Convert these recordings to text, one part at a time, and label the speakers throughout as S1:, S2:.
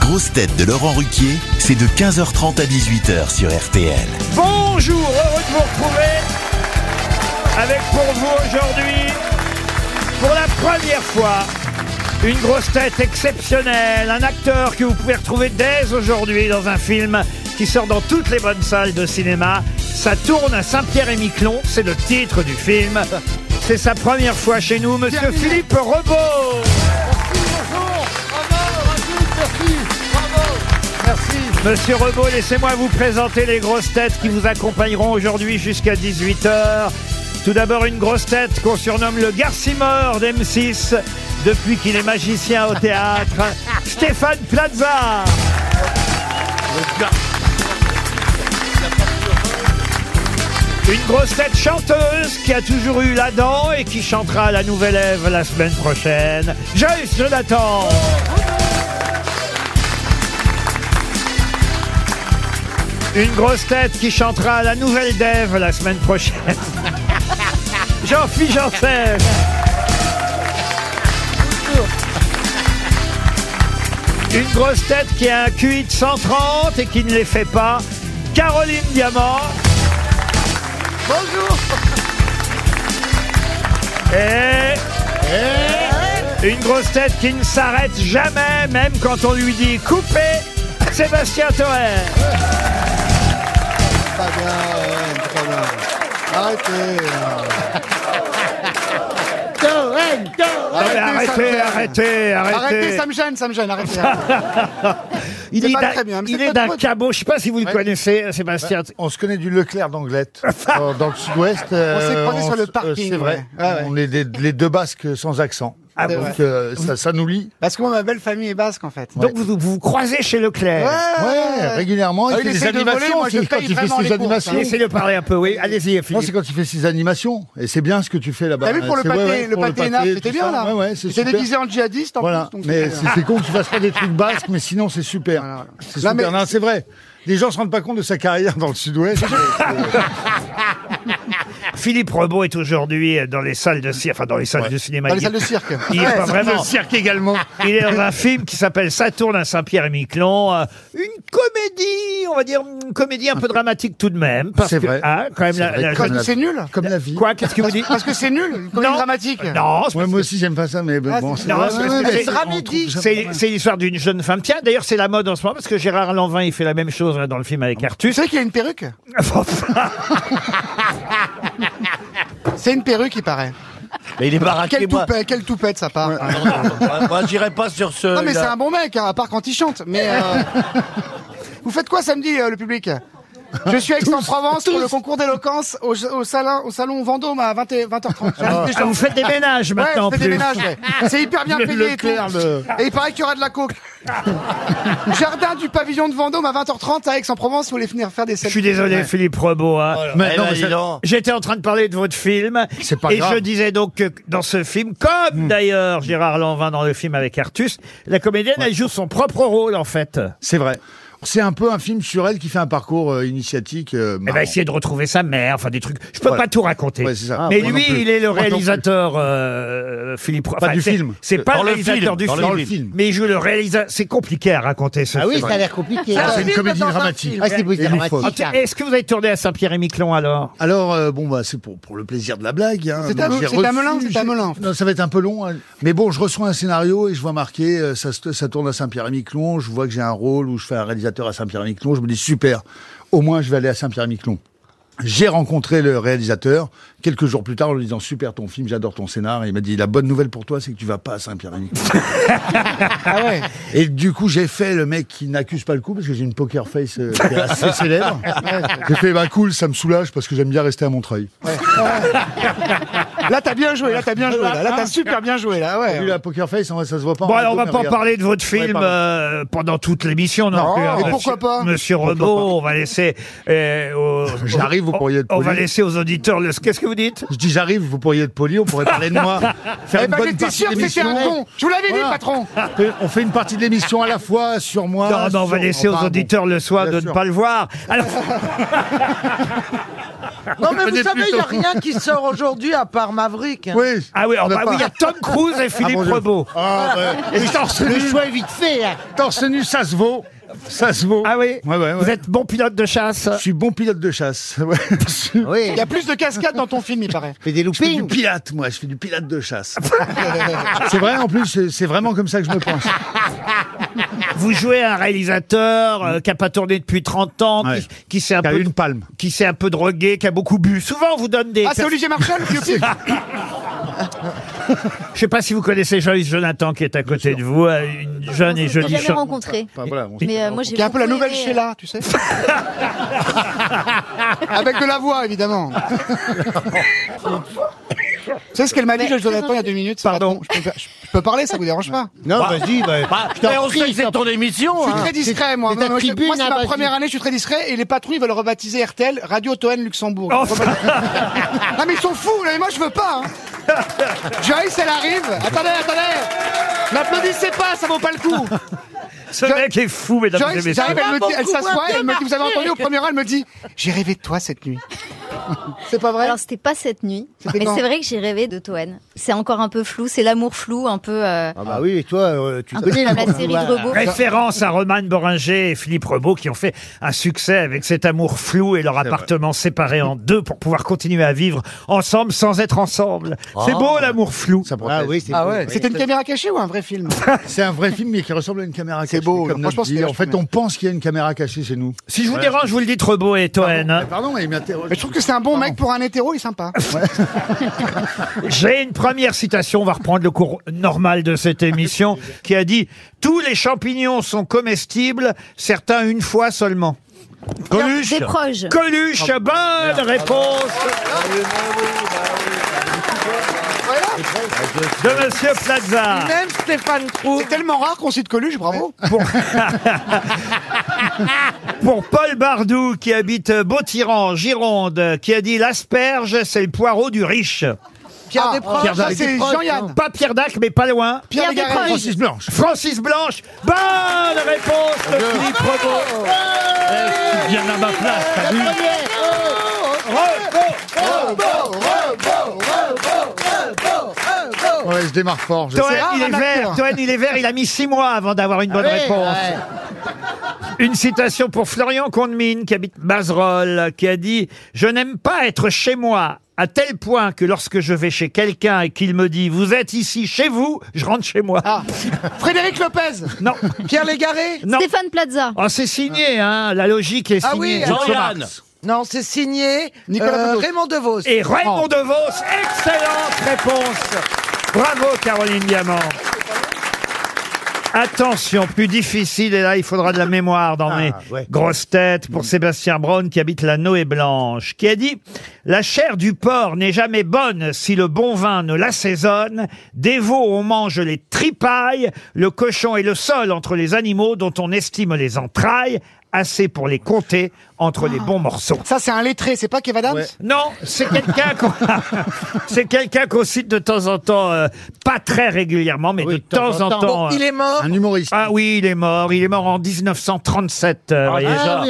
S1: grosses têtes de Laurent Ruquier, c'est de 15h30 à 18h sur RTL.
S2: Bonjour, heureux de vous retrouver avec pour vous aujourd'hui, pour la première fois, une grosse tête exceptionnelle, un acteur que vous pouvez retrouver dès aujourd'hui dans un film qui sort dans toutes les bonnes salles de cinéma. Ça tourne à Saint-Pierre-et-Miquelon, c'est le titre du film. C'est sa première fois chez nous, monsieur Philippe Rebaud. Monsieur Rebaud, laissez-moi vous présenter les grosses têtes qui vous accompagneront aujourd'hui jusqu'à 18h. Tout d'abord, une grosse tête qu'on surnomme le Garcimore d'M6 depuis qu'il est magicien au théâtre, Stéphane Plaza. Une grosse tête chanteuse qui a toujours eu la dent et qui chantera la nouvelle Ève la semaine prochaine, Joyce Jonathan. Une grosse tête qui chantera la nouvelle d'Ève la semaine prochaine. Jean-Philippe Janssen. Une grosse tête qui a un QI de 130 et qui ne les fait pas, Caroline Diamant. Bonjour. Et... Une grosse tête qui ne s'arrête jamais, même quand on lui dit coupez, Sébastien Thorel.
S3: Pas bien, ouais, pas bien. Arrêtez. Cohen,
S2: Non, mais arrêtez, arrêtez, Ah. arrêtez.
S3: ça me gêne, ça me gêne, arrêtez.
S2: Il
S3: C'est
S2: est
S3: pas
S2: d'un-
S3: très bien, mais
S2: il
S3: c'est
S2: est
S3: pas
S2: d'un
S3: trop-
S2: cabot. Je sais pas si vous le connaissez, euh, Sébastien.
S4: On se connaît du Leclerc d'Anglette, dans, dans le sud-ouest. euh,
S3: croisés sur
S4: s-
S3: le parking,
S4: euh, C'est vrai.
S3: ouais. Ah Ouais, ouais.
S4: On est des- les deux Basques sans accent.
S2: Ah bon
S4: Donc euh, ça, ça nous lie.
S3: Parce que moi, ma belle famille est basque, en fait.
S2: Donc vous, vous vous croisez chez Leclerc.
S4: Ouais, régulièrement.
S3: Ah,
S4: il
S3: il
S4: fait des
S3: essaie de voler,
S4: animations.
S3: moi, je
S4: aussi,
S3: paye
S4: quand il fait
S3: vraiment les
S4: ses
S3: courses,
S4: animations.
S3: hein.
S2: Laissez-le parler un peu, oui. Allez-y,
S4: Non,
S2: Philippe.
S4: c'est quand il fait ses animations. Et c'est bien ce que tu fais là-bas.
S3: T'as vu pour le
S4: C'est-
S3: pâté,
S4: ouais, ouais,
S3: le
S4: pour
S3: pâté énorme,
S4: pâté,
S3: c'était
S4: tout
S3: bien
S4: ça.
S3: là.
S4: Ouais, ouais, c'est
S3: C'était
S4: super.
S3: déguisé en djihadiste en
S4: Voilà.
S3: plus. donc
S4: Mais
S3: c'était euh,
S4: c'est c'est con que tu fasses pas des trucs basques, mais sinon c'est super.
S3: Voilà, voilà.
S4: C'est
S3: Là,
S4: super.
S3: mais-
S4: Non, c'est vrai. Les gens se rendent pas compte de sa carrière dans le sud-ouest.
S2: Philippe Rebaud est aujourd'hui euh, dans les salles de cirque, enfin dans les salles de cinéma.
S3: Dans les
S2: Il-
S3: salles de cirque.
S2: Il est pas vraiment.
S4: cirque également.
S2: Il est dans un film qui s'appelle Ça tourne à Saint-Pierre-et-Miquelon. euh, une comédie, on va dire, une comédie un peu dramatique tout de même. parce
S4: C'est
S2: que-
S4: vrai.
S2: ah, quand même,
S4: C'est
S2: la-
S4: vrai,
S2: la-
S4: comme
S3: Parce que c'est nul.
S4: Comme la vie.
S2: Quoi Qu'est-ce que vous dites
S3: Parce que c'est nul, une comédie
S2: Non.
S3: dramatique.
S2: Non, c'est
S4: Ouais, moi aussi j'aime pas ça, mais
S3: Ah,
S4: bon.
S3: c'est-
S2: non,
S4: ouais,
S2: c'est-
S4: ouais,
S2: c'est-
S4: ouais,
S2: c'est-
S4: mais-
S3: dramédie.
S2: C'est c'est l'histoire d'une jeune femme. Tiens, d'ailleurs, c'est la mode en ce moment parce que Gérard Lanvin, il fait la même chose là, dans le film
S4: Ah
S2: avec
S3: Tu
S2: Artus.
S3: sais qu'il y a une perruque C'est une perruque, il paraît.
S5: Mais il est baraqué,
S3: Quelle
S5: moi.
S3: toupette, quelle toupette ça part.
S5: Ah, bah, Moi, moi, j'irai pas sur
S2: Euh,
S5: ce.
S3: Non mais c'est
S5: là.
S3: un bon mec, hein, à part quand il chante. Mais euh, vous faites quoi samedi, euh, le public Je suis à Aix-en-Provence pour le concours d'éloquence au, au salon, au salon Vendôme à 20 20h30.
S2: Ah, vous faites des ménages
S3: Ouais,
S2: maintenant.
S3: je fais des
S2: en plus.
S3: ménages, ouais. C'est hyper bien
S4: Le
S3: payé et tout.
S4: Leclerc, le-
S3: Et il paraît qu'il y aura de la coke. Jardin du pavillon de Vendôme à 20h30 à Aix-en-Provence, vous voulez venir faire des
S2: Je suis
S3: selfies.
S2: désolé, Philippe Rebaud. hein.
S4: Mais
S5: Eh
S4: non,
S5: ben,
S4: mais
S5: dis
S4: ça-
S5: donc.
S2: J'étais en train de parler de votre film.
S4: C'est pas
S2: et
S4: grave. Hmm.
S2: je disais donc que dans ce film, comme d'ailleurs Gérard Lanvin dans le film avec Artus, la comédienne, elle joue son propre rôle en fait.
S4: C'est vrai. C'est un peu un film sur elle qui fait un parcours euh, initiatique. euh,
S2: Elle
S4: marrant.
S2: va Eh ben, essayer de retrouver sa mère, enfin des trucs. Je peux
S4: Voilà.
S2: pas tout raconter.
S4: Ouais, c'est ça. Ah,
S2: Mais
S4: moi
S2: lui,
S4: non plus.
S2: il est le
S4: Moi non plus.
S2: réalisateur euh, Philippe. Pas
S4: du film.
S2: C'est pas
S5: Dans
S2: le
S5: le
S2: réalisateur
S5: film,
S2: du
S5: dans
S2: film,
S4: le film.
S2: Mais il joue le réalisateur. C'est compliqué à raconter ce film.
S6: ça a l'air compliqué.
S4: Ah, c'est une comédie dramatique.
S6: Ah, c'est
S4: Et lui, faut-
S6: dramatique.
S2: Ah, Est-ce que vous avez tourné à Saint-Pierre-et-Miquelon alors
S4: Alors, euh, bon, bah, c'est pour, pour le plaisir de la blague. Hein.
S3: C'est
S4: Donc,
S3: à Melun,
S4: j'ai
S3: c'est à
S4: reçu-
S3: Melun, c'est à
S4: j'ai-
S3: Melun, en fait.
S4: Non, ça va être un peu long. hein. Mais bon, je reçois un scénario et je vois marqué, euh, ça, se- ça tourne à Saint-Pierre-et-Miquelon. Je vois que j'ai un rôle où je fais un réalisateur à Saint-Pierre-et-Miquelon. Je me dis, super, au moins je vais aller à Saint-Pierre-et-Miquelon. J'ai rencontré le réalisateur quelques jours plus tard en lui disant super ton film, j'adore ton scénar. Et il m'a dit la bonne nouvelle pour toi c'est que tu vas pas à Saint-Pierre-et-Miquelon.
S3: Ah ouais.
S4: Et du coup, j'ai fait le mec qui n'accuse pas le coup parce que j'ai une poker face euh, qui est assez célèbre. J'ai fait, bah cool, ça me soulage parce que j'aime bien rester à Montreuil.
S3: Là t'as bien joué, là t'as bien joué, là, là t'as super bien joué, là
S4: Vu
S3: ouais.
S4: la poker face, en vrai, ça se voit pas.
S2: Bon,
S4: en
S2: alors on va
S4: photo,
S2: pas
S4: mais regarde.
S2: parler de votre film
S4: pardon.
S2: euh, pendant toute l'émission, non,
S4: Non,
S2: plus, hein,
S3: et
S2: monsieur-
S3: pourquoi pas
S2: Monsieur Rebaud, on va laisser. euh, aux-
S4: J'arrive, vous
S2: on-
S4: pourriez être
S2: On va
S4: poli.
S2: laisser aux auditeurs. Le... Qu'est-ce que vous dites
S4: Je dis, j'arrive, vous pourriez être poli, on pourrait parler de moi. Faire
S3: Eh
S4: une
S3: ben
S4: bonne
S3: j'étais
S4: partie
S3: sûr
S4: de
S3: que c'était un
S4: l'émission.
S3: con. Je vous l'avais dit
S4: Voilà.
S3: patron.
S4: On fait une partie de l'émission à la fois sur moi.
S2: Non, non, on va
S4: sur-
S2: laisser aux
S4: enfin, bon.
S2: auditeurs le soin
S4: Bien
S2: de ne
S4: sûr.
S2: pas le voir. Alors,
S6: Non, mais vous
S4: Venez
S6: savez, il
S4: plutôt.
S6: n'y a rien qui sort aujourd'hui à part Maverick. hein.
S4: Oui.
S2: Ah oui, oh,
S4: On n'a
S2: bah
S4: pas-
S2: oui, il y a Tom Cruise et Philippe
S4: bon, je-
S2: Rebaud.
S4: Ah, ouais. Et torse nu,
S6: est vite fait. hein.
S4: torse nu, ça se vaut. Ça se vaut.
S2: Ah oui
S4: Ouais, ouais, ouais.
S2: Vous êtes bon pilote de chasse
S4: Je suis bon pilote de chasse. Ouais.
S3: Il y a plus de cascades dans ton film, il paraît.
S6: Fais des
S4: Je fais du
S6: loopings.
S4: pilate, moi. Je fais du pilate de chasse. c'est vrai, en plus, c'est- c'est vraiment comme ça que je me pense.
S2: Vous jouez un réalisateur euh, qui n'a pas tourné depuis 30 ans, qui-
S4: Ouais.
S2: qui, s'est un
S4: Qui a
S2: peu
S4: une palme.
S2: qui s'est un peu drogué, qui a beaucoup bu. Souvent, on vous donne des.
S3: Ah, c'est Olivier Marchal, vieux pic
S2: Je sais pas si vous connaissez Joyce Jonathan qui est à côté de vous, euh, une jeune et
S7: Je l'ai
S2: jolie
S7: jamais
S2: chanteuse.
S7: rencontré.
S4: Enfin, voilà, on-
S7: Mais euh, moi, j'ai
S3: Qui est un peu la
S7: beaucoup
S3: nouvelle
S7: aimé, euh,
S3: Sheila, tu sais. Avec de la voix, évidemment. Tu sais ce qu'elle m'a dit,
S7: Mais-
S3: le Jonathan, il y a deux minutes Pardon. Je peux, faire- je peux parler, ça vous dérange pas
S6: Non, vas-y, bah,
S5: mais on sait que c'est ton émission.
S3: Je suis
S5: hein.
S3: très discret, moi.
S6: c'est ta
S3: Non, moi, je-
S6: tribune,
S3: moi, c'est
S6: hein,
S3: ma
S6: vas-y.
S3: première année, je suis très discret. Et les patrons, ils veulent rebaptiser RTL Radio Toen Luxembourg.
S6: Oh.
S2: Enfin,
S3: Ah, mais ils sont fous, là, mais moi, je veux pas. hein. Joyce, elle arrive. Attendez, attendez. N'applaudissez pas, ça vaut pas le coup.
S2: ce mec est fou, mesdames et
S3: Joyce,
S2: messieurs.
S3: j'arrive, elle, me dit- elle s'assoit, elle me dit, vous avez entendu au premier rang, elle me dit, j'ai rêvé de toi cette nuit. C'est pas vrai
S7: Alors c'était pas cette nuit,
S3: C'était
S7: mais
S3: quand
S7: c'est vrai que j'ai rêvé de Toen. C'est encore un peu flou, c'est l'amour flou, un peu euh,
S6: Ah bah oui, toi, euh, tu
S7: un peu
S6: connais
S7: comme
S6: la,
S7: la série de Rebaud.
S2: Référence à Romane Boringer et Philippe Rebaud qui ont fait un succès avec cet amour flou et leur appartement séparé en deux pour pouvoir continuer à vivre ensemble sans être ensemble. C'est beau l'amour flou.
S4: ça protège.
S6: Ah oui, c'est
S3: Ah ouais. C'était une caméra cachée ou un vrai film
S4: C'est un vrai film, mais qui ressemble à une caméra cachée.
S3: C'est beau,
S4: comme notre
S3: moi, je pense
S4: vie.
S3: que-
S4: En fait, on pense qu'il y a une caméra cachée chez nous.
S2: Si je vous dérange, vous le dites Rebaud et Toen. hein.
S4: Pardon, il m'interroge.
S3: Mais je trouve que c'est un bon mec pour un hétéro, il est sympa.
S2: J'ai une première citation, on va reprendre le cours normal de cette émission, qui a dit « Tous les champignons sont comestibles, certains une fois seulement
S5: Coluche.
S7: Des proches. ». Ah,
S2: Coluche, bonne réponse de Monsieur Plaza.
S6: Même Stéphane Trou.
S3: C'est tellement rare qu'on cite Coluche, bravo.
S2: Pour... Pour Paul Bardou, qui habite Beautiran, Gironde, qui a dit « L'asperge, c'est le poireau du riche
S6: Pierre
S3: Ah,
S6: Desproges.
S3: Pierre
S6: ça,
S3: Desproges.
S6: c'est
S3: Desproges,
S6: Jean-Yann.
S3: non. »
S2: Pas Pierre Dac, mais pas loin.
S7: Pierre
S3: Desproges.
S7: Desproges.
S4: Francis Blanche.
S2: Francis Blanche, bonne réponse de Philippe Rebaud.
S5: Bien à ma place, t'as vu
S4: Ouais, je démarre fort. je
S2: Toen,
S4: sais.
S3: rare,
S2: il est
S3: un
S2: vert.
S3: acteur.
S2: Toen, il est vert. Il a mis six mois avant d'avoir une bonne réponse. Une citation pour Florian Condemine, qui habite Bazerolles, qui a dit « Je n'aime pas être chez moi, à tel point que lorsque je vais chez quelqu'un et qu'il me dit « Vous êtes ici, chez vous », je rentre chez moi.
S3: Ah. Frédéric Lopez.
S2: Non,
S6: Pierre Légaré.
S2: non.
S7: Stéphane Plaza.
S2: Oh, c'est signé, hein. La logique est
S6: Ah
S2: signée.
S6: oui,
S2: Jean-
S5: Jean-Yann.
S6: Non, c'est signé
S3: Nicolas
S6: euh,
S3: Bedos.
S6: Raymond DeVos. Oh.
S2: Et Raymond DeVos, excellente réponse. Bravo Caroline Diamant. Attention, plus difficile, et là il faudra de la mémoire dans mes
S6: ouais.
S2: grosses têtes pour Sébastien Braun qui habite la Noé Blanche, qui a dit « La chair du porc n'est jamais bonne si le bon vin ne l'assaisonne. Des veaux, on mange les tripailles, le cochon est le seul entre les animaux dont on estime les entrailles, assez pour les compter entre les bons morceaux. »
S3: Ça, c'est un lettré, c'est pas Kev Adams
S4: Ouais.
S2: Non, c'est quelqu'un qu'on c'est quelqu'un qu'on cite de temps en temps, euh, pas très régulièrement, mais de temps, en temps.
S6: Bon,
S2: euh,
S6: Oh, il est mort.
S4: Un humoriste.
S2: Ah oui, il est mort. Il est mort en 1937.
S3: Ah,
S2: euh, voyez ça.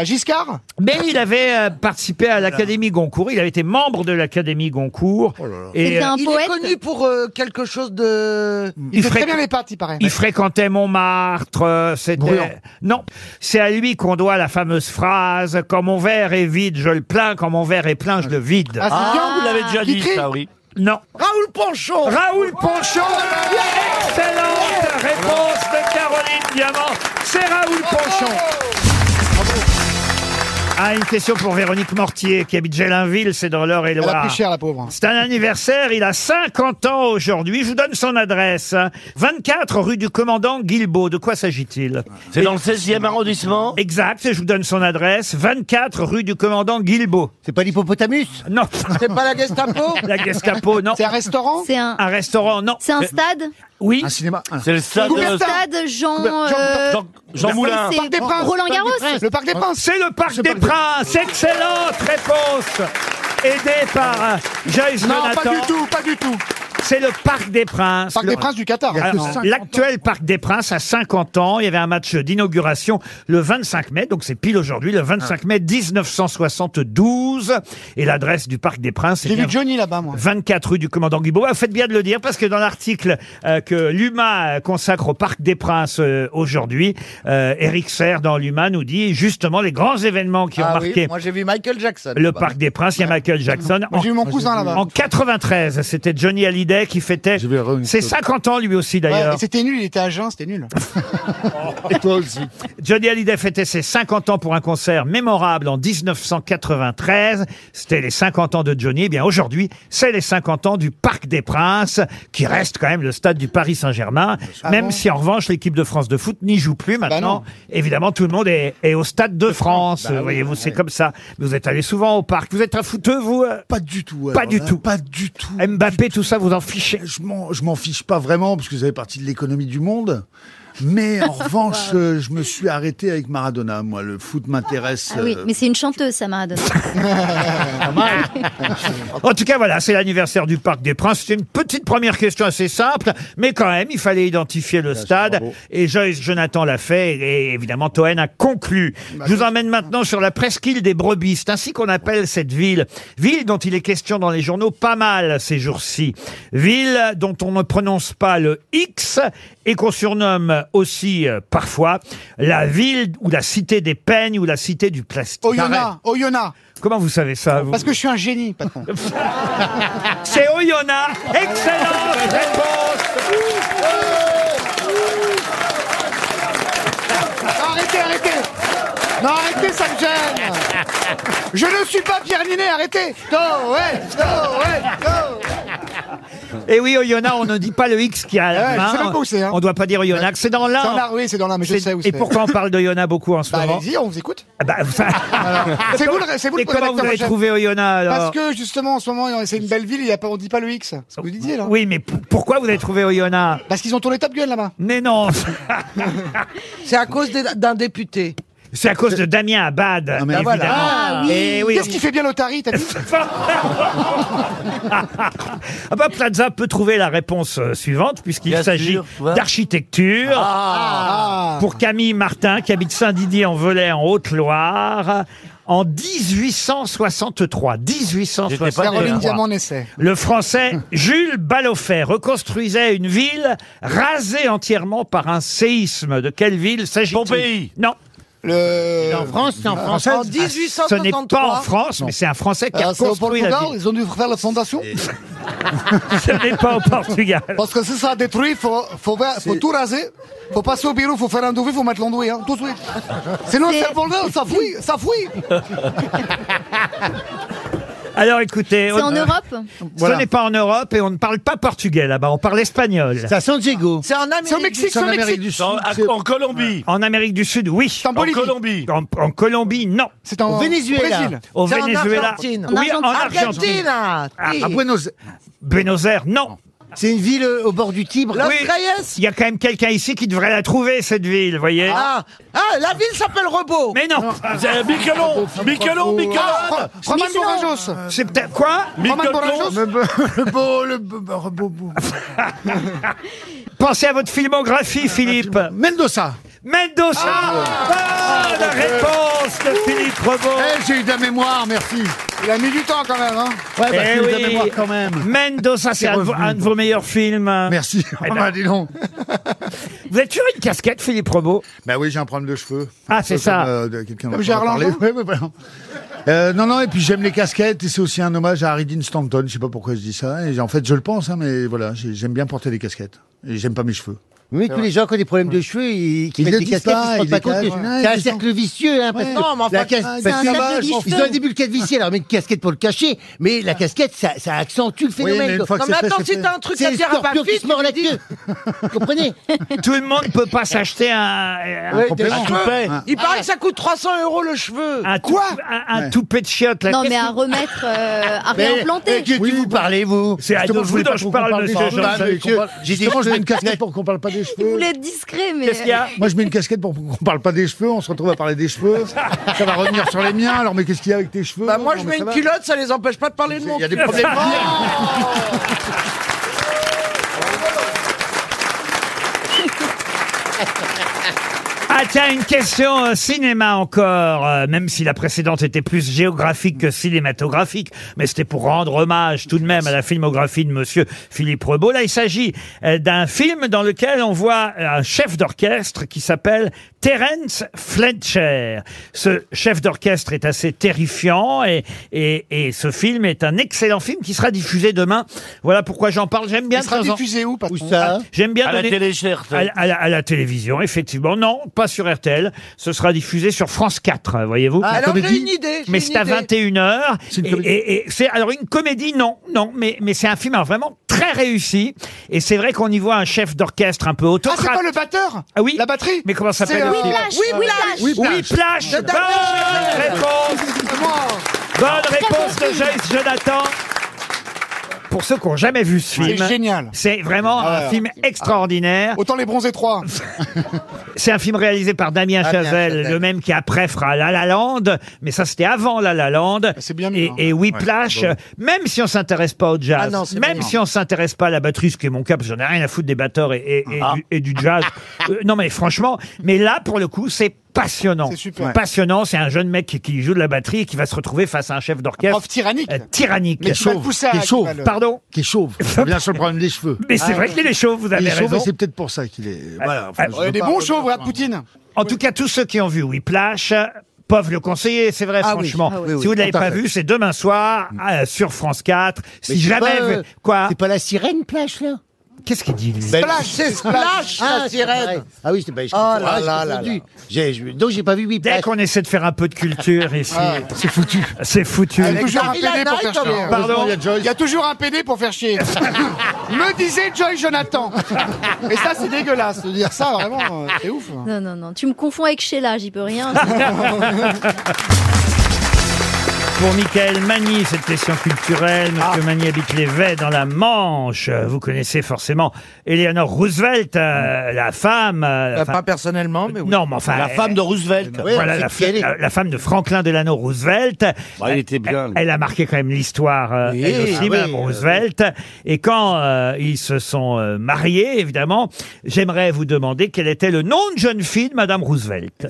S3: Euh, Giscard
S2: Mais il avait euh, participé à l'Académie Goncourt. Il avait été membre de l'Académie Goncourt. Et
S7: C'était
S2: euh,
S7: un
S6: Il est
S7: poète.
S6: connu pour euh, quelque chose de...
S3: Il fait
S2: fréqu-
S3: très bien les pattes, il paraît.
S2: il fréquentait Montmartre. euh, C'était non, c'est à lui qu'on doit la fameuse phrase "Quand mon verre est vide, je le pleins. Quand mon verre est plein, je le vide."
S3: Ah, c'est
S5: Ah,
S3: bien,
S5: vous l'avez déjà
S3: Qui
S5: dit,
S3: crie
S5: ça, oui.
S2: Non.
S6: Raoul Ponchon.
S2: Raoul Ponchon, excellente réponse de Caroline Diamant. C'est Raoul Ponchon. Ah, une question pour Véronique Mortier, qui habite Gélinville, c'est dans
S3: Elle a
S2: l'Eure-et-Loire.
S3: pris cher, la pauvre.
S2: C'est un anniversaire, il a 50 ans aujourd'hui. Je vous donne son adresse. hein. 24 rue du Commandant Guilbault. De quoi s'agit-il
S5: C'est dans le 16e arrondissement.
S2: Exact, je vous donne son adresse. 24 rue du Commandant Guilbault.
S6: C'est pas l'hippopotamus
S2: Non,
S6: C'est pas la Gestapo
S2: la Gascapo, non.
S3: C'est un restaurant
S7: C'est un,
S2: Un restaurant, non. Euh,
S7: c'est un stade.
S2: Oui.
S4: Un cinéma. un-
S5: C'est le stade euh,
S3: Combien de-
S7: Stade Jean. euh,
S5: Jean, Jean Moulin.
S7: c'est-
S3: Parc des Princes.
S7: Roland Garros.
S3: Le Parc des Princes.
S2: C'est le Parc des Princes. Excellente réponse. Aidé par euh, Joyce
S3: Non, pas
S2: Jonathan.
S3: du tout, pas du tout.
S2: C'est le Parc des Princes.
S3: Parc
S2: Le-
S3: des Princes du Qatar.
S4: Il y a que
S2: Alors,
S4: 50
S2: L'actuel Parc des Princes a 50 ans. Il y avait un match d'inauguration le 25 mai, donc c'est pile aujourd'hui, le 25
S6: Ah.
S2: mai 1972. Et l'adresse du Parc des Princes est
S3: J'ai vu
S2: bien
S3: Johnny là-bas, moi.
S2: 24 rue du commandant Guibault. Faites bien de le dire parce que dans l'article euh, que l'UMA euh, consacre au Parc des Princes euh, aujourd'hui, euh, Eric Serre dans l'UMA nous dit justement les grands événements qui ont
S6: Ah oui,
S2: marqué
S6: moi j'ai vu Michael Jackson.
S2: le
S6: là-bas.
S2: Parc des Princes. Il y a Michael Jackson. En,
S3: J'ai eu mon cousin là-bas.
S2: en 93, c'était Johnny Hallyday qui fêtait
S4: Je vais revenir
S2: ses
S4: sur-
S2: 50 ans lui aussi
S3: Ouais,
S2: d'ailleurs.
S3: et c'était nul, il était à jeun, c'était nul.
S4: Et toi aussi.
S2: Johnny Hallyday fêtait ses 50 ans pour un concert mémorable en 1993. C'était les 50 ans de Johnny. Eh bien, aujourd'hui, c'est les 50 ans du Parc des Princes, qui reste quand même le stade du Paris Saint-Germain.
S4: Ah
S2: même
S3: bon
S2: si, en revanche, l'équipe de France de foot n'y joue plus
S4: Bah
S2: maintenant.
S3: non.
S2: Évidemment, tout le monde est, est au stade de France.
S4: Bah
S2: Voyez-vous, c'est comme ça. Vous êtes allé souvent au parc. Vous êtes un footeux, vous euh,
S4: Pas du tout.
S2: Pas
S4: alors hein.
S2: du
S4: là,
S2: tout.
S4: Pas du tout.
S2: Mbappé, tout ça, vous en fichez.
S4: Je m'en, je m'en fiche pas vraiment parce que vous avez partie de l'économie du monde. Mais en revanche, euh, je me suis arrêté avec Maradona. Moi, le foot m'intéresse.
S7: Ah oui,
S4: euh,
S7: mais c'est une chanteuse, ça, Maradona.
S2: En tout cas, voilà, c'est l'anniversaire du Parc des Princes. C'est une petite première question assez simple, mais quand même, il fallait identifier le stade. Et Joyce Jonathan l'a fait, et évidemment, Toen a conclu. Je vous emmène maintenant sur la presqu'île des brebis. C'est ainsi qu'on appelle cette ville. Ville dont il est question dans les journaux pas mal ces jours-ci. Ville dont on ne prononce pas le X et qu'on surnomme aussi euh, parfois la ville ou la cité des peignes ou la cité du plastique.
S3: Oyonnax, Oyonnax.
S2: Comment vous savez ça vous
S3: Oh, Parce que je suis un génie, patron.
S2: c'est Oyonnax. Excellente réponse.
S3: Arrêtez, arrêtez Non, arrêtez, ça me gêne Je ne suis pas Pierre Ninet, arrêtez Go, ouais, go, ouais, go
S2: Et Eh oui, Oyonnax, on ne dit pas le X qui a à la
S3: Ouais, je
S2: main.
S3: sais même pas où c'est, hein.
S2: On doit pas dire Oyonnax. C'est dans l'un.
S3: C'est en art, oui, c'est dans l'un, mais je
S2: C'est-
S3: sais où
S2: Et
S3: c'est.
S2: pourquoi on parle d'Oyonnax beaucoup en ce
S3: Bah,
S2: moment
S3: allez-y, on vous écoute.
S2: Ah bah, ça-
S3: C'est vous le, c'est vous le
S2: Et comment vous
S3: rédacteur en
S2: avez
S3: chef.
S2: trouvé Oyonnax alors
S3: Parce que justement, en ce moment, c'est une belle ville, il y a pas, on dit pas le X. C'est ce que vous disiez, là.
S2: Oui, mais p- pourquoi vous avez trouvé Oyonnax
S3: Parce qu'ils ont tourné Top Gun là-bas.
S2: Mais non,
S6: C'est à cause des- d'un député.
S2: c'est à cause de Damien Abad.
S4: mais-
S2: évidemment.
S6: Ah
S7: oui.
S2: Et bah, Eh oui.
S3: Qu'est-ce qui fait bien l'Otari t'as dit
S2: Ah bah Plaza peut trouver la réponse euh, suivante puisqu'il
S5: Bien
S2: s'agit
S5: sûr, ouais.
S2: d'architecture.
S3: Ah
S2: Pour Camille Martin, qui habite Saint-Didier en Velay, en Haute-Loire, en 1863.
S5: J'étais pas
S3: Caroline
S2: 1863.
S3: Diamant essaie.
S2: Le français Jules Balofet reconstruisait une ville rasée entièrement par un séisme. De quelle ville s'agit-il
S5: Pompéi.
S2: Non, Ah,
S3: Le. Ah.
S6: En France, c'est en France. En
S2: ce n'est pas en
S6: 1863.
S2: France, mais c'est un français qui
S3: Ah,
S2: a
S3: c'est au
S2: construit la
S3: Portugal,
S2: ville.
S3: ils ont dû refaire la fondation.
S2: Ce n'est pas au Portugal.
S3: Parce que si ça a détruit, faut, faut, faire- faut tout raser. Faut passer au bureau, faut faire un douille, faut mettre l'andouille, hein, tout de suite. Sinon, c'est le bordel, ça fouille, ça fouille.
S2: Alors écoutez,
S7: C'est
S2: on- euh,
S7: en Europe
S2: ce n'est pas en Europe et on ne parle pas portugais là-bas, on parle espagnol.
S4: C'est à San Diego.
S6: C'est en
S3: C'est au
S6: Amérique.
S3: Mexique, c'est au Mexique.
S4: du
S5: En, à- en Colombie.
S2: En Amérique du Sud, oui.
S3: C'est en Bolivie.
S5: En Colombie.
S2: En, en Colombie, non.
S3: C'est en
S6: Au Venezuela.
S3: Brésil.
S2: Au
S6: C'est en
S2: Venezuela.
S6: Argentine.
S2: Oui, en
S7: En Argentine.
S2: Argentine. Ah,
S6: Argentina. Oui.
S4: À Buenos
S2: Buenos Aires, non.
S6: C'est une ville euh, au bord du Tibre. Las
S2: Oui.
S6: Reyes
S2: Il y a quand même quelqu'un ici qui devrait la trouver, cette ville, voyez.
S6: ah. ah, la ville s'appelle Rebaud.
S2: Mais non,
S5: C'est Miquelon. Miquelon, Miquelon.
S3: Ro- Roman Borajos.
S2: c'est peut-être quoi
S3: Roman Borajos.
S5: Miquelon.
S4: Le beau, le beau, le beau- beau-
S2: Pensez à votre filmographie, Philippe.
S4: Ah, Mendoza. Ah,
S2: Mendoza Bonne Ah, réponse de Philippe Rebaud
S4: Eh, j'ai eu de la mémoire, merci.
S3: Il a mis du temps quand même. Hein.
S4: Ouais, bah,
S2: Eh
S4: j'ai eu de la
S2: oui.
S4: mémoire quand même.
S2: Mendoza, c'est
S4: C'est
S2: un, de vos-
S4: revenu.
S2: un de vos meilleurs films.
S4: Merci.
S2: Eh ben.
S4: Ah, dis donc.
S2: Vous êtes sur une casquette, Philippe Rebaud
S4: Bah oui, j'ai un problème de cheveux.
S2: Ah, c'est
S4: Comme,
S2: ça.
S4: euh, de- quelqu'un dont
S3: Comme
S4: on
S3: Gérard
S4: a parlé.
S3: Lanvin
S4: Ouais, ouais, voilà. Euh, non, non, et puis j'aime les casquettes, et c'est aussi un hommage à Harry Dean Stanton, je sais pas pourquoi je dis ça, et en fait je le pense, hein, mais voilà, j'ai- j'aime bien porter des casquettes, et j'aime pas mes cheveux.
S8: Oui, tous les gens qui ont des problèmes de cheveux, ils, qui
S4: Ils
S8: mettent
S4: le
S8: des
S4: disent
S8: casquettes,
S4: pas,
S8: ils se
S4: ils
S8: rendent pas
S4: les cachent.
S8: compte. que C'est un cercle vicieux, hein, parce
S4: Ouais.
S8: que
S6: Non, mais enfin,
S8: la cas-
S4: ah, c'est
S8: parce que
S4: un cercle
S8: c'est-
S4: vicieux.
S8: ils ont des bulles vicieux. Alors, mais une casquette pour le cacher, mais la casquette, ça, ça accentue le
S4: mais
S8: phénomène.
S4: une
S8: quoi.
S4: fois que
S6: Non, mais
S4: c'est fait,
S6: attends,
S4: c'est
S6: si
S4: fait.
S6: t'as un truc
S8: C'est
S6: à
S8: le
S6: dire à ma
S8: scorpion qui
S6: fille,
S8: se mord la queue. Vous comprenez
S2: Tout le monde ne peut pas s'acheter un, un,
S4: Ouais,
S2: toupet-
S4: des
S2: un
S4: cheveux.
S2: toupet.
S4: Ah.
S6: il paraît que ça coûte 300 euros le cheveu.
S2: Un tou- un, un toupet de chiottes. là.
S7: Non,
S2: Qu'est-ce
S7: mais à
S2: que-
S7: remettre, euh, à
S8: Mais-
S7: réimplanter.
S8: mais que-
S4: Oui,
S8: qui vous parlez, vous
S2: C'est à
S4: Justement,
S2: vous dont je
S4: trop qu'on
S2: parle,
S4: des
S2: monsieur
S4: cheveux,
S2: Jean-
S4: Bah, mais qu'on parle-
S8: Bah, J'ai des
S4: Justement, je mets
S8: cheveux.
S4: une casquette pour qu'on parle pas des
S7: Vous
S4: cheveux.
S7: voulez être discret, mais.
S2: Qu'est-ce qu'il y a
S4: Moi, je mets une casquette pour qu'on parle pas des cheveux. On se retrouve à parler des cheveux. Ça va revenir sur les miens. Alors, mais qu'est-ce qu'il y a avec tes cheveux
S6: Bah moi
S4: Non,
S6: je
S4: mais
S6: mets
S4: ça
S6: une
S4: va.
S6: Ah, culotte, ça les empêche pas de parler de mon
S4: Il y a des problèmes.
S2: Ah tiens, une question euh, cinéma encore, euh, même si la précédente était plus géographique que cinématographique, mais c'était pour rendre hommage tout de même à la filmographie de monsieur Philippe Rebaud. Là, il s'agit euh, d'un film dans lequel on voit euh, un chef d'orchestre qui s'appelle Terence Fletcher. Ce chef d'orchestre est assez terrifiant et, et, et ce film est un excellent film qui sera diffusé demain. Voilà pourquoi j'en parle. J'aime bien
S3: Il sera
S2: de temps en-
S3: diffusé où, patron
S2: J'aime bien
S5: À la
S2: donner-
S5: télé, certes.
S2: à, la- à la, à la télévision, effectivement. Non, pas sur RTL. Ce sera diffusé sur France 4, euh, voyez-vous.
S6: Ah, alors j'ai
S4: comédie
S6: une idée. j'ai
S2: mais
S6: une
S2: c'est à
S6: idée.
S2: 21h.
S4: C'est une
S2: et,
S4: comédie.
S2: et- et c'est alors une comédie, non, non, mais, mais c'est un film alors, vraiment très réussi. Et c'est vrai qu'on y voit un chef d'orchestre un peu
S3: Ah, c'est
S2: autocrate.
S3: pas le batteur
S2: Ah oui.
S3: La batterie
S2: Mais comment
S3: C'est,
S2: s'appelle le
S3: euh,
S2: film
S7: Whiplash,
S6: oui, oui,
S7: Whiplash.
S4: Oui,
S2: Oui, Flash.
S6: De
S2: Bonne
S6: David Fincher.
S2: réponse. Bonne réponse de Joyce Jonathan. Pour ceux qui n'ont jamais vu ce film,
S3: C'est génial. Ah
S2: c'est vraiment un film extraordinaire.
S3: Autant les bronzés 3.
S2: C'est un film réalisé par Damien
S6: Damien
S2: Chazelle,
S6: Chazelle.
S2: le même qui après fera La La Land, mais ça c'était avant La La Land.
S3: c'est bien mieux,
S2: Et,
S3: hein.
S2: et Whiplash, euh, même si on s'intéresse pas au jazz,
S6: Ah non, c'est
S2: même
S6: bien.
S2: si on s'intéresse pas à la batterie, ce qui est mon cas, parce que j'en ai rien à foutre des batteurs et, et-
S6: Ah.
S2: et du, et du jazz. Euh, non mais franchement, mais là pour le coup c'est passionnant.
S3: C'est super.
S2: Passionnant, c'est un jeune mec qui, qui joue de la batterie et qui va se retrouver face à un chef
S3: Prof
S2: d'orchestre
S3: tyrannique.
S2: euh, tyrannique.
S3: Mais qui va le pousser à.
S4: Qui est
S3: qui
S4: chauve.
S3: va le-
S2: Pardon
S4: qui est chauve. Ça vient sur le problème des cheveux.
S2: mais c'est vrai qu'il est chaud, vous
S4: Il
S2: avez
S4: est chauve
S2: raison.
S4: et c'est peut-être pour ça qu'il est. Voilà, enfin,
S2: Ah,
S4: je
S3: Il y a
S4: veux
S3: des
S4: pas
S3: bons
S4: revenir
S3: chauves,
S4: sur un-
S3: regarde Poutine.
S2: En tout cas, tous ceux qui ont vu Whiplash euh, peuvent le conseiller, c'est vrai,
S6: Ah oui.
S2: franchement.
S6: Ah oui, oui.
S2: si vous ne l'avez
S4: Tout à
S2: pas
S4: fait.
S2: vu, c'est demain soir euh, sur France 4. Si jamais...
S8: Mm. pas, euh,
S2: Quoi
S8: C'est pas la sirène, plage, là
S2: Qu'est-ce qu'il dit, lui
S3: Splash,
S6: C'est Splash, la sirène.
S8: Ah oui, c'était pas. je
S6: Oh là
S8: comprends- ah, j'ai
S6: là là
S8: confondu.
S6: là.
S8: J'ai- je- Donc j'ai pas vu Ah.
S2: Dès
S8: Whiplash.
S2: qu'on essaie de faire un peu de culture ici, c'est foutu. C'est foutu.
S3: Il y a toujours un
S6: Darila
S3: PD pour faire
S6: Knight,
S3: chier.
S6: comment
S2: Pardon
S4: Il y a Joyce.
S3: Il y a toujours un PD pour faire chier. Me disait Joy Jonathan. Et ça, c'est dégueulasse de dire ça, vraiment. euh, C'est ouf.
S7: Non, non, non. Tu me confonds avec Sheila, j'y peux rien.
S2: Pour Michael Magny, cette question culturelle. Monsieur Magny habite les Vets dans la Manche. Vous connaissez forcément Eleanor Roosevelt, euh, la femme. euh, la
S6: Euh,
S2: femme-
S6: Pas personnellement, mais oui.
S2: Non, mais enfin.
S5: La femme de Roosevelt.
S8: Oui,
S2: voilà
S8: c'est
S2: la,
S8: qui elle est.
S2: la- la femme de Franklin Delano Roosevelt.
S5: Bah, il était bien,
S2: Elle,
S5: lui.
S2: elle a marqué quand même l'histoire, euh,
S8: Oui,
S2: elle aussi,
S8: ah oui,
S2: Madame
S8: euh,
S2: Roosevelt. Et quand euh, ils se sont euh, mariés, évidemment, j'aimerais vous demander quel était le nom de jeune fille de Madame Roosevelt.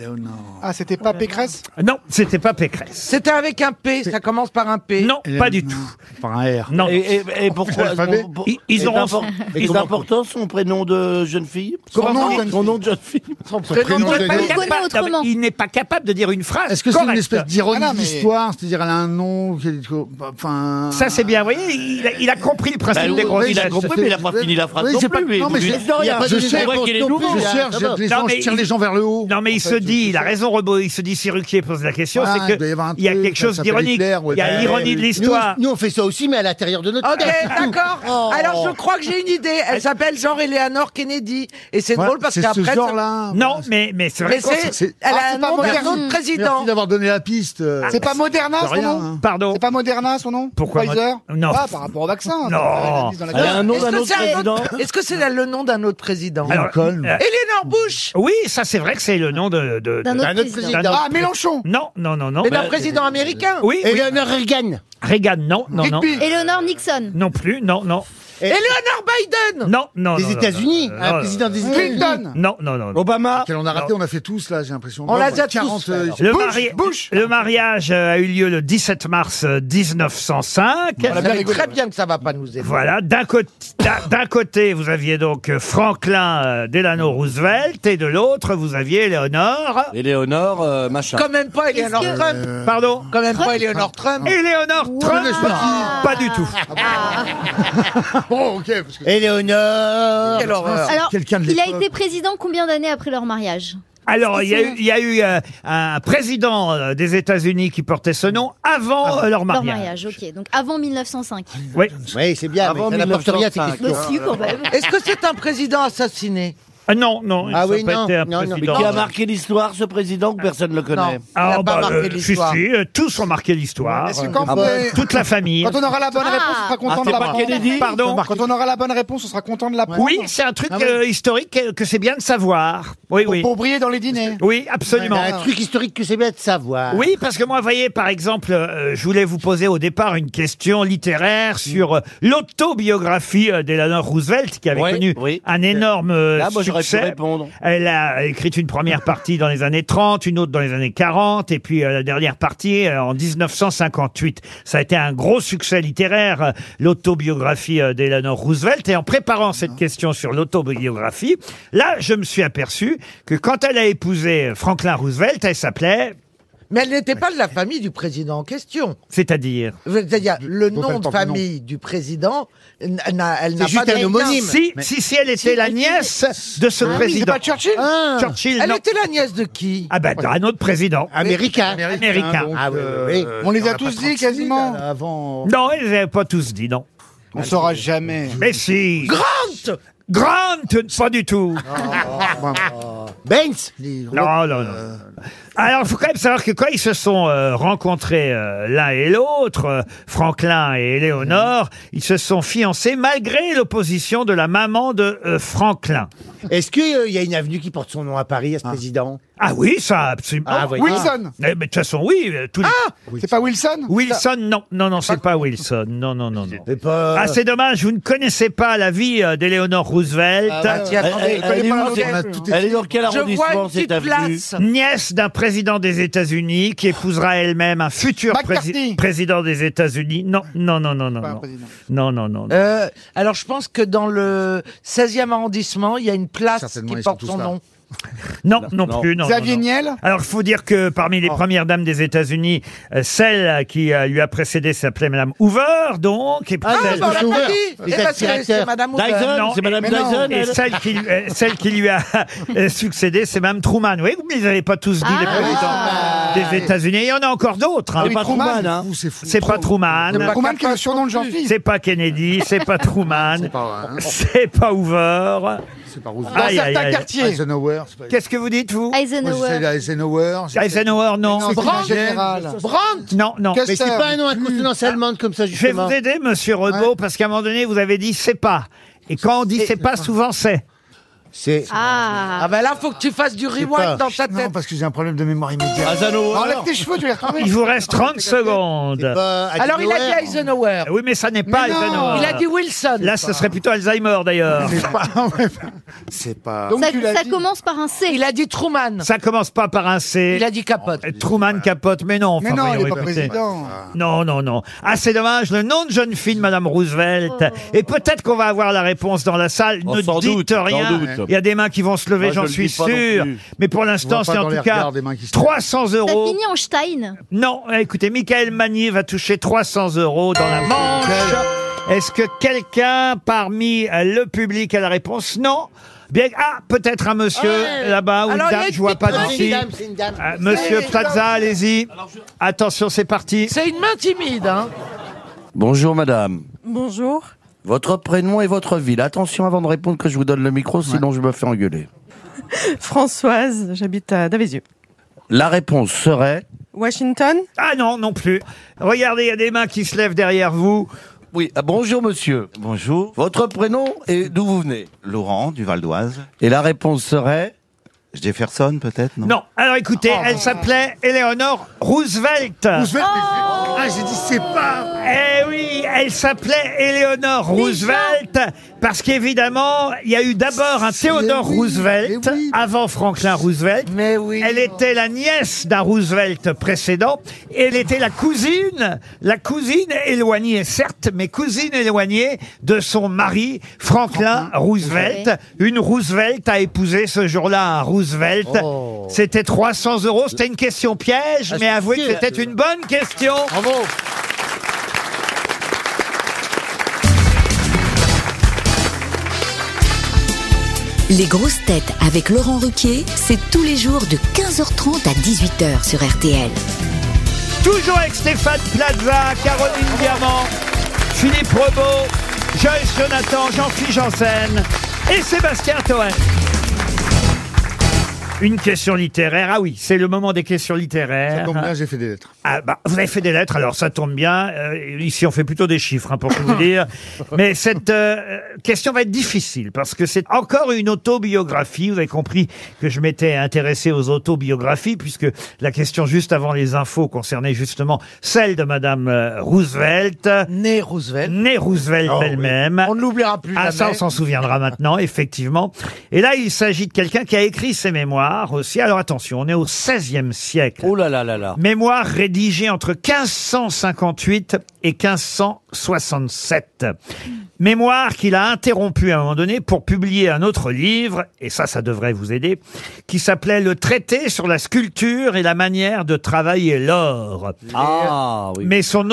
S3: Ah, c'était pas Pécresse
S2: Non, c'était pas Pécresse.
S6: C'était avec un P, ça commence par un P.
S2: Non, pas du tout.
S4: Par un R.
S2: Non.
S5: Et, et- et pourquoi
S4: L'alphabet.
S5: pour- pour-
S2: Ils- ils
S5: est
S2: auront-
S5: impor-
S4: Mais
S5: est
S4: comment-
S5: important son prénom de jeune fille
S3: Comment
S5: Son
S3: on dit-
S5: son nom de jeune fille
S2: Il
S4: prénom
S7: Vous
S2: n'est pas
S4: de Daniel.
S2: capable-
S7: connaissez
S2: non, mais
S7: autrement.
S2: il n'est pas capable de dire une phrase.
S4: Est-ce que c'est une
S2: correcte.
S4: espèce d'ironie
S3: Ah non, mais-
S4: d'histoire C'est-à-dire, elle a un nom, quelque- enfin.
S2: Ça, c'est bien. Vous voyez, il a, il a compris le principe
S5: Bah,
S2: des
S5: oui,
S2: grosses
S5: oui, il a
S2: têtes.
S5: compris. mais il a pas fini la phrase
S4: Oui,
S5: non
S4: c'est
S5: plus,
S4: pas-
S5: lui.
S4: non, mais
S5: Vous
S4: je,
S5: dites rien,
S4: il y a pas de
S5: je
S4: raison
S5: sais
S4: pour
S5: qu'il est
S4: stopper,
S5: nouveau,
S4: Je
S5: là,
S4: cherche,
S5: ça va.
S4: j'aide les
S2: Non,
S4: gens,
S2: mais
S4: je tire
S2: il-
S4: les gens vers le haut.
S2: Non, mais il se dit, il a raison, Robot, il se dit, si Ruquier pose la question,
S4: Voilà,
S2: c'est
S4: Ah, il doit y
S2: qu'il
S4: avoir un
S2: il y a
S4: truc,
S2: quelque
S4: ça
S2: chose
S4: s'appelle
S2: d'ironique.
S4: Hitler, ouais.
S2: il y a
S4: Ouais,
S2: l'ironie de
S4: ouais.
S8: Nous,
S2: l'histoire.
S8: nous, on fait ça aussi, mais à l'intérieur de notre
S6: Ok,
S8: tête, c'est tout.
S6: d'accord.
S8: Oh.
S6: Alors, je crois que j'ai une idée. Elle s'appelle genre Eleanor Kennedy. Et c'est
S4: Ouais,
S6: drôle parce
S4: c'est ce
S6: qu'après. ça-
S4: genre-là.
S2: Non, mais, mais c'est vrai
S6: Mais
S2: que
S6: c'est-
S4: c'est-
S6: Elle
S3: Ah,
S6: a
S3: c'est
S6: un
S3: pas
S6: nom d'un
S3: moderne.
S6: autre président.
S4: Merci d'avoir donné la piste. euh,
S3: C'est pas Moderna,
S4: c'est
S3: son
S4: rien,
S3: nom
S4: hein.
S2: Pardon.
S3: C'est pas Moderna, son nom
S2: Pourquoi
S3: Pfizer
S2: Mod- Non.
S3: Ah, par rapport au vaccin.
S2: Non.
S3: Dans la- dans la-
S5: Elle a un nom
S6: Est-ce
S5: d'un
S6: que
S5: autre
S6: c'est un
S5: président.
S6: autre- est-ce que c'est le nom d'un autre président
S2: Alors,
S4: Lincoln.
S2: euh,
S6: Eleanor Bush
S2: oui, ça, c'est vrai que c'est le nom de, de-
S7: D'un
S2: de-
S7: autre
S8: autre
S7: président.
S8: président.
S3: Ah, Mélenchon
S2: Non, non, non, non.
S6: Mais d'un président américain
S2: Oui, oui.
S8: Eleanor Reagan.
S2: Reagan, non, non, non.
S3: Rigby.
S7: Eleanor Nixon.
S2: Non plus, non, non.
S6: Eleanor Biden
S2: Non, non, non,
S8: Des
S2: non,
S8: États-Unis.
S2: non, non,
S8: Un
S2: non,
S8: président des États-Unis.
S3: Clinton
S2: Non, non, non. non.
S5: Obama.
S4: Quel on Ah, a raté, on a fait tous là, j'ai l'impression.
S6: On
S4: Non, bah,
S6: l'a déjà tous,
S4: 40, euh,
S6: alors.
S2: Le,
S3: Bush,
S2: mari-
S3: Bush.
S2: le mariage euh, a eu lieu le 17 mars euh, 1905.
S6: On savait très bien que ça va pas nous aider.
S2: Voilà, d'un côté, d'un- d'un côté, vous aviez donc euh, Franklin euh, Delano Roosevelt et de l'autre, vous aviez Eleanor.
S5: Éléonore, euh, machin.
S6: Quand même pas Eleanor
S7: Est-ce que-
S6: Trump.
S2: Euh, Pardon
S6: Quand même pas Eleanor Trump.
S2: Eleanor Trump Ah. Pas du tout. Oh,
S4: Bon, ok, parce que
S7: euh,
S8: Eleanor.
S6: Quelle horreur.
S7: Oh, Alors,
S4: quelqu'un de
S7: il a
S4: l'époque.
S7: été président combien d'années après leur mariage
S2: Alors, il y a eu, il y a eu euh, un président euh, des États-Unis qui portait ce nom avant euh, leur
S7: Leur
S2: mariage.
S7: mariage, ok. Donc avant 1905.
S3: Ah
S2: Oui.
S8: Oui, c'est bien,
S5: Avant
S8: mais ça n'apporte rien, à cette
S5: 1905.
S8: question.
S7: Monsieur, quand même.
S6: Est-ce que c'est un président assassiné
S2: Ah non, non, il n'a
S8: Ah oui,
S2: pas
S8: non,
S2: été un
S8: non, non.
S5: Mais
S2: président.
S5: qui a marqué l'histoire, ce président, que personne ne le connaît
S6: Non. Il n'a pas marqué
S2: si,
S6: l'histoire.
S2: si, bah, euh, tous ont marqué l'histoire.
S3: Est-ce que quand,
S8: Ah
S3: vous
S8: bon.
S3: avez-
S2: bah, Toute la famille.
S3: quand on aura la bonne réponse, on sera
S5: Ah,
S3: content
S5: c'est
S3: de la
S5: pas
S3: prendre.
S5: Kennedy
S2: Pardon
S3: Quand on aura la bonne réponse, on sera content de la prendre.
S2: Oui, c'est un truc euh, historique euh, que c'est bien de savoir. Oui,
S3: Ah pour,
S2: oui.
S3: pour briller dans les dîners.
S2: Oui, absolument.
S8: Un truc historique que c'est bien de savoir.
S2: Oui, parce que moi, voyez, par exemple, euh, je voulais vous poser au départ une question littéraire sur euh, l'autobiographie euh, d'Eleanor Roosevelt, qui avait
S5: Ouais,
S2: connu
S5: oui.
S2: un énorme euh,
S5: Là, moi, j'aurais pu
S2: succès.
S5: répondre.
S2: Elle a écrit une première partie dans les années 30, une autre dans les années 40, et puis euh, la dernière partie euh, en 1958. Ça a été un gros succès littéraire, euh, l'autobiographie euh, d'Eleanor Roosevelt. Et en préparant
S6: Ah.
S2: cette question sur l'autobiographie, là, je me suis aperçu que quand elle a épousé euh, Franklin Roosevelt, elle s'appelait...
S6: Mais elle n'était pas de la famille du président en question.
S2: C'est-à-dire
S6: C'est-à-dire, le
S4: elle
S6: nom de
S4: porte le nom.
S6: famille du président, n- n'a- elle n'a
S8: juste
S6: pas de
S8: un homonyme.
S2: si, si, si, elle était la nièce de ce
S3: Ah C'est
S2: président.
S3: pas Churchill
S8: Ah,
S2: Churchill,
S6: Elle
S2: non.
S6: était la nièce de qui
S2: Ah ben, un autre président.
S8: américain.
S2: Américain.
S8: Ah oui, oui, oui.
S3: euh, On les a tous dit quasiment.
S4: Avant.
S2: Non, ils n'avaient pas tous dit non.
S3: On saura jamais.
S2: Mais si. Grant Grant Pas du tout.
S3: Ah,
S8: Banks
S2: Non, non,
S8: euh,
S2: non. Alors, il faut quand même savoir que quand ils se sont euh, rencontrés euh, l'un et l'autre, euh, Franklin et Éléonore,
S8: Mhm.
S2: ils se sont fiancés malgré l'opposition de la maman de euh, Franklin.
S8: Est-ce qu'il y a une avenue qui porte son nom à Paris, à ce président
S2: Ah oui, ça, absolument.
S8: Ah, oui.
S3: Wilson Ah,
S2: Eh, Mais de toute façon, oui. euh, Tous les...
S3: C'est pas Wilson
S2: Wilson, non, non, non, c'est pas Wilson. Non, non, non, non.
S8: C'est pas...
S2: Ah, c'est dommage, vous ne connaissez pas la vie euh, d'Éléonore
S5: Ah,
S2: Roosevelt,
S6: Tiens, attendez.
S5: Elle, elle- elle est où,
S4: On a
S5: c'est-
S4: tout
S5: elle est dans quel
S6: Je vois
S5: arrondissement
S6: une
S5: cette
S6: petite
S5: avenue
S6: place.
S2: nièce d'un président des États-Unis qui épousera elle-même un futur
S3: McCarthy.
S2: prési- président des États-Unis. Non, non, non, non, non,
S3: Pas un
S2: non.
S3: président.
S2: Non, non, non. non.
S6: Euh, alors, je pense que dans le 16e arrondissement, il y a une place
S4: Certainement,
S6: Ah, qui
S4: ils
S6: porte
S4: sont
S6: son
S4: tous là.
S6: nom.
S2: Non, non, plus, non. non,
S3: Xavier
S2: non.
S3: Niel
S2: Alors, il faut dire que parmi les premières dames des États-Unis, euh, celle qui euh, lui a précédé s'appelait Madame Hoover, donc. Et puis
S8: Ah,
S2: celle-
S8: bah,
S6: On l'a pas
S8: Hoover.
S6: dit
S8: Les
S6: Eh ben, c'est-
S8: aspirateurs.
S6: C'est Madame Hoover.
S5: Dyson,
S2: Non,
S5: c'est Madame
S3: mais non.
S5: Dyson.
S2: Et
S5: elle
S2: celle qui, lui- euh, celle qui lui a euh, succédé, c'est Mme Truman. Oui, vous ne les avez pas tous dit, les présidents des États-Unis. Il y en a encore d'autres. hein.
S5: C'est pas
S3: Truman,
S5: Truman, hein.
S4: Fou, c'est fou.
S2: C'est pas Truman,
S3: Truman qui a le surnom de Jean-Philippe.
S2: c'est pas Kennedy, c'est pas Truman,
S4: pas vrai, hein.
S2: c'est pas Hoover.
S4: C'est pas Roosevelt.
S3: Dans
S2: Aïe, aïe,
S3: certains
S2: aïe.
S3: quartiers.
S4: Eisenhower. c'est pas-
S2: Qu'est-ce que vous dites, vous
S4: Moi, je sais,
S7: Eisenhower.
S4: là, Eisenhower. c'est-
S2: Oh, Eisenhower, non.
S3: Non, c'est
S4: Brandt.
S3: un général.
S8: Brandt
S2: Non, non.
S3: Qu'est-ce-
S8: Mais c'est pas un nom à consonance allemande comme ça,
S2: Je vais vous
S8: justement.
S2: aider, monsieur Renaud, parce qu'à un moment donné, vous avez dit c'est pas. Et quand on dit c'est pas, souvent c'est.
S8: C'est...
S6: Ah
S7: Ah.
S6: ben là, faut que tu fasses du
S8: pas-
S6: rewind dans ta
S4: Non,
S6: tête.
S4: parce que j'ai un problème de mémoire immédiate.
S5: Eisenhower.
S3: Enlève tes cheveux, tu vas les retrouver.
S2: Ah bah, Il vous reste 30 secondes. Ah
S8: pas
S6: Alors, il a dit
S8: Eisenhower.
S6: Eisenhower.
S2: Oui, mais ça n'est pas
S3: Mais non,
S2: Eisenhower.
S6: Il a dit Wilson.
S2: Là, ce serait plutôt Alzheimer, d'ailleurs.
S4: C'est pas. C'est pas.
S3: Donc
S7: Ça,
S3: tu l'as
S7: ça
S3: dit.
S7: commence par un C.
S6: Il a dit Truman.
S2: Ça commence pas par un C.
S6: Il a dit Capote.
S2: Truman capote, mais non.
S3: Mais
S2: enfin,
S3: non, il
S2: voyons,
S3: n'est pas
S2: écoutez.
S3: président.
S2: Non, non, non. Ah, c'est dommage, le nom de jeune fille de Madame Roosevelt.
S6: Oh.
S2: Et peut-être qu'on va avoir la réponse dans la salle.
S5: Oh,
S2: ne
S5: sans
S2: dites
S5: doute,
S2: rien.
S5: sans doute.
S2: Il y a des mains qui vont se lever,
S5: Moi, je
S2: j'en
S5: le
S2: suis
S5: dis pas non
S2: sûr.
S5: plus.
S2: Mais pour
S4: Je vois
S2: l'instant,
S4: pas
S2: c'est
S4: dans
S2: en
S4: les
S2: tout cas
S4: regards des mains qui se
S2: 300
S7: Ça
S2: euros.
S7: finit en Stein.
S2: Non, eh, écoutez, Michael Magnier va toucher 300 euros dans la manche. Est-ce que quelqu'un parmi euh, le public a la réponse Non. Bien, ah, peut-être un monsieur
S8: Ouais.
S2: là-bas ou une
S6: Alors, il y a
S2: dame,
S6: une
S2: je vois
S6: petite
S2: pas
S8: Non, c'est une
S2: d'ici.
S8: dame, c'est une dame.
S2: Euh, Monsieur Plaza, allez-y. Attention, c'est parti.
S6: C'est une main timide, hein.
S5: Bonjour madame.
S9: Bonjour.
S5: Votre prénom et votre ville. Attention avant de répondre que je vous donne le micro, sinon je me fais engueuler.
S9: Françoise, j'habite à Davézieux.
S5: La réponse serait
S9: Washington
S2: Ah non, non plus. Regardez, il y a des mains qui se lèvent derrière vous.
S5: Oui, ah, bonjour monsieur. Bonjour. Votre prénom et d'où vous venez
S10: Laurent du Val d'Oise.
S5: Et la réponse serait
S10: Jefferson peut-être
S2: Non. Alors écoutez, elle s'appelait Eleanor Roosevelt.
S4: Oh, Roosevelt, mais c'est- Ah, j'ai dit c'est pas.
S2: Eh oui, elle s'appelait Eleanor Roosevelt parce qu'évidemment, il y a eu d'abord un Theodore
S4: Mais oui,
S2: Roosevelt
S4: mais oui.
S2: avant Franklin Roosevelt.
S6: Mais oui.
S2: Elle était la nièce d'un Roosevelt précédent. Et elle était la cousine, la cousine éloignée, certes, mais cousine éloignée de son mari, Franklin Roosevelt. Une Roosevelt a épousé ce jour-là un Roosevelt. C'était 300 euros. C'était une question piège,
S8: Oh. Ah,
S2: mais
S8: c'est
S2: avouez que
S8: sûr.
S2: c'était une bonne question.
S8: Bravo
S11: Les grosses têtes avec Laurent Ruquier, c'est tous les jours de 15h30 à 18h sur RTL.
S2: Toujours avec Stéphane Plaza, Caroline Diamant, Philippe Rebaud, Joyce Jonathan, Jean-Philippe Janssen et Sébastien Toen. Une question littéraire. Ah oui, c'est le moment des questions littéraires.
S4: Ça tombe bien, j'ai fait des lettres.
S2: Ah bah, vous avez fait des lettres, alors ça tombe bien. Euh, ici, on fait plutôt des chiffres, hein, pour tout vous dire. Mais cette euh, question va être difficile, parce que c'est encore une autobiographie. Vous avez compris que je m'étais intéressé aux autobiographies, puisque la question juste avant les infos concernait justement celle de Madame euh, Roosevelt. Née Roosevelt. Née Roosevelt
S6: Oh, oui.
S2: elle-même. On ne l'oubliera plus Ah ça, on
S6: jamais.
S2: s'en souviendra maintenant, effectivement. Et là, il s'agit de quelqu'un qui a écrit ses mémoires aussi. Alors attention, on est au XVIe siècle. Oh là là là là. Mémoires rédigées entre 1558 et 1567. Mémoire qu'il a interrompue à un moment donné pour publier un autre livre, et ça, ça devrait vous aider, qui s'appelait Le traité sur la sculpture et la manière de travailler l'or.
S12: Ah, oui.
S2: Mais son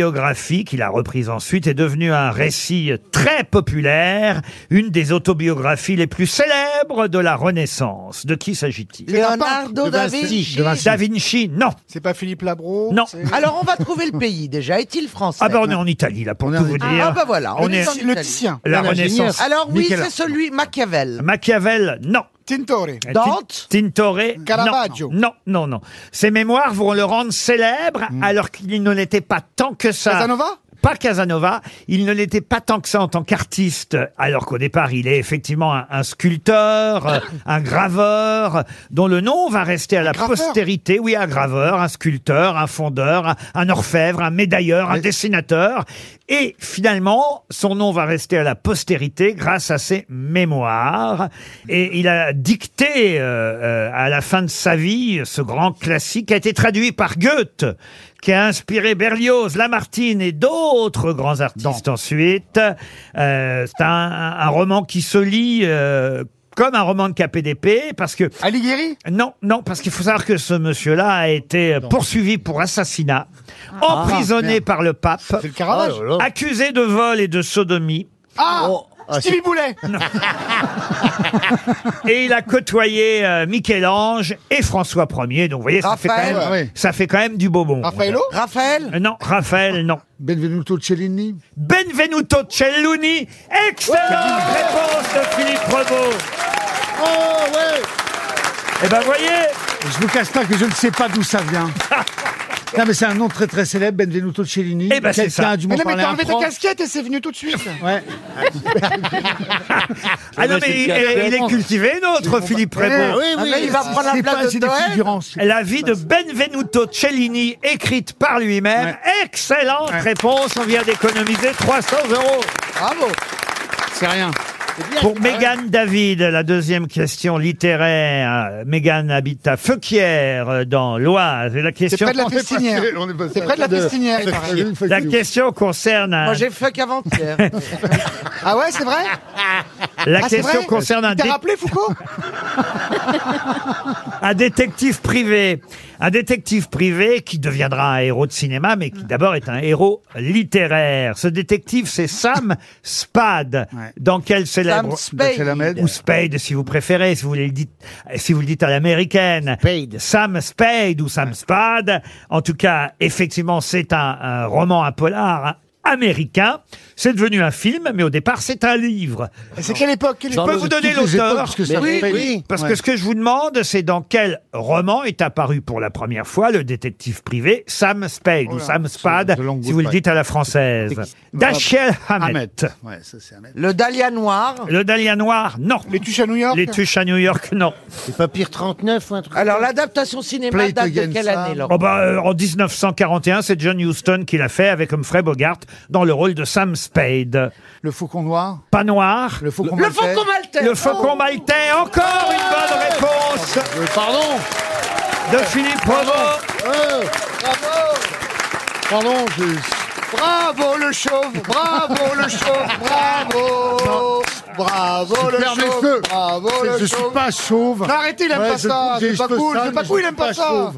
S2: autobiographie, qu'il a reprise ensuite, est devenue un récit très populaire, une des autobiographies les plus célèbres de la Renaissance. De qui s'agit-il
S6: C'est un Leonardo peintre. da De Vinci. Vinci. De Vinci.
S2: Da Vinci, non.
S6: C'est pas Philippe Labro
S2: Non.
S6: Alors on va trouver le pays déjà. Est-il français
S2: Ah ben on est en Italie là pour tout vous dire.
S6: Ah bah voilà, on est en Italie.
S2: La Renaissance.
S6: Alors oui, c'est
S2: Michel-Ange.
S6: celui Machiavel.
S2: Machiavel, non. Tintore.
S6: Dante.
S2: Tintore.
S6: Caravaggio.
S2: Non, non, non, non. Ses mémoires vont le rendre célèbre alors qu'il ne l'était pas tant que ça. Casanova pas Casanova, il ne l'était pas tant que ça en tant qu'artiste, alors qu'au départ il est effectivement un, un sculpteur, euh, un graveur, dont le nom va rester à la postérité. Oui, un graveur, un sculpteur, un fondeur, un, un orfèvre, un médailleur, un dessinateur. Et finalement, son nom va rester à la postérité grâce à ses mémoires. Et il a dicté euh, euh, à la fin de sa vie ce grand classique qui a été traduit par Goethe, qui a inspiré Berlioz, Lamartine et d'autres grands artistes ensuite. Euh, C'est un, un roman qui se lit. euh, comme un roman de KPDP, parce que... Alighieri Non, non, parce qu'il faut savoir que ce monsieur-là a été euh, poursuivi pour assassinat,
S6: Ah,
S2: emprisonné
S6: merde.
S2: par le pape,
S6: Caravage. Oh là là.
S2: accusé de vol et de sodomie.
S3: Ah Stevie
S2: c'est-
S3: Boulet
S2: Et il a côtoyé euh, Michel-Ange et François Ier. Donc, vous voyez, ça fait, quand
S6: Raphaël,
S2: même, ça fait quand même du beau monde.
S6: Raffaello
S2: Raphaël Non, Raphaël, non. Benvenuto Cellini Benvenuto Cellini Excellente réponse de Philippe Rebaud
S4: Oh ouais
S2: Eh ben voyez
S4: Je vous cache pas que je ne sais pas d'où ça vient. Non mais c'est un nom très très célèbre, Benvenuto Cellini.
S2: Eh ben, c'est ça.
S4: Quelqu'un a dû m'en
S3: Mais non, mais
S4: parler
S3: t'as
S4: un
S3: enlevé ta
S4: prof.
S3: casquette et c'est venu tout de suite.
S4: Ouais.
S2: Ah non, mais il, il est cultivé, notre Philippe Rebaud
S6: oui, oui. Ah, mais il va prendre la place de Toen.
S2: La vie de Benvenuto Cellini, écrite par lui-même. Excellente réponse, on vient d'économiser 300 euros
S6: Bravo.
S2: C'est rien. Pour Mégane David, la deuxième question littéraire. Mégane habite à Feuquières, euh, dans l'Oise. Et la question.
S6: près de la On est Festinière. passé- on est passé C'est à près de la de- Festinière, il paraît.
S2: La question concerne un
S6: Moi j'ai fuck avant-hier.
S3: Ah ouais, c'est vrai
S2: La
S3: Ah, c'est
S2: question
S3: vrai
S2: concerne un
S3: Il T'as
S2: dé-
S3: rappelé Foucault
S2: un détective privé. Un détective privé qui deviendra un héros de cinéma, mais qui d'abord est un héros littéraire. Ce détective, c'est Sam Spade. Dans quel célèbre
S4: Spade. Dans quel
S2: Ou Spade, si vous préférez, si vous le dites, si vous le dites à l'américaine. Sam Spade ou Sam Spade. En tout cas, effectivement, c'est un, un roman, un polar américain. C'est devenu un film, mais au départ, c'est un livre.
S3: C'est quelle époque Quelle
S2: Je peux
S3: époque
S2: vous donner
S3: Toutes les
S2: l'auteur.
S3: époques, parce que ça
S2: oui,
S3: fait-
S2: oui, parce
S3: Ouais.
S2: que ce que je vous demande, c'est dans quel roman est apparu pour la première fois le détective privé Sam Spade ou Sam Spade, si vous le
S4: page.
S2: dites à la française. Dashiell Hammett.
S4: ah, Ouais, ça c'est un mec.
S2: Le Dahlia Noir. Le Dahlia Noir, non. Les Tuches à New York. Les Tuches à New York, non. C'est pas pire 39 un truc.
S6: Alors l'adaptation cinéma date de quelle année Laurent
S2: Oh bah, euh, en 1941, c'est John Huston qui l'a fait avec Humphrey Bogart dans le rôle de Sam Spade. Le faucon noir Pas noir. Le faucon
S6: Le maltais faucon maltais.
S2: Le faucon maltais, encore une bonne réponse Pardon De Philippe Renaud.
S3: Bravo
S4: Pardon, je...
S3: Bravo le chauve Bravo le chauve Bravo Bravo le
S4: Super
S3: chauve
S4: messieurs.
S3: Bravo
S4: C'est-
S3: le
S4: je
S3: chauve
S4: suis pas chauve.
S3: Non, arrêtez, il aime
S4: Ouais,
S3: pas
S4: je
S3: ça.
S4: coupe des
S3: C'est pas
S4: cheveux
S3: cool,
S4: sales,
S3: c'est pas
S4: mais
S3: cool,
S4: je
S3: il aime
S4: suis
S3: pas ça.
S4: chauve.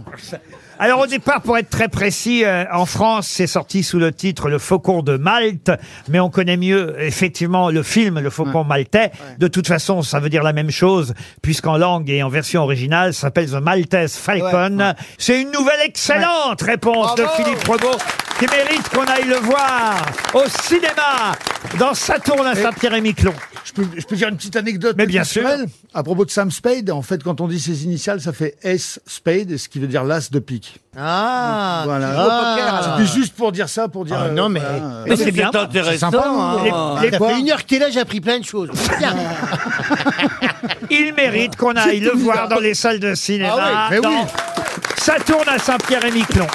S2: Alors au départ, pour être très précis, euh, en France, c'est sorti sous le titre Le Faucon de Malte, mais on connaît mieux effectivement le film Le Faucon maltais. De toute façon, ça veut dire la même chose, puisqu'en langue et en version originale, ça s'appelle The Maltese Falcon. C'est une nouvelle excellente réponse de Philippe Rebaud, qui mérite qu'on aille le voir au cinéma, dans sa tourne à Saint-Pierre-et-Miquelon.
S4: Je peux, je peux dire une petite anecdote
S2: Mais bien sûr.
S4: culturelle À propos de Sam Spade, en fait, quand on dit ses initiales, ça fait S Spade, ce qui veut dire l'as de pique.
S6: Ah,
S4: Voilà.
S6: tu joues au poker, alors.
S4: C'était juste pour dire ça, pour dire.
S8: Ah, non, mais-
S4: voilà,
S8: Mais c'est bien.
S10: intéressant,
S8: Ah, ça fait une heure que t'es là, j'ai appris plein de choses. Tiens.
S2: Il mérite qu'on aille le voir dans les salles de cinéma.
S8: Ah ouais, mais oui.
S2: dans- Ça tourne à Saint-Pierre-et-Miquelon.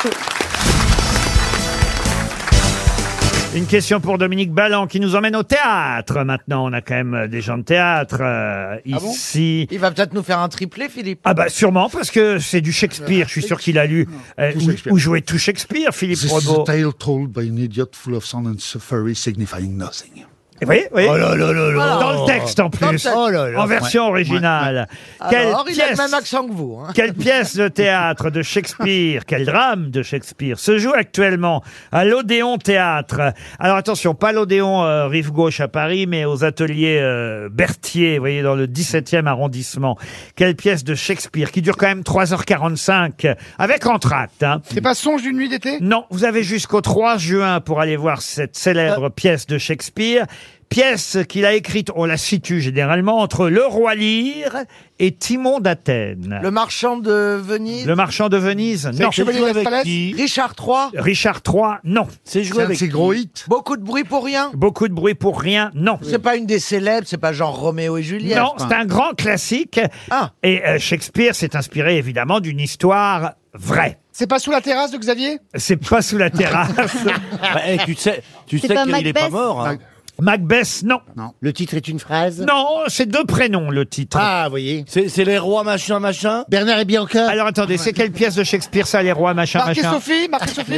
S2: Une question pour Dominique Ballant qui nous emmène au théâtre. Maintenant, on a quand même des gens de théâtre euh,
S4: Ah
S6: bon
S2: ici.
S6: Il va peut-être nous faire un triplé, Philippe.
S2: Ah bah sûrement parce que c'est du Shakespeare, je suis sûr qu'il a lu euh,
S4: Tout
S2: ou-
S4: Shakespeare.
S2: ou joué tout Shakespeare, Philippe
S4: This is a
S2: Rebaud.
S4: tale told by an idiot full of sound and suffering, signifying nothing.
S2: Et Vous voyez, vous voyez
S4: Oh là là là là.
S2: dans le texte en plus,
S6: Oh là
S2: en version originale. Quelle
S6: Alors, il a le
S2: pièce
S6: même accent que vous. hein.
S2: Quelle pièce de théâtre de Shakespeare, quel drame de Shakespeare se joue actuellement à l'Odéon Théâtre. Alors attention, pas l'Odéon euh, rive gauche à Paris, mais aux ateliers euh, Berthier, vous voyez, dans le 17e arrondissement. Quelle pièce de Shakespeare qui dure quand même 3h45 avec entracte. Hein.
S3: C'est pas Songe d'une nuit d'été
S2: Non, vous avez jusqu'au 3 juin pour aller voir cette célèbre
S3: Euh.
S2: pièce de Shakespeare. Pièce qu'il a écrite, on la situe généralement entre Le Roi Lear et Timon d'Athènes.
S6: Le marchand de Venise,
S2: Le marchand de Venise Non.
S3: Chevalier d'Espalès
S6: Richard III,
S2: Richard III Non.
S5: C'est
S4: C'est
S5: joué
S4: un de
S5: avec.
S4: ses gros hits.
S6: beaucoup de bruit pour rien.
S2: Beaucoup de bruit pour rien Non.
S6: C'est pas une des célèbres, c'est pas genre Roméo et Juliette.
S2: Non, c'est un grand classique.
S6: Ah.
S2: Et euh, Shakespeare s'est inspiré évidemment d'une histoire vraie.
S3: C'est pas sous la terrasse de Xavier
S2: C'est pas sous la terrasse.
S5: Bah, eh, tu sais, tu
S7: C'est
S5: sais
S7: pas
S5: qu'il est pas
S7: Macbeth
S5: mort. hein.
S2: Macbeth, non.
S8: Le titre est une phrase.
S2: Non, c'est deux prénoms le titre.
S8: Ah, vous voyez.
S5: C'est c'est les rois machin machin.
S8: Bernard et Bianca.
S2: Alors attendez, c'est quelle pièce de Shakespeare ça, les rois machin
S3: Marc et
S2: machin
S3: Sophie Marc et Sophie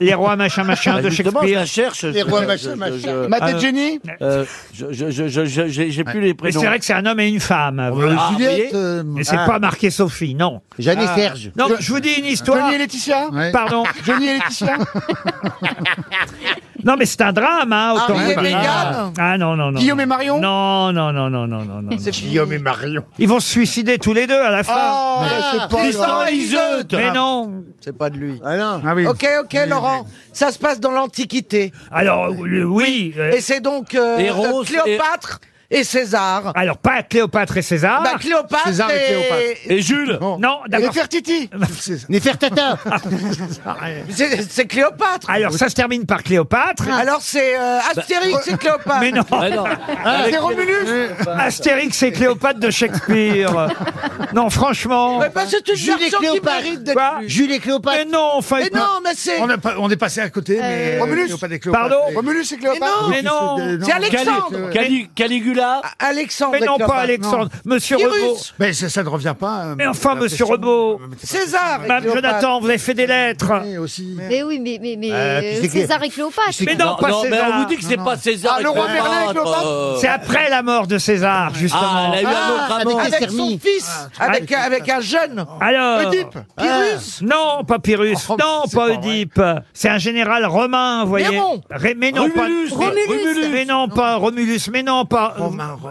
S2: Les rois machin machin
S5: Bah,
S2: de
S5: justement, je
S2: Shakespeare.
S5: la cherche.
S8: Les
S5: je-
S8: rois
S5: je-
S8: machin,
S5: je-
S8: machin.
S3: Matt et
S2: Euh,
S3: Jenny
S5: je- euh, je- je- je- je- je- J'ai j'ai plus les
S2: Mais
S5: prénoms.
S2: c'est vrai que c'est un homme et une femme.
S4: Euh,
S5: Ah,
S4: Juliette.
S5: vous
S4: euh,
S2: Mais c'est
S8: Ah.
S2: pas marqué Sophie, non. Ah.
S8: Jeanne et Serge.
S2: Non, je vous dis une histoire.
S3: Johnny et Laetitia
S4: ouais.
S2: Pardon.
S3: Johnny et Laetitia
S2: Non, mais c'est un drame, hein. autant-
S6: Harry et
S4: bah,
S6: Meghan,
S2: Ah non, non, non.
S3: Guillaume
S2: non.
S3: et Marion
S2: Non, non, non, non, non, non, non. non.
S8: Guillaume et Marion.
S2: Ils vont se suicider tous les deux à la fin.
S3: Oh,
S6: ah,
S3: c'est pas grave.
S2: Mais non.
S6: c'est pas de lui.
S8: Ah non.
S4: Ah oui.
S6: Ok, ok, Laurent. Ça se passe dans l'Antiquité.
S2: Alors, le- oui. euh,
S6: Et c'est donc euh,
S5: Héros,
S6: Cléopâtre et, César.
S2: alors, pas Cléopâtre et César.
S6: Bah, Cléopâtre,
S4: César et Cléopâtre.
S5: Et Jules
S2: Non,
S3: Et
S2: d'accord.
S3: Fertiti
S8: Néfertata.
S6: C'est c'est Cléopâtre.
S2: Alors, ça se termine par Cléopâtre.
S6: Alors c'est euh, Astérix et Cléopâtre.
S2: Mais non,
S5: Ah non.
S3: C'est Romulus
S2: Astérix et Cléopâtre de Shakespeare. non, franchement.
S6: Mais parce que bah, c'est une
S8: Jules et
S6: version qui
S8: Cléopâtre.
S6: mérite d'être
S2: Quoi
S6: lue.
S8: Jules et
S2: Mais
S8: Cléopâtre.
S2: non, enfin.
S6: Mais non, mais c'est
S4: On, a pas- on est passé à
S6: Euh,
S4: côté, mais.
S3: Euh,
S4: euh,
S3: Romulus.
S4: il n'y a pas des Cléopâtres.
S2: Pardon
S3: Romulus et Cléopâtre
S2: Mais non.
S4: Euh,
S6: c'est Alexandre.
S5: Cali- Cali- Caligula.
S6: Alexandre.
S2: Mais
S6: et
S2: non, pas
S6: Cléopâtre.
S2: Alexandre. Monsieur
S6: Cyrus.
S2: Rebaud.
S4: Mais ça, ça ne revient pas. euh,
S2: Mais enfin,
S4: la
S2: monsieur
S4: question.
S2: Rebaud.
S6: César. et
S2: Madame
S6: Ah, Cléopâtre.
S2: Jonathan, vous avez fait des lettres.
S4: Et aussi.
S7: Mais oui, mais, mais, mais
S8: Euh, puis
S7: euh,
S8: c'est que-
S7: César et Cléopâtre.
S2: Mais non, pas
S5: mais
S2: César.
S5: on vous dit que c'est pas César.
S3: Ah,
S5: et
S3: le roi
S5: Cléopâtre,
S3: Merlin et Cléopâtre.
S5: euh,
S2: C'est après la mort de César,
S5: Ah,
S2: justement.
S5: elle a eu un autre
S8: Ah,
S5: amant.
S8: avec
S6: Avec son
S8: Estermy.
S6: fils.
S2: Ah,
S6: Avec euh, un- avec un jeune.
S2: Alors. Ah.
S3: Oedipe
S6: Pyrrhus.
S2: Non, pas Pyrrhus.
S4: Oh,
S2: non,
S4: c'est
S2: pas
S4: pas vrai.
S2: Oedipe. C'est un général romain, vous voyez.
S6: Néron.
S2: Ré- mais non, pas-
S5: Romulus.
S2: Romulus.
S5: Romulus.
S2: Mais non, pas Romulus. Mais non, pas. euh,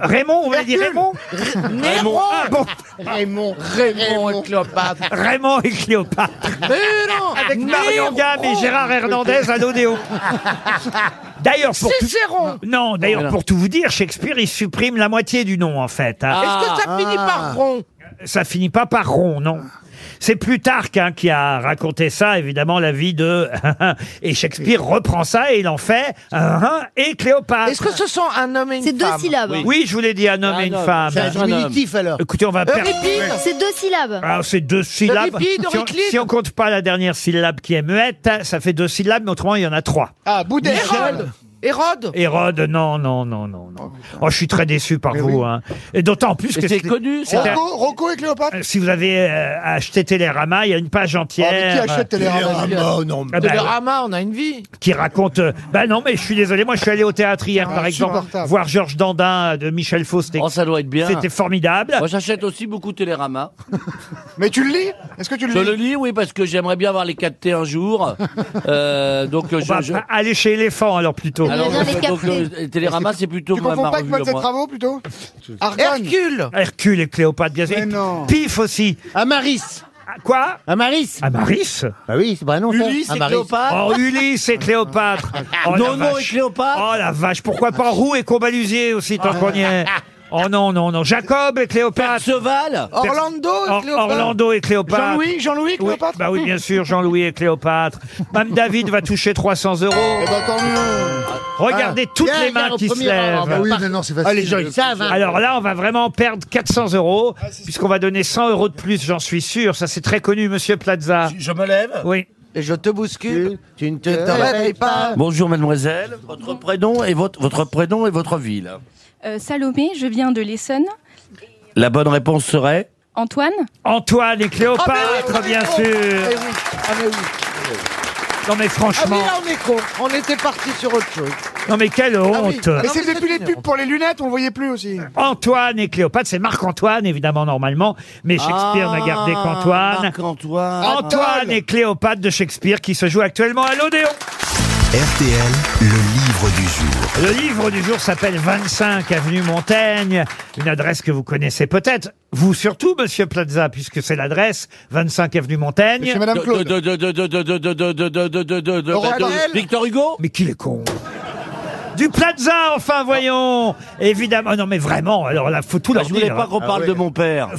S2: Raymond, on va dire Raymond. Raymond. Ah, bon.
S8: Raymond.
S6: Raymond et Cléopâtre.
S2: Raymond et Cléopâtre.
S6: Mais non.
S2: Avec Marion Gamme et Gérard Hernandez à l'Odéon. D'ailleurs, pour tout...
S6: Cicéron.
S2: Non, d'ailleurs, pour tout vous dire, Shakespeare, il supprime la moitié du nom, en fait. hein.
S6: Est-ce que ça finit par rond
S2: ça finit pas par rond, non c'est Plutarque hein, qui a raconté ça, évidemment, la vie de... et Shakespeare reprend ça et il en fait... et Cléopâtre.
S6: Est-ce que ce sont un homme et une
S7: C'est deux
S6: femme
S7: syllabes.
S2: Oui, je vous l'ai dit, un homme
S5: Ah
S2: et une
S5: non,
S2: femme.
S8: C'est un
S5: Un homme.
S8: diminutif alors.
S2: Écoutez, on
S6: Euh,
S2: va perdre...
S6: Euripide.
S7: C'est deux syllabes.
S2: Ah, c'est deux syllabes.
S6: Euripide,
S2: si, on,
S6: Euriclide.
S2: si on compte pas la dernière syllabe qui est muette, ça fait deux syllabes, mais autrement, il y en a trois.
S3: Ah, Boudet
S6: Hérode
S2: Hérode Hérode, non, non, non, non, non. Oh, je suis très déçu par vous. Hein. Et d'autant plus que
S3: Mais c'est
S2: c'était-
S3: connu, ça.
S2: c'était-
S3: Rocco- et Cléopâtre
S2: Si vous avez euh, acheté Télérama, il y a une page entière.
S6: mais qui achète Télérama Télérama, non, mais-
S2: Ah bah,
S6: Télérama, on a une vie.
S2: qui raconte. euh, bah non, mais je suis désolé. Moi, je suis allé au théâtre hier, par exemple,
S12: insupportable.
S2: voir Georges Dandin euh, de Michel Faux. Oh,
S12: ça doit être bien.
S2: C'était formidable.
S12: Moi, j'achète aussi beaucoup Télérama.
S3: Mais tu le lis Est-ce que tu le
S12: Je
S3: lis
S12: le lis, oui, parce que j'aimerais bien avoir les 4T un jour. Euh, donc, je, je-
S2: Aller chez Éléphant, alors plutôt.
S12: Alors,
S3: Bien les
S12: donc,
S3: capter.
S12: euh, Télérama, c'est plutôt
S3: Tu
S12: ma,
S3: confonds
S12: ma
S3: pas avec
S12: revue à
S3: Mademoiselle
S12: moi.
S3: Travaux plutôt Argonne
S2: Hercule Hercule et Cléopâtre, bien sûr. Et Pif aussi. Amaris. Quoi Amaris. Amaris
S8: Bah oui, c'est pas non. ça.
S2: Ulysse
S8: Amaris.
S2: Oh, Ulysse et Cléopâtre. Oh,
S8: Nono
S2: la vache.
S8: et Cléopâtre.
S2: Oh la vache, pourquoi pas Roux et Combalusier aussi, tant qu'on y est. Oh non, non, non. Jacob et Cléopâtre. Perceval.
S6: Orlando et Cléopâtre.
S2: Orlando et Cléopâtre.
S6: Jean-Louis,
S3: Jean-Louis et
S2: Oui,
S3: Cléopâtre.
S2: bah oui, bien sûr, Jean-Louis et Cléopâtre. Mme David va toucher 300 euros. Regardez
S4: Ah.
S2: toutes
S4: Viens,
S2: les
S4: viens
S2: mains
S4: au
S2: qui se
S4: premier rang,
S2: lèvent.
S4: on va Ah oui, partir. mais non, c'est facile. Ah, les gens, ils savent, hein.
S2: Alors là, on va vraiment perdre 400 euros, puisqu'on va donner 100 euros de plus, j'en suis sûr. Ça, c'est très connu, monsieur Plaza. Je me lève Oui. Et je te bouscule. Euh,
S8: Tu ne
S2: te réveilles pas.
S5: Bonjour mademoiselle, votre prénom et votre, votre prénom et votre ville.
S13: Euh, Salomé, je viens de l'Essonne.
S5: La bonne réponse serait
S13: Antoine
S2: Antoine et Cléopâtre,
S6: Ah,
S2: bien sûr. Non mais
S6: Eh Ah oui,
S2: franchement,
S6: là, ah, on est con. On était parti sur autre chose.
S2: non mais quelle honte.
S6: oui.
S3: Ah Mais c'est depuis les pubs pour les lunettes, on le voyait plus aussi.
S2: Antoine et Cléopâtre, c'est Marc-Antoine évidemment normalement, mais Shakespeare
S12: Ah,
S2: n'a gardé qu'Antoine.
S12: Marc-Antoine.
S2: Antoine et Cléopâtre de Shakespeare qui se joue actuellement à l'Odéon.
S1: RTL, le livre du jour.
S2: Le livre du jour s'appelle 25 Avenue Montaigne, une adresse que vous connaissez peut-être, vous surtout, Monsieur Plaza, puisque c'est l'adresse 25 Avenue Montaigne.
S12: De, de, de, de, de, de, de, de, de, de, de, de, de, de-
S2: Laurent
S12: de-
S2: Barrel
S12: Victor Hugo
S2: Mais qui est con Du Plaza, enfin, voyons Évidemment, non mais vraiment, alors là, faut tout
S12: Ah,
S2: leur
S12: je voulais
S2: dire. hein.
S12: pas qu'on parle de mon père.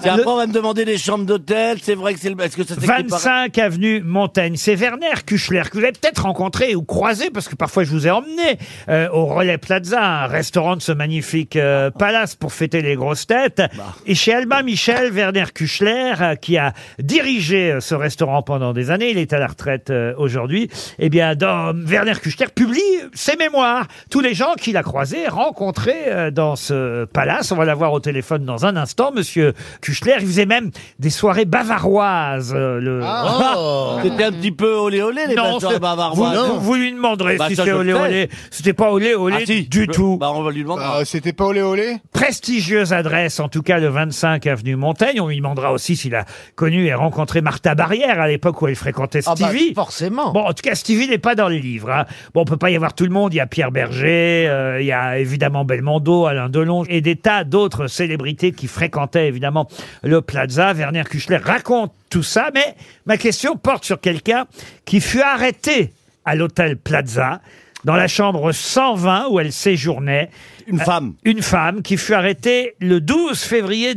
S12: C'est après, on va me demander les chambres d'hôtel. C'est vrai que c'est le. Est-ce que ça s'écrit pareil
S2: 25 avenue Montaigne. C'est Werner Kuchler que vous avez peut-être rencontré ou croisé parce que parfois je vous ai emmené euh, au Relais Plaza, un restaurant de ce magnifique euh, palace pour fêter les grosses têtes. Et chez Albin Michel, Werner Kuchler, euh, qui a dirigé euh, ce restaurant pendant des années, il est à la retraite euh, aujourd'hui. Eh bien, dans Werner Kuchler publie ses mémoires. Tous les gens qu'il a croisés, rencontrés euh, dans ce palace. On va l'avoir au téléphone dans un instant, monsieur Kuchler. Il faisait même des soirées bavaroises. euh, le... Ah.
S12: Oh. C'était un petit peu olé olé les hein,
S2: Non,
S12: bâtards
S2: c'est-
S12: bavarois.
S2: vous- vous- vous lui demanderez
S12: Bah,
S2: si c'est olé olé. C'était pas olé olé
S12: Ah, si.
S2: du
S12: Bah,
S2: tout.
S12: Bah on va lui demander.
S2: Ah, C'était pas olé olé Prestigieuse adresse, en tout cas le 25 avenue Montaigne. On lui demandera aussi s'il a connu et rencontré Martha Barrière à l'époque où elle fréquentait
S6: Ah bah,
S2: Stevie.
S6: forcément.
S2: Bon, en tout cas, Stevie n'est pas dans les livres. hein. Bon, on peut pas y avoir tout le monde. Il y a Pierre Berger, euh, il y a évidemment Belmondo, Alain Delon et des tas d'autres célébrités qui fréquentaient évidemment le Plaza. Werner Kuchler raconte tout ça, mais ma question porte sur quelqu'un qui fut arrêté à l'hôtel Plaza. Dans la chambre 120 où elle séjournait. Une femme. Une femme qui fut arrêtée le 12 février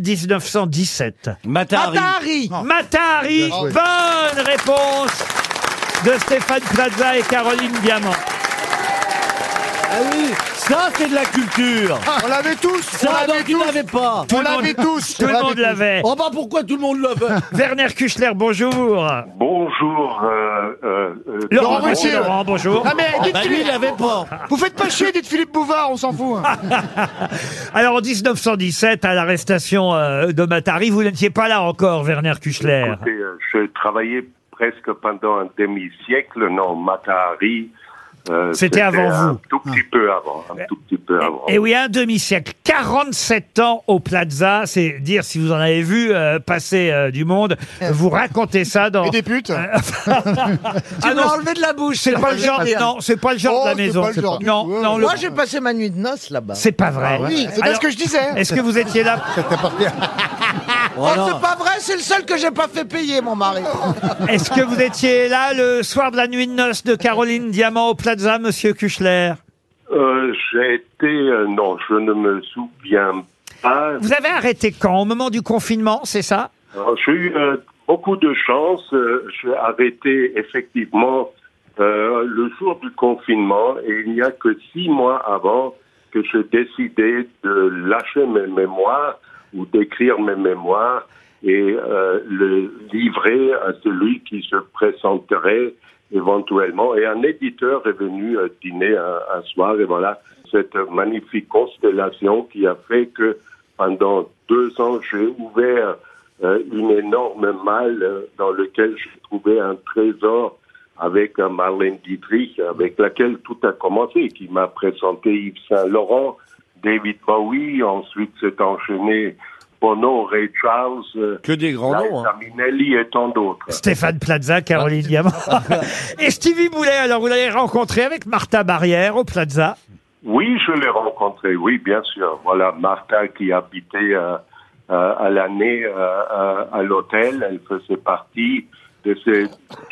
S2: 1917.
S12: Matahari.
S2: Matahari. Matahari.
S12: Bien joué.
S2: Bonne réponse de Stéphane Plaza et Caroline Diamant.
S12: Ah oui, ça c'est de la culture.
S3: On l'avait tous. on
S12: Ah Ça, donc tu l'avais pas.
S2: Tout le monde- Tout le monde l'avait.
S12: Oh bah pourquoi tout le monde l'avait
S2: Werner Kuchler, bonjour.
S14: Bonjour. Euh, euh, euh,
S2: Laurent
S14: Laurent
S2: Ruquier. Laurent, bonjour.
S3: Ah, mais dites
S2: Bah, lui, il l'avait pas.
S3: Vous faites pas chier, dites Philippe Bouvard, on s'en fout. hein.
S2: Alors en 1917, à l'arrestation euh, de Matari, vous n'étiez pas là encore, Werner Kuchler.
S14: Écoutez, euh, je travaillais presque pendant un demi-siècle, non, Matahari. euh,
S2: C'était avant
S14: un
S2: vous.
S14: Tout petit peu avant, un tout petit peu avant.
S2: Et Eh oui, un demi-siècle, 47 ans au Plaza, c'est dire si vous en avez vu euh, passer euh, du monde,
S12: Eh.
S2: vous racontez ça dans...
S3: Et des putes
S6: Tu
S2: Ah
S6: me l'as
S2: non,
S6: enlevé de la bouche.
S2: c'est pas le genre- non, Oh, c'est pas le genre hein. de la maison. Non, non, le-
S6: Moi, j'ai passé ma nuit de noces là-bas.
S2: C'est pas vrai.
S6: Ah oui, c'est
S2: Alors,
S6: ce que je disais.
S2: Est-ce que vous étiez là
S6: Oh, c'est pas vrai, c'est le seul que j'ai pas fait payer, mon mari.
S2: Est-ce que vous étiez là le soir de la nuit de noces de Caroline Diamant au Plaza, monsieur Kuchler
S14: Euh, J'ai été, euh, non, je ne me souviens pas.
S2: Vous avez arrêté quand Au moment du confinement, c'est ça
S14: Alors, J'ai eu euh, beaucoup de chance. euh, J'ai arrêté effectivement euh, le jour du confinement et il n'y a que six mois avant que j'ai décidé de lâcher mes mémoires ou d'écrire mes mémoires et euh, le livrer à celui qui se présenterait éventuellement. Et un éditeur est venu euh, dîner un, un soir, et voilà, cette magnifique constellation qui a fait que pendant deux ans, j'ai ouvert euh, une énorme malle euh, dans laquelle j'ai trouvé un trésor avec un Marlène Dietrich, avec laquelle tout a commencé, qui m'a présenté Yves Saint-Laurent, David Bowie, ensuite s'est enchaîné Bono, Ray Charles, euh,
S12: Que des grands
S14: Liza
S12: noms, hein.
S14: Minnelli et tant d'autres.
S2: Stéphane Plaza, Caroline Diamant. Et Stevie Boulet, alors vous l'avez rencontré avec Martha Barrière au Plaza.
S14: Oui, je l'ai rencontré, oui, bien sûr. Voilà, Martha qui habitait euh, euh, à l'année euh, euh, à l'hôtel, elle faisait partie de ces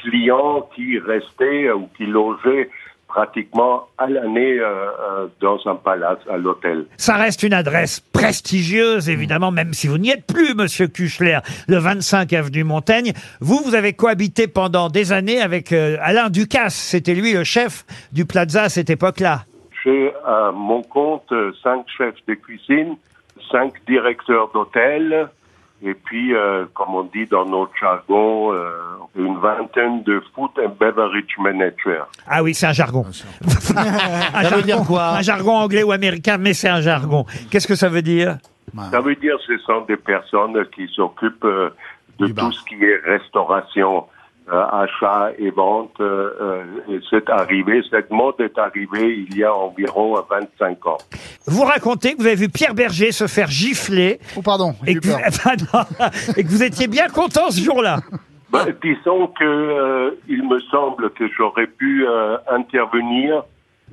S14: clients qui restaient euh, ou qui logeaient pratiquement à l'année euh, euh, dans un palace à l'hôtel.
S2: Ça reste une adresse prestigieuse, évidemment, même si vous n'y êtes plus, monsieur Kuchler, le 25 avenue Montaigne. Vous, vous avez cohabité pendant des années avec euh, Alain Ducasse. C'était lui le chef du Plaza à cette époque-là.
S14: J'ai à mon compte euh, cinq chefs de cuisine, cinq directeurs d'hôtel, et puis, euh, comme on dit dans notre jargon, euh, une vingtaine de food and beverage managers.
S2: Ah oui, c'est un jargon. un
S14: Ça veut dire
S2: quoi Un jargon anglais ou américain, mais c'est un jargon. Qu'est-ce que ça veut dire
S14: Ça veut dire que ce sont des personnes qui s'occupent euh, de tout ce qui est restauration, euh, achat et vente. euh, euh, et c'est arrivé, cette mode est arrivée il y a environ 25 ans.
S2: Vous racontez que vous avez vu Pierre Berger se faire gifler. Oh pardon. Et que, Ah non, et que vous étiez bien content ce jour-là.
S14: Bah, disons que euh, il me semble que j'aurais pu euh, intervenir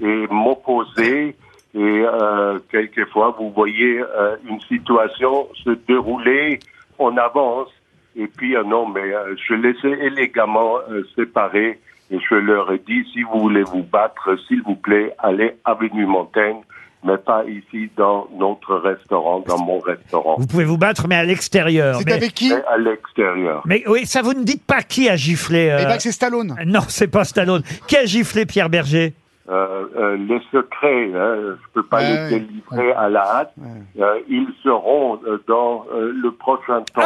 S14: et m'opposer. Et euh, quelquefois, vous voyez euh, une situation se dérouler en avance. Et puis, euh, non, mais euh, je les ai élégamment euh, séparés. Et je leur ai dit, si vous voulez vous battre, s'il vous plaît, allez avenue Montaigne, mais pas ici dans notre restaurant, dans mon restaurant.
S2: Vous pouvez vous battre, mais à l'extérieur. Mais-
S14: Mais À l'extérieur.
S2: Mais oui, ça vous ne dites pas qui a giflé.
S14: Eh ben, c'est
S2: Stallone. Non, c'est pas Stallone. Qui a giflé Pierre Berger
S14: euh, euh, les secrets, hein, je peux pas les délivrer à la hâte. Euh, ils seront euh, dans euh, le prochain temps.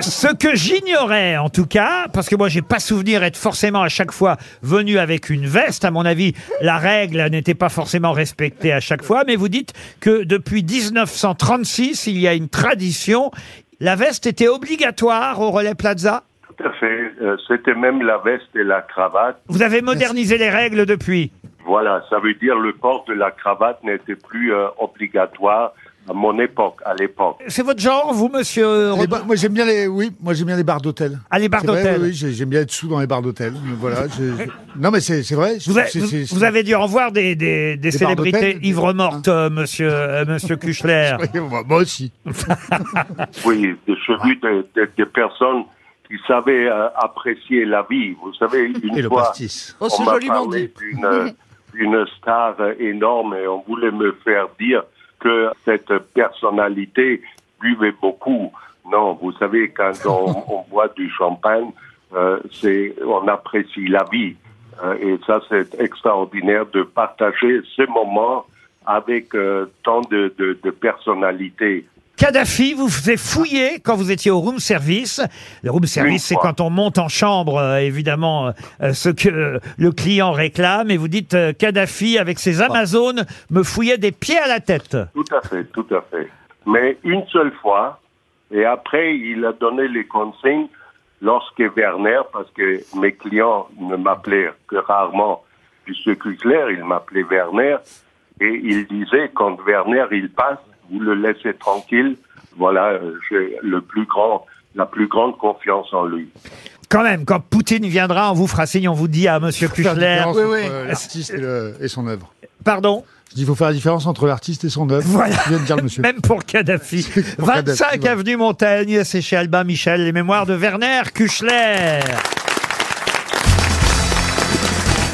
S2: Ce que j'ignorais, en tout cas, parce que moi, j'ai pas souvenir être forcément à chaque fois venu avec une veste. À mon avis, la règle n'était pas forcément respectée à chaque fois. Mais vous dites que depuis 1936, il y a une tradition. La veste était obligatoire au relais Plaza.
S14: Tout à fait. Euh, C'était même la veste et la cravate.
S2: Vous avez modernisé les règles depuis.
S14: Voilà, ça veut dire le port de la cravate n'était plus euh, obligatoire à mon époque, à l'époque.
S2: C'est votre genre, vous, monsieur
S4: Moi, j'aime bien les, oui, moi j'aime bien les bars d'hôtel.
S2: Ah, les bars
S4: C'est vrai,
S2: d'hôtel.
S4: Oui, oui, j'ai- j'aime bien être sous dans les bars d'hôtel. mais Voilà. je- je- Non, mais c'est c'est vrai. je-
S2: Vous, avez-
S4: c'est-
S2: vous-
S4: c'est-
S2: vous avez dû en voir des, des- des
S4: Des barres
S2: célébrités
S4: d'hôtel, des- Hein.
S2: ivres mortes, euh, monsieur, euh, monsieur Kuchler.
S4: moi aussi.
S14: Oui, j'ai vu des, des- des personnes qui savaient euh, apprécier la vie. Vous savez, une
S4: Et le
S14: fois,
S4: pastis. Oh, c'est
S14: on m'a
S4: joliment
S14: parlé
S4: dit.
S14: d'une euh, d'une star euh, énorme et on voulait me faire dire que cette personnalité buvait beaucoup. Non, vous savez, quand on, on boit du champagne, euh, c'est on apprécie la vie. Euh, et ça, c'est extraordinaire de partager ce moment avec euh, tant de, de, de personnalités.
S2: Kadhafi vous faisait fouiller quand vous étiez au room service. Le room service, c'est quand on monte en chambre, euh, évidemment, euh, ce que euh, le client réclame. Et vous dites, euh, Kadhafi, avec ses Amazones, me fouillait des pieds à la tête.
S14: Tout à fait, tout à fait. Mais une seule fois, et après, il a donné les consignes lorsque Werner, parce que mes clients ne m'appelaient que rarement M. Kuchler, il m'appelait Werner, et il disait, quand Werner, il passe, vous le laissez tranquille, voilà, euh, j'ai le plus grand, la plus grande confiance en lui.
S2: Quand même, quand Poutine viendra, on vous fera signe, on vous dit à monsieur
S4: Faire la
S2: Kuchler.
S4: différence entre, euh, l'artiste et, le- et son œuvre.
S2: Pardon
S4: Je dis, il faut faire la différence entre l'artiste et son œuvre.
S2: Voilà.
S4: Je viens de dire le monsieur.
S2: Même pour Kadhafi. 25
S4: Kadhafi, ouais.
S2: avenue Montaigne, c'est chez Albin Michel, les mémoires de Werner Kuchler.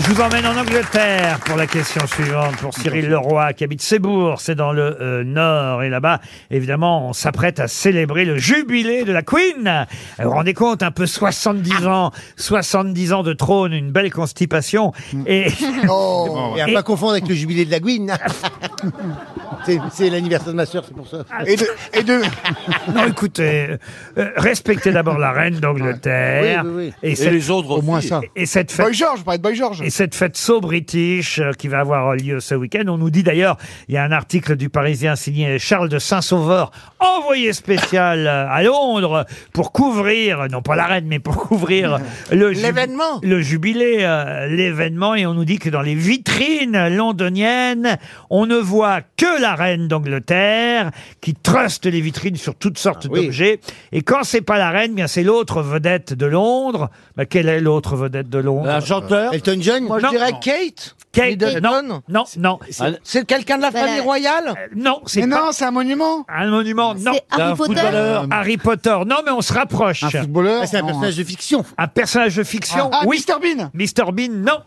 S2: Je vous emmène en Angleterre pour la question suivante pour Cyril Leroy qui habite Sébourg, c'est dans le euh, Nord et là-bas évidemment on s'apprête à célébrer le jubilé de la Queen. Vous vous rendez compte un peu 70 ans, 70 ans de trône, une belle constipation et
S8: Oh, et à pas confondre avec le jubilé de la Guine. C'est- C'est l'anniversaire de ma sœur, c'est pour ça.
S2: Et de, Non, écoutez, euh, respectez d'abord la reine d'Angleterre.
S8: Oui, oui, oui. Et
S2: cette-
S8: les autres Au aussi. moins ça.
S2: Et cette fête. Boy George, Boy George. Et cette fête so british euh, qui va avoir lieu ce week-end. On nous dit d'ailleurs, il y a un article du Parisien signé Charles de Saint-Sauveur, envoyé spécial euh, à Londres pour couvrir, non pas la reine, mais pour couvrir le ju-
S6: L'événement.
S2: le jubilé, euh, l'événement. Et on nous dit que dans les vitrines londoniennes, on ne voit que la reine d'Angleterre qui truste les vitrines sur toutes sortes d'objets. Et quand c'est pas la reine, eh bien c'est l'autre vedette de Londres. Bah, quelle est l'autre vedette de Londres
S12: Un chanteur
S2: Elton John
S6: Moi, je dirais Kate.
S2: Kate,
S6: Middleton.
S2: non, non, non.
S6: C'est quelqu'un de la famille royale
S2: Euh, Non, c'est
S6: Mais non,
S2: c'est un monument. Un monument, non.
S6: Harry Un Potter footballeur.
S2: Harry Potter, non, mais on se rapproche.
S8: Un footballeur Ah, c'est un
S2: Non,
S8: personnage
S2: hein.
S8: de fiction.
S2: Un personnage de fiction,
S8: Ah, ah,
S2: oui. Mr Bean Mr Bean, non.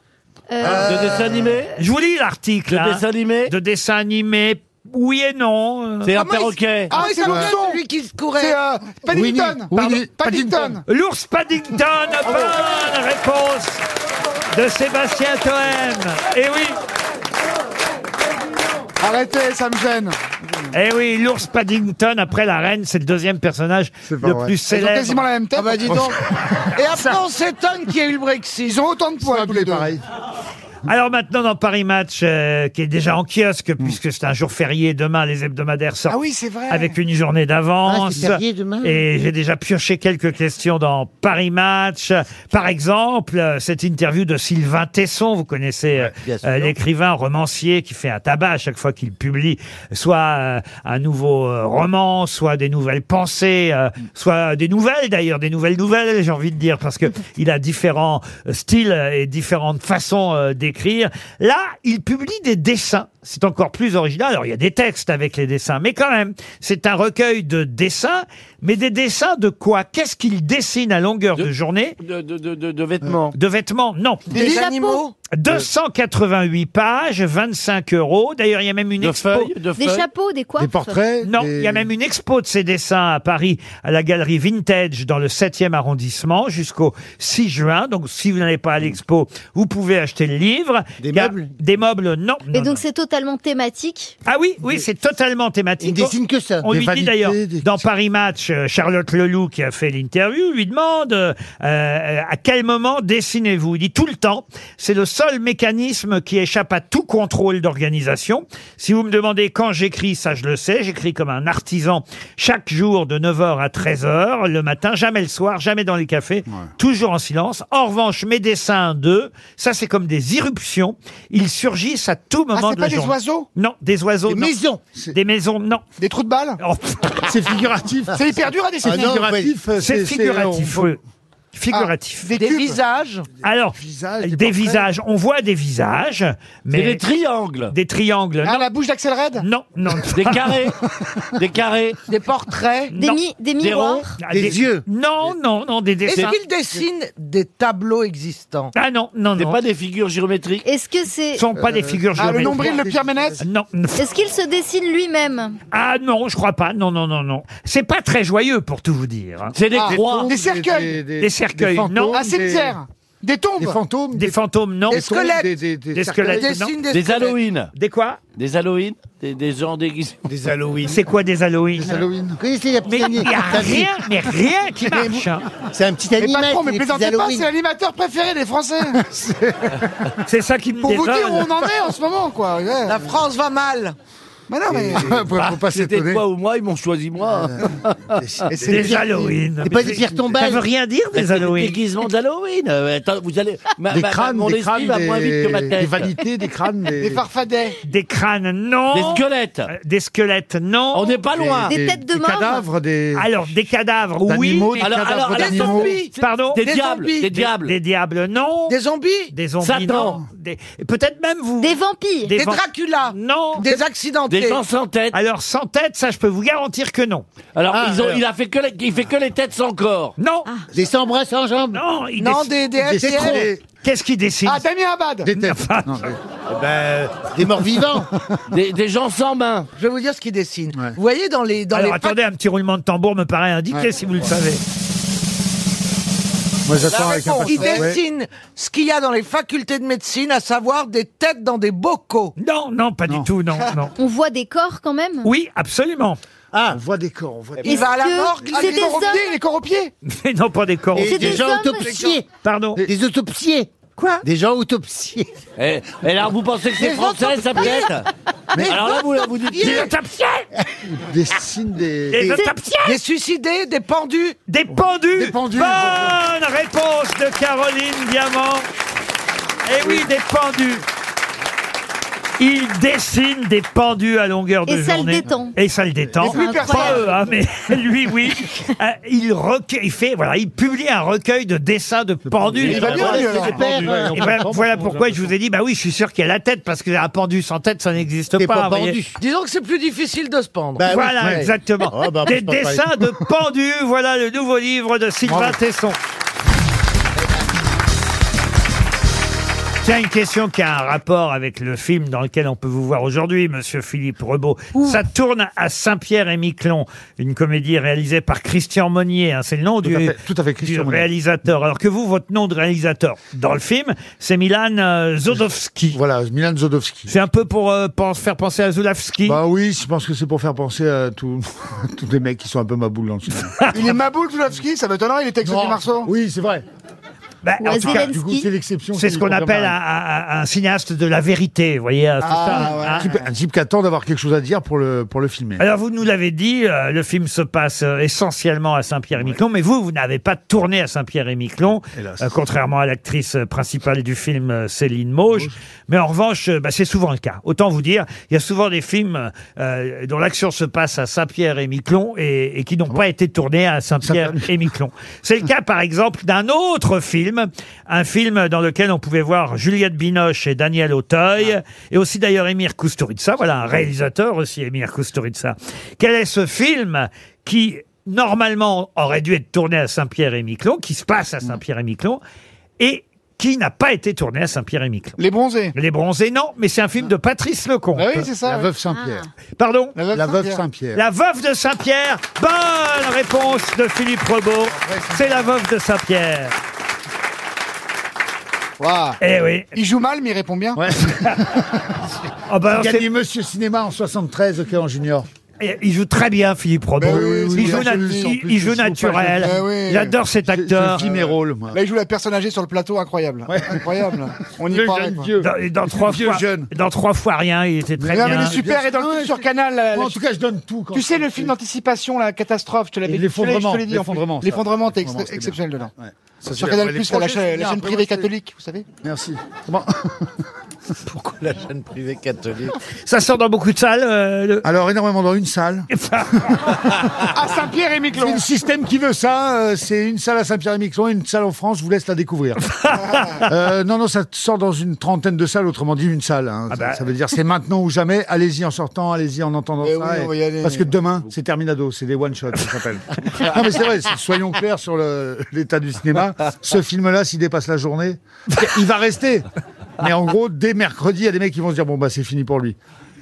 S12: Euh, De dessin animé
S2: Je vous lis l'article.
S12: De
S2: hein.
S12: dessin animé
S2: De dessin animé, oui et non.
S12: C'est un Comment il- perroquet.
S2: Ah, c'est l'ourson
S6: Celui qui se courait.
S2: C'est, euh, Paddington. Pardon,
S6: Paddington. Ah
S2: L'ours Paddington, bonne réponse de Sébastien Toen. Eh oui. Arrêtez, ça me gêne. Eh oui, l'ours Paddington, après la reine, c'est le deuxième personnage le
S3: pas vrai.
S2: plus
S3: Ils ont
S2: célèbre.
S3: quasiment la même tête. Ah bah, dis donc.
S6: Et après, on s'étonne qu'il y ait eu le Brexit. Ils ont autant de poids, tous les deux.
S2: Alors maintenant dans Paris Match, euh, qui est déjà en kiosque, puisque c'est un jour férié, demain les hebdomadaires sortent.
S6: Ah oui, c'est vrai.
S2: Avec une journée d'avance.
S8: Ah, c'est férié demain.
S2: Et j'ai déjà pioché quelques questions dans Paris Match. Par exemple, euh, cette interview de Sylvain Tesson, vous connaissez euh,
S8: bien sûr.
S2: euh, l'écrivain romancier qui fait un tabac à chaque fois qu'il publie soit euh, un nouveau euh, roman, soit des nouvelles pensées, euh, soit des nouvelles d'ailleurs, des nouvelles nouvelles, j'ai envie de dire, parce que il a différents euh, styles et différentes façons euh, d'écrire. Là, il publie des dessins. C'est encore plus original. Alors, il y a des textes avec les dessins, mais quand même, c'est un recueil de dessins. Mais des dessins de quoi Qu'est-ce qu'il dessine à longueur de journée Euh,
S12: De, de, de, de, de vêtements.
S2: de vêtements, non.
S12: Des Des animaux
S2: 288 pages, 25 euros. D'ailleurs, il y a même une
S12: De
S2: expo.
S12: feuilles, de Des feuilles. chapeaux,
S7: des coiffes. Des
S12: portraits,
S2: Non,
S12: des-
S2: il y a même une expo de ces dessins à Paris, à la galerie Vintage, dans le 7e arrondissement, jusqu'au 6 juin. Donc, si vous n'allez pas à l'expo, vous pouvez acheter le livre. Des meubles Des meubles, non.
S7: Et
S2: non,
S7: donc c'est totalement thématique.
S2: ah oui, oui, c'est totalement thématique.
S7: Il dessine
S2: que ça. On
S7: Des
S2: lui dit
S7: vanités,
S2: d'ailleurs, dans Paris Match, euh, Charlotte Leloup qui a fait l'interview lui demande euh, euh, à quel moment dessinez-vous. Il dit tout le temps. C'est le seul mécanisme qui échappe à tout contrôle d'organisation. Si vous me demandez quand j'écris, ça je le sais. J'écris comme un artisan chaque jour de 9h à 13h le matin, jamais le soir, jamais dans les cafés, toujours en silence. En revanche, mes dessins d'eux, ça c'est comme des irruptions. Ils surgissent à tout moment
S3: c'est
S2: de la
S3: pas des
S2: journée.
S3: oiseaux
S2: Non, des oiseaux. Des maisons. Des maisons, non. Oh,
S3: Des trous de balles
S2: C'est figuratif.
S3: C'est hyper dur à dessiner.
S2: C'est figuratif.
S3: Ouais.
S2: Ah C'est
S3: C'est-
S2: figuratif.
S3: c'est- on-
S2: oui. Figuratif.
S6: Des, visages.
S2: Alors, des, visages. On voit des visages, mais
S12: des triangles.
S2: Des triangles.
S3: Ah,
S2: non.
S3: la bouche d'Axel Red
S2: Non, non.
S12: Des carrés.
S2: des carrés.
S6: Des portraits.
S2: Des Non. mi- des Des miroirs. ronds.
S6: Ah,
S2: Des yeux. Non, non, non, des dessins.
S6: Est-ce qu'il dessine des tableaux existants
S2: Ah non, non,
S12: non. pas des figures géométriques.
S7: Est-ce que c'est
S2: sont pas des
S3: Euh,
S2: figures
S6: Ah,
S3: ah,
S2: géométriques. Euh,
S7: Ménès
S2: Non.
S7: Est-ce qu'il se dessine lui-même
S2: Ah non, je crois pas. Non, non, non, non. C'est pas très joyeux pour tout vous dire.
S12: C'est des
S2: Ah,
S12: croix.
S2: Des cercueils. Des, cercueils. non.
S3: Un Ah, cimetière. Des tombes.
S2: Des fantômes. Des fantômes. Non.
S3: Des squelettes. Des- des- des
S2: squelettes.
S3: cercueils.
S2: non.
S3: Dessine
S12: Des, Halloween.
S2: Des quoi
S12: Des Halloween. Des, des gens déguisés. Des Halloween.
S2: C'est quoi des Halloween
S8: Halloween. Vous connaissez la
S2: Mais
S8: petite
S2: il y a
S8: Annie-
S2: rien, mais rien qui marche. hein.
S8: C'est un petit
S3: Mais
S8: animal.
S3: patron, mais
S8: les petits
S3: plaisantez pas,
S8: Halloween.
S3: c'est l'animateur préféré des Français.
S2: C'est ça qui me
S3: Pour vous
S2: désole.
S3: dire où on en est en ce
S12: Ah,
S3: moment, quoi. La
S6: France va mal. Bah
S3: Mais non, Ah, mais.
S12: Bah, C'était toi ou moi, ils m'ont choisi moi.
S3: Et Euh, c'est Des des- Halloween. c'est pas des pierres tombales.
S2: Ça veut rien dire, des Halloween.
S12: Des déguisements d'Halloween. Euh, attends, vous allez. ma-
S2: Des
S12: ma-
S2: crânes,
S12: mon
S2: des
S12: esprit
S2: crânes,
S12: va moins vite
S2: des-
S12: que ma tête.
S2: des vanités, des crânes, des- Des
S3: farfadets.
S2: Des crânes, non.
S12: Des squelettes.
S2: Euh, Des squelettes, non. On n'est
S12: pas loin. Des- des têtes de des morts. cadavres,
S2: des. Alors, des cadavres, oui.
S12: D'animaux, des Alors- cadavres alors- alors, d'animaux. zombies.
S2: Pardon
S12: Des Des diables, zombies. des diables.
S2: Des, diables, non.
S6: Des zombies
S2: Des zombies,
S12: Satan.
S2: non. Des- Peut-être même vous.
S7: Des vampires.
S6: Des Dracula.
S2: Non.
S6: Des accidentés.
S12: tête.
S2: Alors, sans tête, ça, je peux vous garantir que non.
S12: Alors,
S2: Ah,
S12: ils ont,
S2: alors.
S12: il a fait que les, il fait que les têtes sans corps.
S2: Non.
S8: Des sans bras, sans jambes.
S2: Non, il
S8: Non,
S2: dess-
S8: des- des
S2: il dessine-
S8: STL. Des-
S2: Qu'est-ce qu'il dessine
S3: Ah, Damien Abad.
S2: Des Eh ben,
S8: des morts vivants.
S12: des, des gens sans main.
S6: Je vais vous dire ce qu'il dessine. Vous voyez dans les. Dans
S2: Alors
S6: les
S2: attendez, un petit roulement de tambour me paraît indiqué si vous le savez.
S4: Moi, j'attends
S6: La
S4: avec
S6: réponse. Il
S4: impatience.
S6: dessine ce qu'il y a dans les facultés de médecine, à savoir des têtes dans des bocaux.
S2: Non, non, pas du tout, non, non.
S7: On voit des corps quand même
S2: Oui, absolument.
S4: Ah, on voit des corps, on voit
S7: Il va à la Que- morgue, c'est
S3: les
S7: des
S3: corrompiers,
S7: hommes.
S3: les corrompiers
S2: Mais non, pas des corps.
S8: Et C'est des des gens hommes autopsiés.
S2: Pardon
S8: Des autopsiés.
S6: Quoi
S8: Des gens autopsiés.
S12: Et,
S8: eh,
S12: alors, vous pensez que c'est
S8: Les
S12: français,
S8: autres-
S12: ça peut-être
S8: Mais-
S12: Alors là, vous, vous dites...
S8: Des
S4: dessine des...
S2: Des autopsies
S6: Des suicidés, des pendus.
S2: Des pendus
S6: Des pendus.
S2: Bonne réponse de Caroline Diamant. Eh oui, des pendus. Il dessine des pendus à longueur de
S7: Et ça le
S2: journée.
S7: détend.
S2: Et ça le détend.
S7: Mais plus
S2: Pas
S7: personne.
S2: eux, hein, mais lui, oui. Euh, il, recueille, il fait, voilà, il publie un recueil de dessins de pendus. hein.
S4: Il va bien, lui, alors.
S2: Et
S4: Pendus, ouais, on
S2: voilà-
S4: comprend.
S2: voilà pourquoi je vous ai dit, bah oui, je suis sûr qu'il y a la tête, parce qu'un pendu sans tête, ça n'existe pas. hein, Bah vous voyez.
S6: Disons que c'est plus difficile de se pendre.
S4: Bah
S2: voilà, exactement.
S4: Oh,
S2: Des dessins de pendus, voilà le nouveau livre de Sylvain
S6: Bravo.
S2: Tesson. Tiens, une question qui a un rapport avec le film dans lequel on peut vous voir aujourd'hui, Monsieur Philippe Rebaud. Ça tourne à Saint-Pierre-et-Miquelon, une comédie réalisée par Christian Monnier. hein, c'est le nom du,
S4: à fait, tout à fait, Christian
S2: du
S4: Monnier.
S2: réalisateur. Alors que vous, votre nom de réalisateur dans le film, c'est Milan euh, Zodowski.
S4: Voilà, Milan Zodowski.
S2: C'est un peu pour euh, pense- faire penser à Zulawski.
S4: Bah oui, je pense que c'est pour faire penser à tous tous les mecs qui sont un peu maboules dans le film.
S3: Il est Maboul Zulowski, ça m'étonnerait, il était avec Sophie
S4: Non.
S3: Marceau.
S4: Oui, c'est vrai.
S2: Bah,
S3: Ou
S2: en
S3: à
S2: tout cas,
S3: Zelensky.
S4: Du coup, c'est l'exception.
S2: C'est ce qu'on appelle un, un- un- un cinéaste de la vérité, vous voyez. c'est ça,
S4: un,
S2: hein.
S4: type, un type qui attend d'avoir quelque chose à dire pour le, pour le filmer.
S2: Alors vous nous l'avez dit, euh, le film se passe euh, essentiellement à Saint-Pierre-et-Miquelon, mais vous, vous n'avez pas tourné à Saint-Pierre-et-Miquelon,
S4: Hélas.
S2: euh, contrairement à l'actrice euh, principale du film euh, Céline Mauge. Mais en revanche, euh, bah, c'est souvent le cas. Autant vous dire, il y a souvent des films euh, dont l'action se passe à Saint-Pierre-et-Miquelon et, et qui n'ont pas été tournés à Saint-Pierre-et-Miquelon. C'est le cas, par exemple, d'un autre film, un film dans lequel on pouvait voir Juliette Binoche et Daniel Auteuil, et aussi d'ailleurs Émir Kusturica, voilà un réalisateur aussi, Émir Kusturica. Quel est ce film qui, normalement, aurait dû être tourné à Saint-Pierre-et-Miquelon, qui se passe
S3: Mm.
S2: à Saint-Pierre-et-Miquelon, et qui n'a pas été tourné à Saint-Pierre-et-Miquelon Les Bronzés Les Bronzés, non, mais c'est un film de Patrice Lecomte. Ah.
S3: Ah oui, c'est ça,
S4: La
S3: ouais.
S4: veuve Saint-Pierre.
S2: Pardon
S4: La veuve Saint-Pierre.
S2: la veuve de Saint-Pierre. Bonne réponse de Philippe
S3: Ah,
S2: Rebaud. C'est la veuve de Saint-Pierre.
S3: Waouh.
S2: Eh oui.
S3: Il joue mal, mais il répond bien.
S2: Ah bah, alors,
S4: Il a
S2: c'est-
S4: gagné Monsieur Cinéma en 73 au en Junior.
S2: Et Il joue très bien, Philippe Rebaud.
S4: Ben oui, oui, oui,
S2: il, joue
S4: bien
S2: nat-
S4: sûr,
S2: il-
S4: en plus, Eh
S2: il joue
S4: je trouve pas
S2: naturel.
S4: joli.
S3: Ben oui.
S2: J'adore cet acteur.
S4: J'ai mes rôles, moi.
S3: Là, il joue la personne âgée sur le plateau, incroyable. Incroyable. On y
S4: Le
S3: croirait,
S4: jeune
S3: quoi.
S4: Dieu.
S2: Dans, dans trois
S4: Vieux
S2: fois,
S4: jeune.
S2: dans trois fois rien, il était très
S4: Eh
S3: Non, mais
S2: bien.
S3: il est super, et dans le sur Canal. là,
S4: Moi,
S3: là,
S4: en tout cas, je donne tout. quand
S3: Tu sais,
S4: je-
S3: le film d'anticipation, la catastrophe, je te l'avais
S4: Et
S3: dit. je te l'ai- je te l'ai dit en plus.
S4: l'effondrement, ça.
S3: L'effondrement, t'es
S4: L'effondrement, c'était
S3: exceptionnel dedans.
S4: Ouais. Ça,
S3: Sur
S4: c'est
S3: Canal+,
S4: après les
S3: Plus, la,
S4: projets,
S3: chaîne-
S4: c'est
S3: la
S4: bien,
S3: chaîne
S4: après,
S3: privée
S4: moi, c'est-
S3: catholique, vous savez
S4: Merci. Bon.
S12: Pourquoi la chaîne privée catholique
S2: Ça sort dans beaucoup de salles. euh, le- Ah,
S4: Alors, énormément dans une salle.
S3: À Saint-Pierre et
S4: C'est
S3: Miquelon
S4: le système qui veut ça. euh, C'est une salle à Saint-Pierre-et-Miquelon, une salle en France. Je vous laisse la découvrir.
S2: Ah.
S4: Euh, non, non, ça sort dans une trentaine de salles, autrement dit une salle. hein. ça,
S2: bah.
S4: ça veut dire c'est maintenant ou jamais. Allez-y en sortant, allez-y en entendant
S3: Eh
S4: ça.
S3: oui,
S4: et-
S3: on va y aller.
S4: Parce que demain, c'est terminado. C'est des one-shots, ça s'appelle. non, mais c'est vrai. c'est- Soyons clairs sur le- l'état du cinéma. Ce film-là, s'il dépasse la journée, il va rester. Mais en gros, dès mercredi, il y a des mecs qui vont se dire bon bah c'est fini pour lui.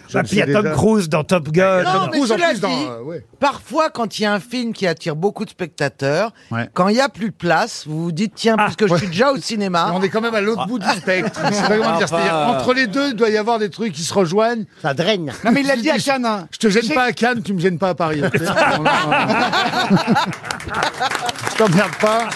S4: Je
S2: Bah,
S4: le
S2: puis il y a
S4: sais
S2: Tom
S4: déjà.
S2: Cruise dans Top Gun.
S6: Non,
S4: Tom
S6: mais
S4: Cruise, Euh, en
S6: cela
S4: plus, dans,
S6: dit,
S4: euh, ouais.
S6: parfois, quand il y a un film qui attire beaucoup de spectateurs,
S4: Ouais.
S6: quand il n'y a plus de place, vous vous dites, tiens, parce que je suis déjà au
S4: Ah, Mais
S6: cinéma, Ah.
S4: on est quand même à l'autre bout du
S2: Ah.
S4: spectre. Je sais pas comment dire. C'est-à-dire,
S12: Enfin.
S4: entre les deux, il doit y avoir des trucs qui se rejoignent.
S8: Ça draine.
S3: Non, mais il l'a dit à Cannes. hein.
S4: Je te
S3: Je
S4: gêne
S3: sais-
S4: pas à Cannes, tu me gênes pas à Paris. ok
S3: Ah,
S4: je t'emmerde pas.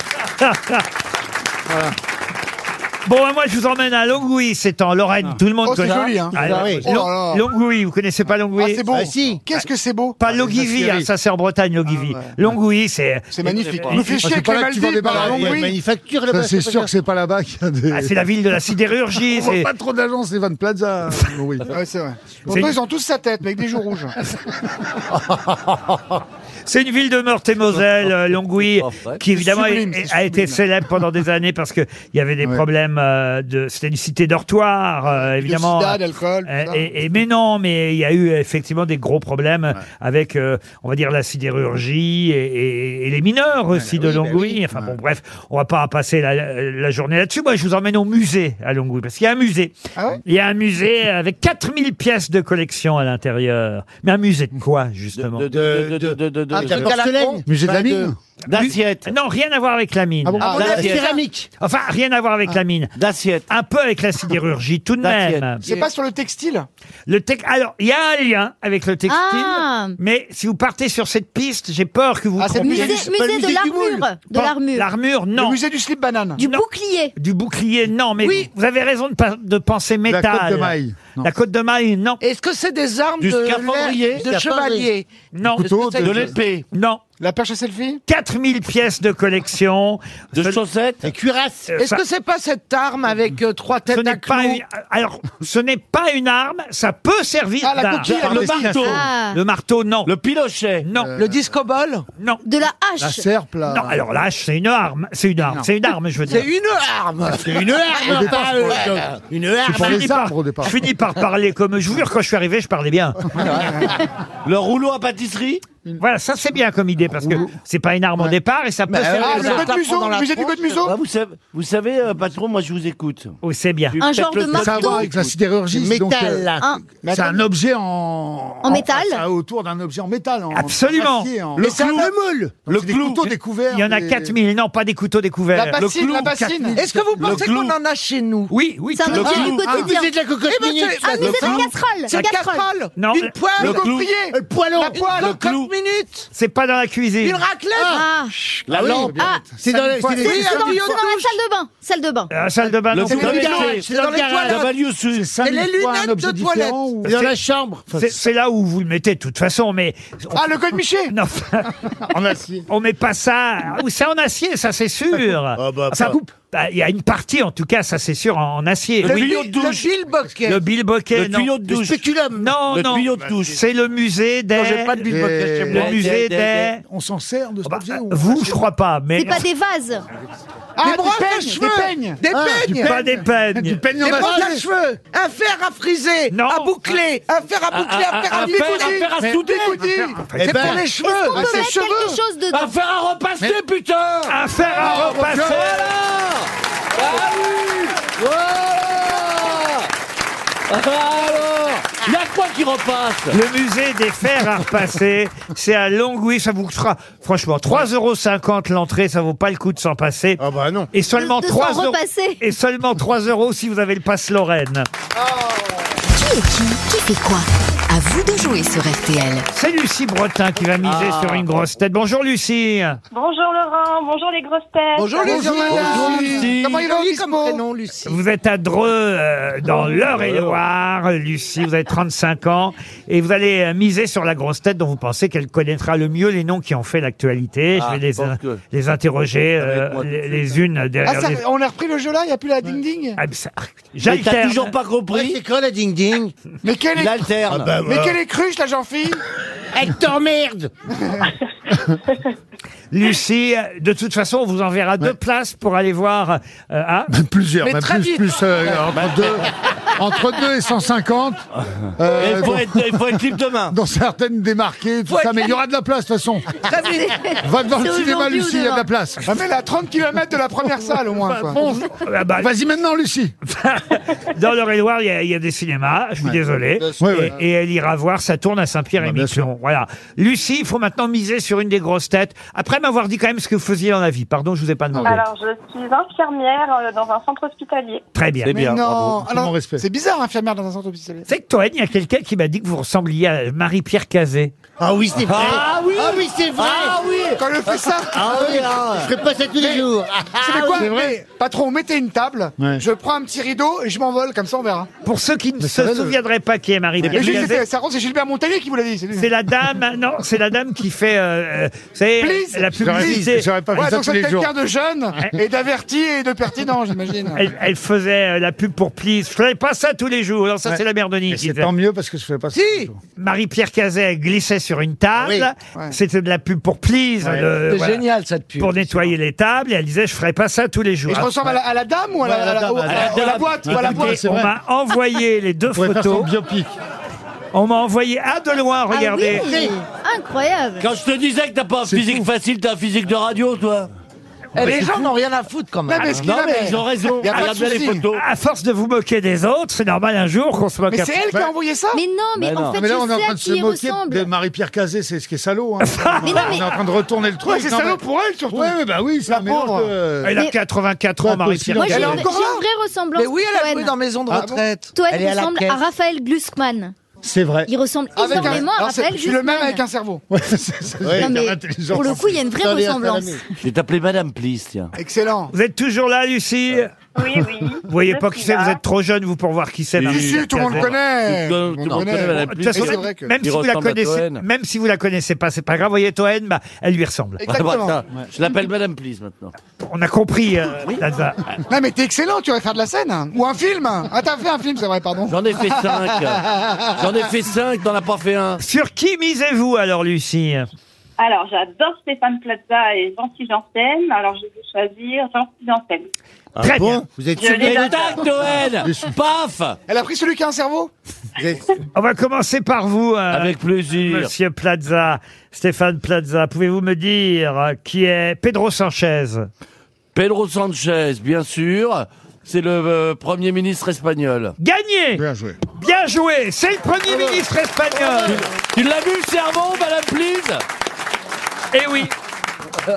S2: Bon, bah, moi, je vous emmène à Longwy. C'est en Lorraine. Tout le monde
S3: Oh, c'est
S2: connaît.
S3: joli, hein.
S2: Ah,
S8: Ah oui.
S2: Long-
S3: Oh là là.
S2: Longwy, vous connaissez pas Longwy
S3: Ah, c'est beau.
S8: Ah, si.
S3: Qu'est-ce que c'est beau Ah,
S2: Pas Longivy, hein, ça c'est en Bretagne, Longivy. Longwy, c'est
S3: C'est magnifique.
S2: Et- Ah,
S3: Nous fait chier
S4: c'est
S3: avec
S4: pas
S3: les
S4: là que tu vas
S3: Maldives,
S4: débarrer.
S3: par
S4: Il y a
S3: exemple,
S4: une
S3: oui.
S8: Manufacture
S4: Ça,
S8: là-bas.
S4: c'est
S8: ça peut
S4: sûr
S8: dire.
S4: que c'est pas là-bas qu'il y a des.
S2: ah, c'est la ville de la sidérurgie.
S4: On voit
S2: c'est-
S4: pas trop d'agences, les vannes Plaza. Bon, oui. Ah,
S3: Ouais, c'est vrai. Pourtant, ils ont tous sa tête, mais avec des joues rouges.
S2: C'est une ville de Meurthe-et-Moselle,
S3: Ah,
S2: euh, Longwy,
S12: Oh, ouais.
S2: qui évidemment
S3: Sublime,
S2: est-
S3: c'est
S2: a été célèbre pendant des années parce que il y avait des problèmes euh, de. C'était une cité dortoir, euh, évidemment.
S3: Le sida, d'alcool.
S2: Euh, et- et- mais non, mais il y a eu effectivement des gros problèmes avec, euh, on va dire, la sidérurgie et, et- et les mineurs aussi de Longwy. Enfin bon, bref, on va pas passer la, la journée là-dessus. Moi, je vous emmène au musée à Longwy, parce qu'il y a un musée.
S3: Ah ouais
S2: il y a un musée avec 4000 pièces de collection à l'intérieur. Mais un musée de quoi,
S12: de,
S2: justement
S12: de, de, de, de, de, de, de,
S2: Ah, de porcelaine
S4: Musée de la
S2: Enfin,
S4: mine
S12: D'assiette.
S2: Non, rien à voir avec la mine.
S12: Ah bon Ah, de la céramique.
S2: Enfin, rien à voir
S4: Ah.
S2: avec la mine.
S12: D'assiette.
S2: Un peu avec la sidérurgie, tout de même.
S3: C'est pas sur le textile
S2: Le tec- Alors, il y a un lien avec le textile,
S7: Ah.
S2: mais si vous partez sur cette piste, j'ai peur que vous
S7: c'est le
S2: trompiez.
S7: musée- C'est pas le musée musée de du l'armure, moule. de
S2: Pas-
S7: l'armure.
S2: L'armure, non.
S7: Le
S2: musée
S3: du slip banane.
S7: Du bouclier.
S2: Du bouclier, non, mais vous vous avez raison de, pas- de penser métal.
S4: côte de maille, non.
S2: La côte de maille, non.
S6: Est-ce que c'est des armes
S2: Du
S6: de,
S2: scaphandrier.
S6: de chevalier
S2: Non.
S6: Est-ce que c'est-
S2: Non.
S3: La perche à selfie
S2: 4000 pièces de collection. Euh, De chaussettes Et cuirasses.
S6: Est-ce que c'est pas cette arme avec euh, trois têtes à clous
S2: euh, Alors, ce n'est pas une arme, ça peut servir
S6: Ah, la
S2: d'arme.
S6: coquille, Le la marteau. Euh,
S7: Ah.
S2: Le marteau, non. Le pilochet. Non.
S6: Le disco ball
S2: Non.
S7: De la hache.
S2: Non, alors la hache, c'est une arme. C'est une arme.
S6: Non.
S2: C'est une arme, je veux dire.
S6: C'est une arme
S2: Ah, C'est une arme,
S6: Au départ,
S2: pas,
S6: je
S2: euh,
S6: crois-
S2: une Je finis par- Je finis par parler comme. Je vous jure, quand je suis arrivé, je parlais bien.
S12: Le rouleau à pâtisserie
S2: Voilà, ça c'est bien comme idée parce que c'est pas une arme au départ et ça peut
S12: euh, ah,
S2: servir d'arme.
S12: Ouais, vous savez, vous savez euh, patron, moi je vous écoute.
S6: Oh,
S2: Oui, c'est bien.
S7: Un genre de marteau. Ça a à voir avec la
S4: sidérurgie, donc, euh,
S7: Un-
S4: C'est un objet en.
S7: En métal
S4: ça, Autour d'un objet en métal. En
S2: Absolument.
S4: acier, en-
S2: Le clou.
S4: meule. Le clou. Des couteaux découverts.
S2: Il y en a
S4: des-
S2: 4000, non, pas des couteaux découverts.
S4: La bassine, Le clou, la bassine. 4000.
S6: Est-ce que vous
S2: Le
S6: pensez
S2: clou.
S6: qu'on en a chez nous
S2: Oui, oui, Ah,
S6: Ça me vient du quotidien.
S8: musée de la cocotte
S6: Eh ben,
S8: minute.
S6: c'est- bah,
S8: Ah, musée
S6: le
S8: de la
S6: clou.
S8: casserole,
S6: C'est
S8: la
S6: une
S8: casserole.
S6: casserole.
S2: Non,
S6: Une
S2: le-
S6: poêle.
S2: le clou.
S6: Le poêlon. Une poêle.
S2: Le clou.
S6: Cocotte minute.
S2: C'est pas dans la cuisine.
S6: Une raclette.
S7: Ah.
S2: La lampe.
S7: Ah.
S2: C'est dans la- c'est des-
S7: C'est c'est
S2: c'est
S7: dans,
S2: un
S7: c'est
S2: tuyau
S7: dans la salle de bain. Salle de bain.
S2: Euh, La Ah salle de bain,
S12: Le
S2: non, c'est-
S12: clou. C'est dans les
S2: c'est dans les
S12: toilettes. La value sous-
S2: C'est
S12: Et les
S2: 5000 fois un
S12: lunettes de
S2: objet différent
S12: toilette.
S2: ou-
S12: Et dans la
S2: C'est-
S12: chambre.
S2: C'est c'est là où vous le mettez de toute façon, mais.
S3: Ah, le code Miché
S2: Non. en acier. On met pas ça. Ou c'est en acier, ça c'est sûr.
S4: bah,
S2: ça
S4: pas-
S2: coupe. Bah, Il y a une partie, en tout cas, ça c'est sûr, en, en acier.
S6: Le tuyau de douche. Le bilboquet.
S2: Le bilboquet,
S12: Le
S2: non.
S12: tuyau de douche. Le
S2: spéculum. Non,
S12: Le
S2: non.
S12: tuyau de douche.
S2: C'est le musée des.
S12: Non, j'ai pas de bilboquet
S2: des-
S12: chez moi.
S2: Le musée
S12: Des- des-
S2: des.
S12: des-
S4: On s'en sert de cet objet ou-
S2: Vous, je crois pas, mais.
S7: C'est pas des vases.
S3: Ah,
S6: des brosses à
S3: peignes,
S6: cheveux.
S3: des peignes.
S6: Des
S2: Ah, du
S6: peignes.
S2: Pas des peignes. Du
S6: Des brosses à cheveux. Un fer à friser. À boucler. Un fer à boucler. Un fer à
S12: un fer- un
S6: bigoudi.
S12: fer à
S6: Mais-
S12: souder.
S6: bigoudi. C'est pour les cheveux.
S7: Est-ce qu'on peut
S6: C'est
S7: mettre quelque chose dedans
S12: Un fer à repasser, putain
S2: À faire un repas
S12: Ah oui Voilà Alors Il y a quoi qui repasse
S2: Le musée des fers à repasser, c'est à Longwy, ça vous coûtera franchement 3,50 euros l'entrée, ça vaut pas le coup de s'en passer. Ah bah non. Et seulement
S7: De- de
S2: 3
S7: s'en
S2: euros.
S7: repasser.
S2: Et seulement 3 euros si vous avez le passe Lorraine.
S11: Qui est qui Qui fait quoi À vous de jouer sur RTL.
S2: C'est Lucie Bretin qui va miser
S12: Ah.
S2: sur une grosse tête. Bonjour Lucie.
S15: Bonjour Laurent, bonjour les grosses têtes.
S6: Bonjour, les
S15: Bonjour.
S6: Bonjour,
S12: Lucie.
S6: Comment il est comme prénom, Lucie
S2: Vous êtes à Dreux, euh, dans
S4: Oh,
S2: l'Eure-et-Loire, Lucie. Vous avez 35 ans et vous allez euh, miser sur la grosse tête dont vous pensez qu'elle connaîtra le mieux les noms qui ont fait l'actualité.
S12: Ah,
S2: Je vais les,
S12: je pense que-
S2: les interroger euh, les,
S4: hein.
S2: les unes
S3: Ah,
S2: derrière
S3: ça-
S2: les
S3: on a repris le jeu là, il n'y a plus la ding-ding
S2: Ah, mais ça-
S12: Mais t'as
S2: J'alterne.
S12: toujours pas
S8: Ouais,
S12: compris
S8: c'est quoi la ding-ding
S3: Mais quelle
S12: Il
S3: est,
S12: alterne.
S4: Ah
S8: Ah
S4: ben
S3: mais quelle est cruche la jean-fille
S8: bah. Elle t'emmerde
S2: Lucie, de toute façon, on vous enverra deux places pour aller voir. euh, ah.
S4: Plusieurs,
S6: Mais
S4: même
S6: très
S4: plus,
S6: vite. Bah,
S4: plus euh, entre, deux, entre deux et 150.
S12: Et
S4: euh,
S12: il, faut être, il faut être libre demain.
S4: Dans certaines démarquées, tout
S6: Faut
S4: ça,
S6: être-
S4: mais il y aura de la place de toute façon.
S6: Très vite.
S4: Va devant le
S7: C'est
S4: cinéma,
S7: aujourd'hui ou
S4: Lucie, il y a de la
S7: demain
S4: place.
S3: Ah, mais la 30 km de la première salle au moins. Quoi.
S4: Bon,
S2: Ah bah,
S4: Vas-y maintenant, Lucie.
S2: dans l'Eure-et-Loire, il y a- il y, a des cinémas, je suis désolé.
S4: Ouais,
S2: et,
S4: ouais.
S2: et elle ira voir, ça tourne à
S4: bien
S2: Saint-Pierre-et-Miquelon. voilà. Lucie, il faut maintenant miser sur une des grosses têtes. Après m'avoir dit quand même ce que vous faisiez dans la vie. Pardon, je vous ai pas demandé.
S15: Alors, je suis infirmière euh, dans un centre hospitalier.
S2: Très bien.
S12: C'est bien. bravo.
S3: Non,
S4: Tout mon
S3: alors,
S4: respect.
S3: c'est bizarre, infirmière dans un centre hospitalier.
S2: C'est que toi, il y a quelqu'un qui m'a dit que vous ressembliez à Marie-Pierre Cazet.
S8: Ah oui, c'est vrai
S12: Ah oui
S8: Ah oui, c'est vrai
S12: Ah oui
S3: Quand le fait ça,
S12: Ah oui, ah.
S8: Je ferai pas ça tous les jours
S3: c'est
S8: Ah
S3: quoi
S8: oui.
S3: mais, Patron, mettez une table,
S4: Ouais.
S3: je prends un petit rideau et je m'envole, comme ça on verra.
S2: Pour ceux qui ne
S4: ça va,
S2: se
S4: le-
S2: souviendraient pas qui est
S3: Et
S2: Marie-Pierre
S3: juste,
S2: Cazet,
S3: c'était- ça rend- c'est Gilbert Montagnier qui vous l'a dit. c'est lui.
S2: c'est la dame, non, c'est la dame qui fait, euh, euh, vous savez,
S3: Please,
S2: la
S4: J'aurais-
S2: publicité.
S4: J'aurais pas
S3: Ouais,
S4: fait ça
S3: donc
S4: tous
S3: c'est
S4: les jours.
S3: quelqu'un de jeune et d'averti et de pertinent, j'imagine.
S2: Elle, elle faisait euh, la pub pour Please. Je faisais pas ça tous les jours. Alors ça,
S4: Ouais.
S2: c'est la mère de Nick
S4: Et
S2: qui
S4: C'est
S2: faisait.
S4: tant mieux parce que je fais pas ça. tous les jours. Ah
S2: Marie-Pierre Cazet glissait sur une table.
S3: oui. Ouais.
S2: C'était de la pub pour Please. le-
S6: C'est
S2: voilà,
S6: génial, cette pub.
S2: Pour nettoyer les tables. Et elle disait, je ferais pas ça tous les jours.
S3: Et je ressemble à la, à la dame ou à la,
S4: Ouais, à la
S3: à la-
S4: dame,
S3: au-
S4: à la
S3: à la-
S12: dame.
S3: à la boîte ou à la
S4: Ah,
S3: boîte
S2: Et
S4: c'est
S2: on
S4: vrai.
S2: m'a envoyé les deux
S4: On pourrait faire son
S2: photos.
S4: biopic.
S2: On m'a envoyé, ah, de loin, regardez.
S7: Ah oui, Incroyable.
S12: Quand je te disais que t'as pas un physique facile, t'as un physique de radio, toi
S6: Eh, les gens n'ont rien à foutre quand
S2: Ah,
S6: même.
S12: Non, mais ils ont raison. Regarde bien les photos.
S2: À force de vous moquer des autres, c'est normal un jour qu'on se moque. à-
S3: ça
S7: Mais non, mais, en fait,
S4: mais là, on est
S7: je
S4: en
S7: sais
S4: train
S7: à
S4: de
S7: qui
S4: se
S7: il
S4: moquer
S7: ressemble.
S4: de Marie-Pierre Cazé, c'est ce qui est salaud. hein.
S7: Mais non, mais-
S4: On est en train de retourner le truc.
S7: Ouais, c'est
S4: Non,
S7: salaud
S4: mais-
S7: pour elle, surtout.
S4: Ouais, ouais, bah oui, c'est un mélange
S2: pauvre.
S4: de-
S2: Elle a Mais- 84 ans,
S4: Ouais,
S2: Marie-Pierre
S4: aussi,
S7: Moi, j'ai une,
S4: elle est
S7: j'ai
S4: encore là.
S7: une vraie ressemblance.
S6: Mais oui, elle a
S7: Toen.
S6: joué dans Maison de
S7: Ah
S6: retraite.
S7: bon Toen
S6: Elle est à la
S7: ressemble
S6: caisse.
S7: à, Raphaël Glucksmann.
S4: C'est vrai.
S7: Il ressemble
S3: Avec un-
S7: énormément à
S3: alors, c'est-
S7: Raphaël
S3: je suis le
S7: Glucksmann.
S3: même avec un cerveau.
S4: Ouais, c'est- c'est-
S7: Non, mais pour le coup, il y a une vraie
S3: Attendez,
S7: ressemblance.
S3: attendez.
S12: Je vais t'appeler Madame Please, tiens.
S3: Excellent.
S2: Vous êtes toujours là, Lucie
S15: Oui, oui.
S2: Vous voyez pas
S15: Je
S2: qui
S15: suis
S2: c'est,
S15: là.
S2: vous êtes trop jeune, vous, pour voir qui c'est.
S3: Si,
S2: Marie
S3: si, tout le monde
S2: Cazet.
S3: connaît. Tout le- Tout le monde tout le monde connaît. connaît,
S2: De
S3: Madame
S2: toute façon,
S3: Pli- C'est vrai que-
S2: même, si
S3: Il
S2: vous la
S3: ressemble à
S2: connaissez,
S3: Toen.
S2: même si vous la connaissez pas, c'est pas grave. Vous voyez, Toen, bah, elle lui ressemble.
S3: Exactement.
S12: Attends, Je l'appelle Madame Please maintenant.
S2: On a compris, euh, Plaza.
S3: Non mais t'es excellent, tu vas faire de la scène hein. ou un film. Ah t'as fait un film, c'est vrai, pardon.
S12: J'en ai fait 5. J'en ai fait 5, t'en as pas fait un.
S2: Sur qui misez-vous alors, Lucie
S15: Alors, j'adore Stéphane Plaza et Jean-Cy Janssen. Alors, je vais choisir Jean-Cy Janssen.
S2: Très bien.
S4: Ah Vous êtes
S15: Je les
S12: Et
S15: adore.
S12: tac, Toen Paf
S3: Elle a pris celui qui a un cerveau.
S2: On va commencer par vous. euh,
S12: Avec plaisir.
S2: Monsieur Plaza, Stéphane Plaza, pouvez-vous me dire euh, qui est Pedro Sanchez
S12: Pedro Sanchez, bien sûr. C'est le euh, Premier ministre espagnol.
S2: Gagné
S4: Bien joué.
S2: Bien joué C'est le Premier ministre espagnol
S12: Tu l'as vu, le cerveau, Madame Please
S2: Eh oui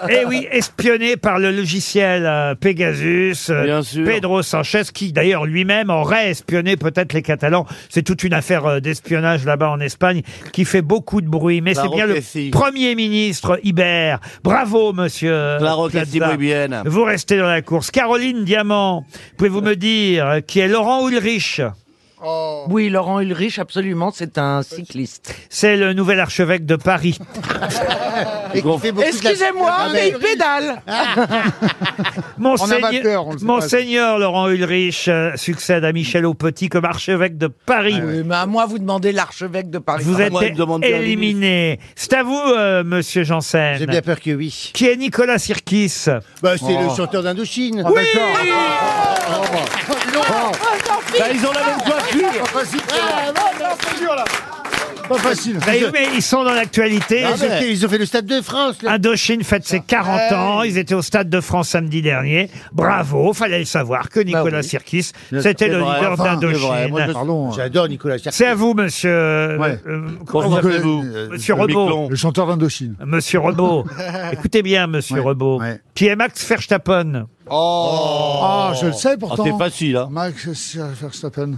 S2: Eh oui, espionné par le logiciel euh, Pegasus, euh,
S12: Bien sûr.
S2: Pedro Sanchez, qui d'ailleurs lui-même aurait espionné peut-être les Catalans. C'est toute une affaire euh, d'espionnage là-bas en Espagne qui fait beaucoup de bruit. Mais
S12: La
S2: c'est bien le
S12: Rockefeller.
S2: Premier ministre Ibert. Bravo, monsieur.
S12: La
S2: Plaza.
S12: Rockefeller, muy bien.
S2: Vous restez dans la course. Caroline Diamant, pouvez-vous me dire euh, qui est Laurent Ulrich
S8: Oh.
S6: Oui, Laurent Ulrich, absolument, c'est un cycliste.
S2: C'est le nouvel archevêque de Paris.
S6: Excusez-moi, mais Ah, il pédale.
S2: Monseigneur,
S3: En amateur, on le sait pas.
S2: Monseigneur Laurent Ulrich euh, succède à Michel Aupetit comme archevêque de Paris.
S6: Oui, mais à moi, vous demandez l'archevêque de Paris.
S2: Vous
S6: À moi, Ah, il
S2: êtes
S6: me demande bien
S2: éliminé. C'est à vous, euh, monsieur Janssen.
S8: J'ai bien peur que oui.
S2: Qui est Nicolas Sirkis
S8: Bah, c'est
S2: Oh.
S8: le chanteur d'Indochine. Oh, bah.
S2: Oui
S8: Ah,
S12: Bah, Ils ont la même
S8: Ah,
S12: coiffure. Ah,
S8: Pas facile.
S2: Vous avez vu, Bah, mais ils sont dans l'actualité.
S8: Ah, ils étaient- ils ont fait le Stade de France. Là. Ah, bah,
S2: Indochine fête ses 40
S8: Ouais.
S2: ans. Ils étaient au Stade de France samedi dernier. Bravo, fallait le savoir que Nicolas
S8: Bah, oui.
S2: Sirkis, c'était le leader
S8: Enfin, c'est vrai. Moi, je-
S2: d'Indochine.
S8: J'adore Nicolas Sarkozy.
S2: C'est à vous, monsieur. euh,
S4: Ouais.
S2: euh,
S12: Comment
S2: vous
S12: vous appelez-vous
S8: Euh,
S2: appelez- Monsieur
S4: le
S2: Rebaud.
S4: Le chanteur d'Indochine.
S2: Monsieur Rebaud. Écoutez bien, monsieur Rebaud. Qui est Max Verstappen. Oh.
S4: Ah, je le sais pourtant.
S12: Ah, c'est facile, hein.
S4: Max Sir- Verstappen.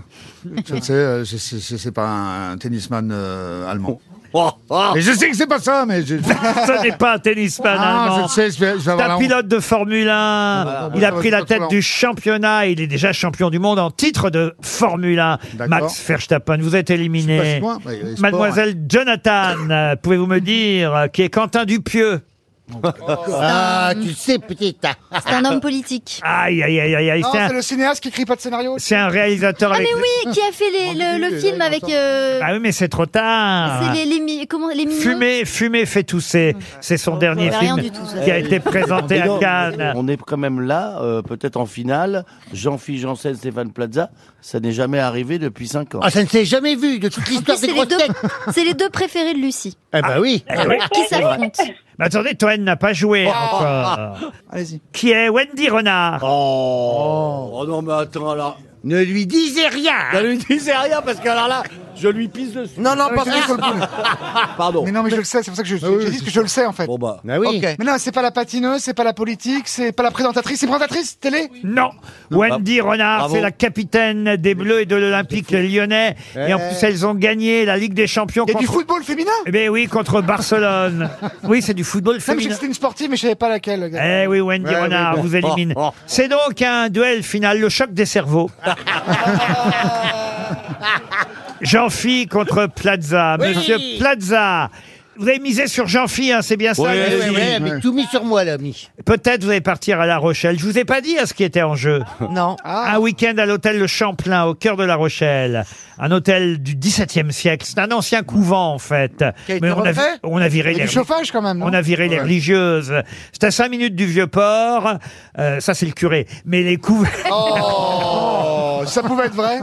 S4: Je le sais, euh, je sais, je sais pas un, un tennisman euh, allemand.
S12: Oh, oh.
S4: Et je sais que c'est pas ça, mais je...
S2: Ce n'est pas un tennisman
S4: Ah,
S2: allemand.
S4: je le sais, je vais, je vais
S2: C'est
S4: avoir
S2: un
S4: la honte.
S2: pilote de Formule 1. Il a pris la tête du championnat. Il est déjà champion du monde en titre de Formule 1.
S4: D'accord.
S2: Max Verstappen, vous êtes
S4: Je suis pas si
S2: éliminé.
S4: loin, mais il hein. y a les sports,
S2: Mademoiselle Jonathan, euh, pouvez-vous me dire euh, qui est Quentin Dupieux
S8: Ah, tu sais, petit. ah.
S7: C'est un homme politique.
S2: Aïe, aïe, aïe, aïe, aïe.
S3: Non,
S2: C'est un-
S3: c'est le cinéaste qui écrit pas de scénario.
S2: C'est un réalisateur
S7: Ah
S2: avec.
S7: mais oui, qui a fait les- le, le film avec euh,
S2: Ah oui, mais c'est trop tard.
S7: c'est les, les mi- comment les mignons
S2: Ah. Fumer, fumer fait tousser. C'est son dernier
S7: fait rien
S2: film
S7: du tout, ça.
S2: qui a été présenté
S12: Mais
S2: à
S12: non,
S2: Cannes.
S12: On est quand même là, euh, peut-être en finale. Jean-Philippe Janssen, Stéphane Plaza, ça n'est jamais arrivé depuis 5 ans.
S8: Ah, ça ne s'est jamais vu de toute l'histoire des
S7: C'est les
S8: grosses
S7: deux,
S8: têtes.
S7: c'est les deux préférés de Lucie.
S8: Eh ben oui.
S7: Qui s'affrontent
S2: Mais attendez, Toen n'a pas joué encore.
S6: Allez-y.
S2: Qui est Wendy Renard
S12: Oh. Oh non, mais attends, alors.
S8: Ne lui disez rien.
S12: Ne lui disais rien parce que alors là, je lui pisse dessus.
S6: Non, non, parce
S3: Mais
S6: que...
S3: sur le coup.
S12: Pardon.
S3: Ah, Mais non, mais je le sais, c'est pour ça que
S2: Ah
S3: je, je dis que je le sais en fait.
S12: Bon bah.
S8: Ah oui.
S6: Ok.
S3: Mais non, c'est pas la patineuse, c'est pas la politique, c'est pas la présentatrice, c'est présentatrice télé.
S2: Non, Wendy Renard,
S12: Bravo.
S2: c'est la capitaine des Bleus et de l'Olympique lyonnais. Et en plus, elles ont gagné la Ligue des Champions
S3: Il y a du
S2: contre.
S3: football féminin.
S2: Eh bien oui, contre Barcelone. Oui, c'est du football
S3: Même si
S2: féminin.
S3: c'était une sportive, mais je savais pas laquelle. le gars.
S2: Eh oui, Wendy
S8: Ouais, oui,
S2: Renard
S8: bon.
S2: vous élimine.
S12: Oh, oh.
S2: C'est donc un duel final, le choc des cerveaux. Jean-Phi contre Plaza. Monsieur Plaza, vous avez misé sur Jean-Phi, hein, c'est bien ça
S12: Oui,
S8: Ouais,
S2: Lucie
S8: ouais, ouais, mais tout mis sur moi, l'ami.
S2: Peut-être vous allez partir à La Rochelle. Je vous ai pas dit à ce qui était en jeu.
S6: Non.
S2: Un week-end à l'hôtel Le Champlain, au cœur de La Rochelle. Un hôtel du XVIIe siècle. C'est un ancien couvent, en fait.
S6: Qui a été
S2: on a, vi-
S6: refait
S2: on a viré
S3: Il y a
S2: les
S3: du chauffage quand même. non
S2: on a viré les religieuses. C'est à 5 minutes du Vieux-Port. Euh, ça, c'est le curé. Mais les couverts...
S3: Oh, si ça pouvait être vrai.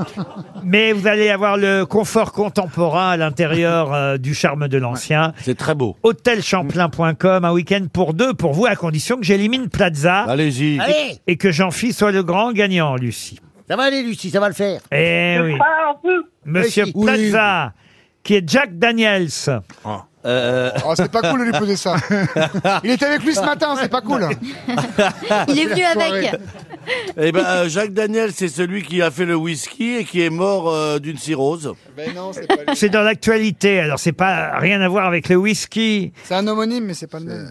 S2: Mais vous allez avoir le confort contemporain à l'intérieur euh, du charme de l'ancien.
S12: C'est très beau.
S2: Hôtelchamplain.com, un week-end pour deux, pour vous, à condition que j'élimine Plaza.
S12: Allez-y.
S8: Allez.
S2: Et que Jean-Phi soit le grand gagnant, Lucie.
S8: Ça va aller, Lucie, ça va le faire.
S2: Eh oui. Monsieur
S8: Oui.
S2: Plaza, qui est Jack Daniels.
S12: Euh,
S3: Oh, c'est pas cool de lui poser ça. Il était avec lui ce matin, c'est pas cool.
S7: Il est venu avec.
S12: Eh ben, euh, Jacques Daniel, c'est celui qui a fait le whisky et qui est mort euh, d'une cirrhose.
S6: Ben
S2: C'est dans l'actualité, alors c'est pas rien à voir avec le whisky.
S3: C'est un homonyme, mais c'est pas le même.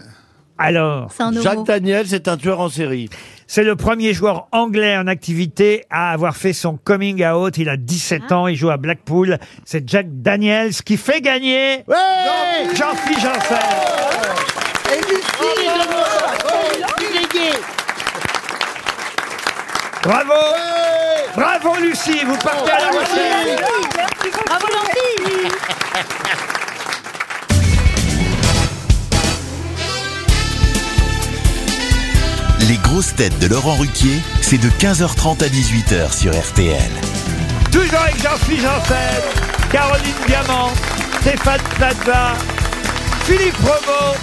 S2: Alors,
S3: C'est un homo.
S12: Jacques Daniel, c'est un tueur en série.
S2: c'est le premier joueur anglais en activité à avoir fait son coming out. Il a 17
S3: Ah.
S2: ans, il joue à Blackpool. C'est Jack Daniels qui fait gagner Jean-Philippe Janssen.
S8: Et Lucie,
S12: Ah, bah,
S8: il est gay.
S2: Bravo Bravo Lucie, vous partez à la recherche
S16: Bravo, Lucie
S1: Les grosses têtes de Laurent Ruquier, c'est de 15h30 à 18h sur RTL.
S2: Toujours avec Jean-Philippe Janssen, Caroline Diamant, Stéphane Plaza, Philippe Promo,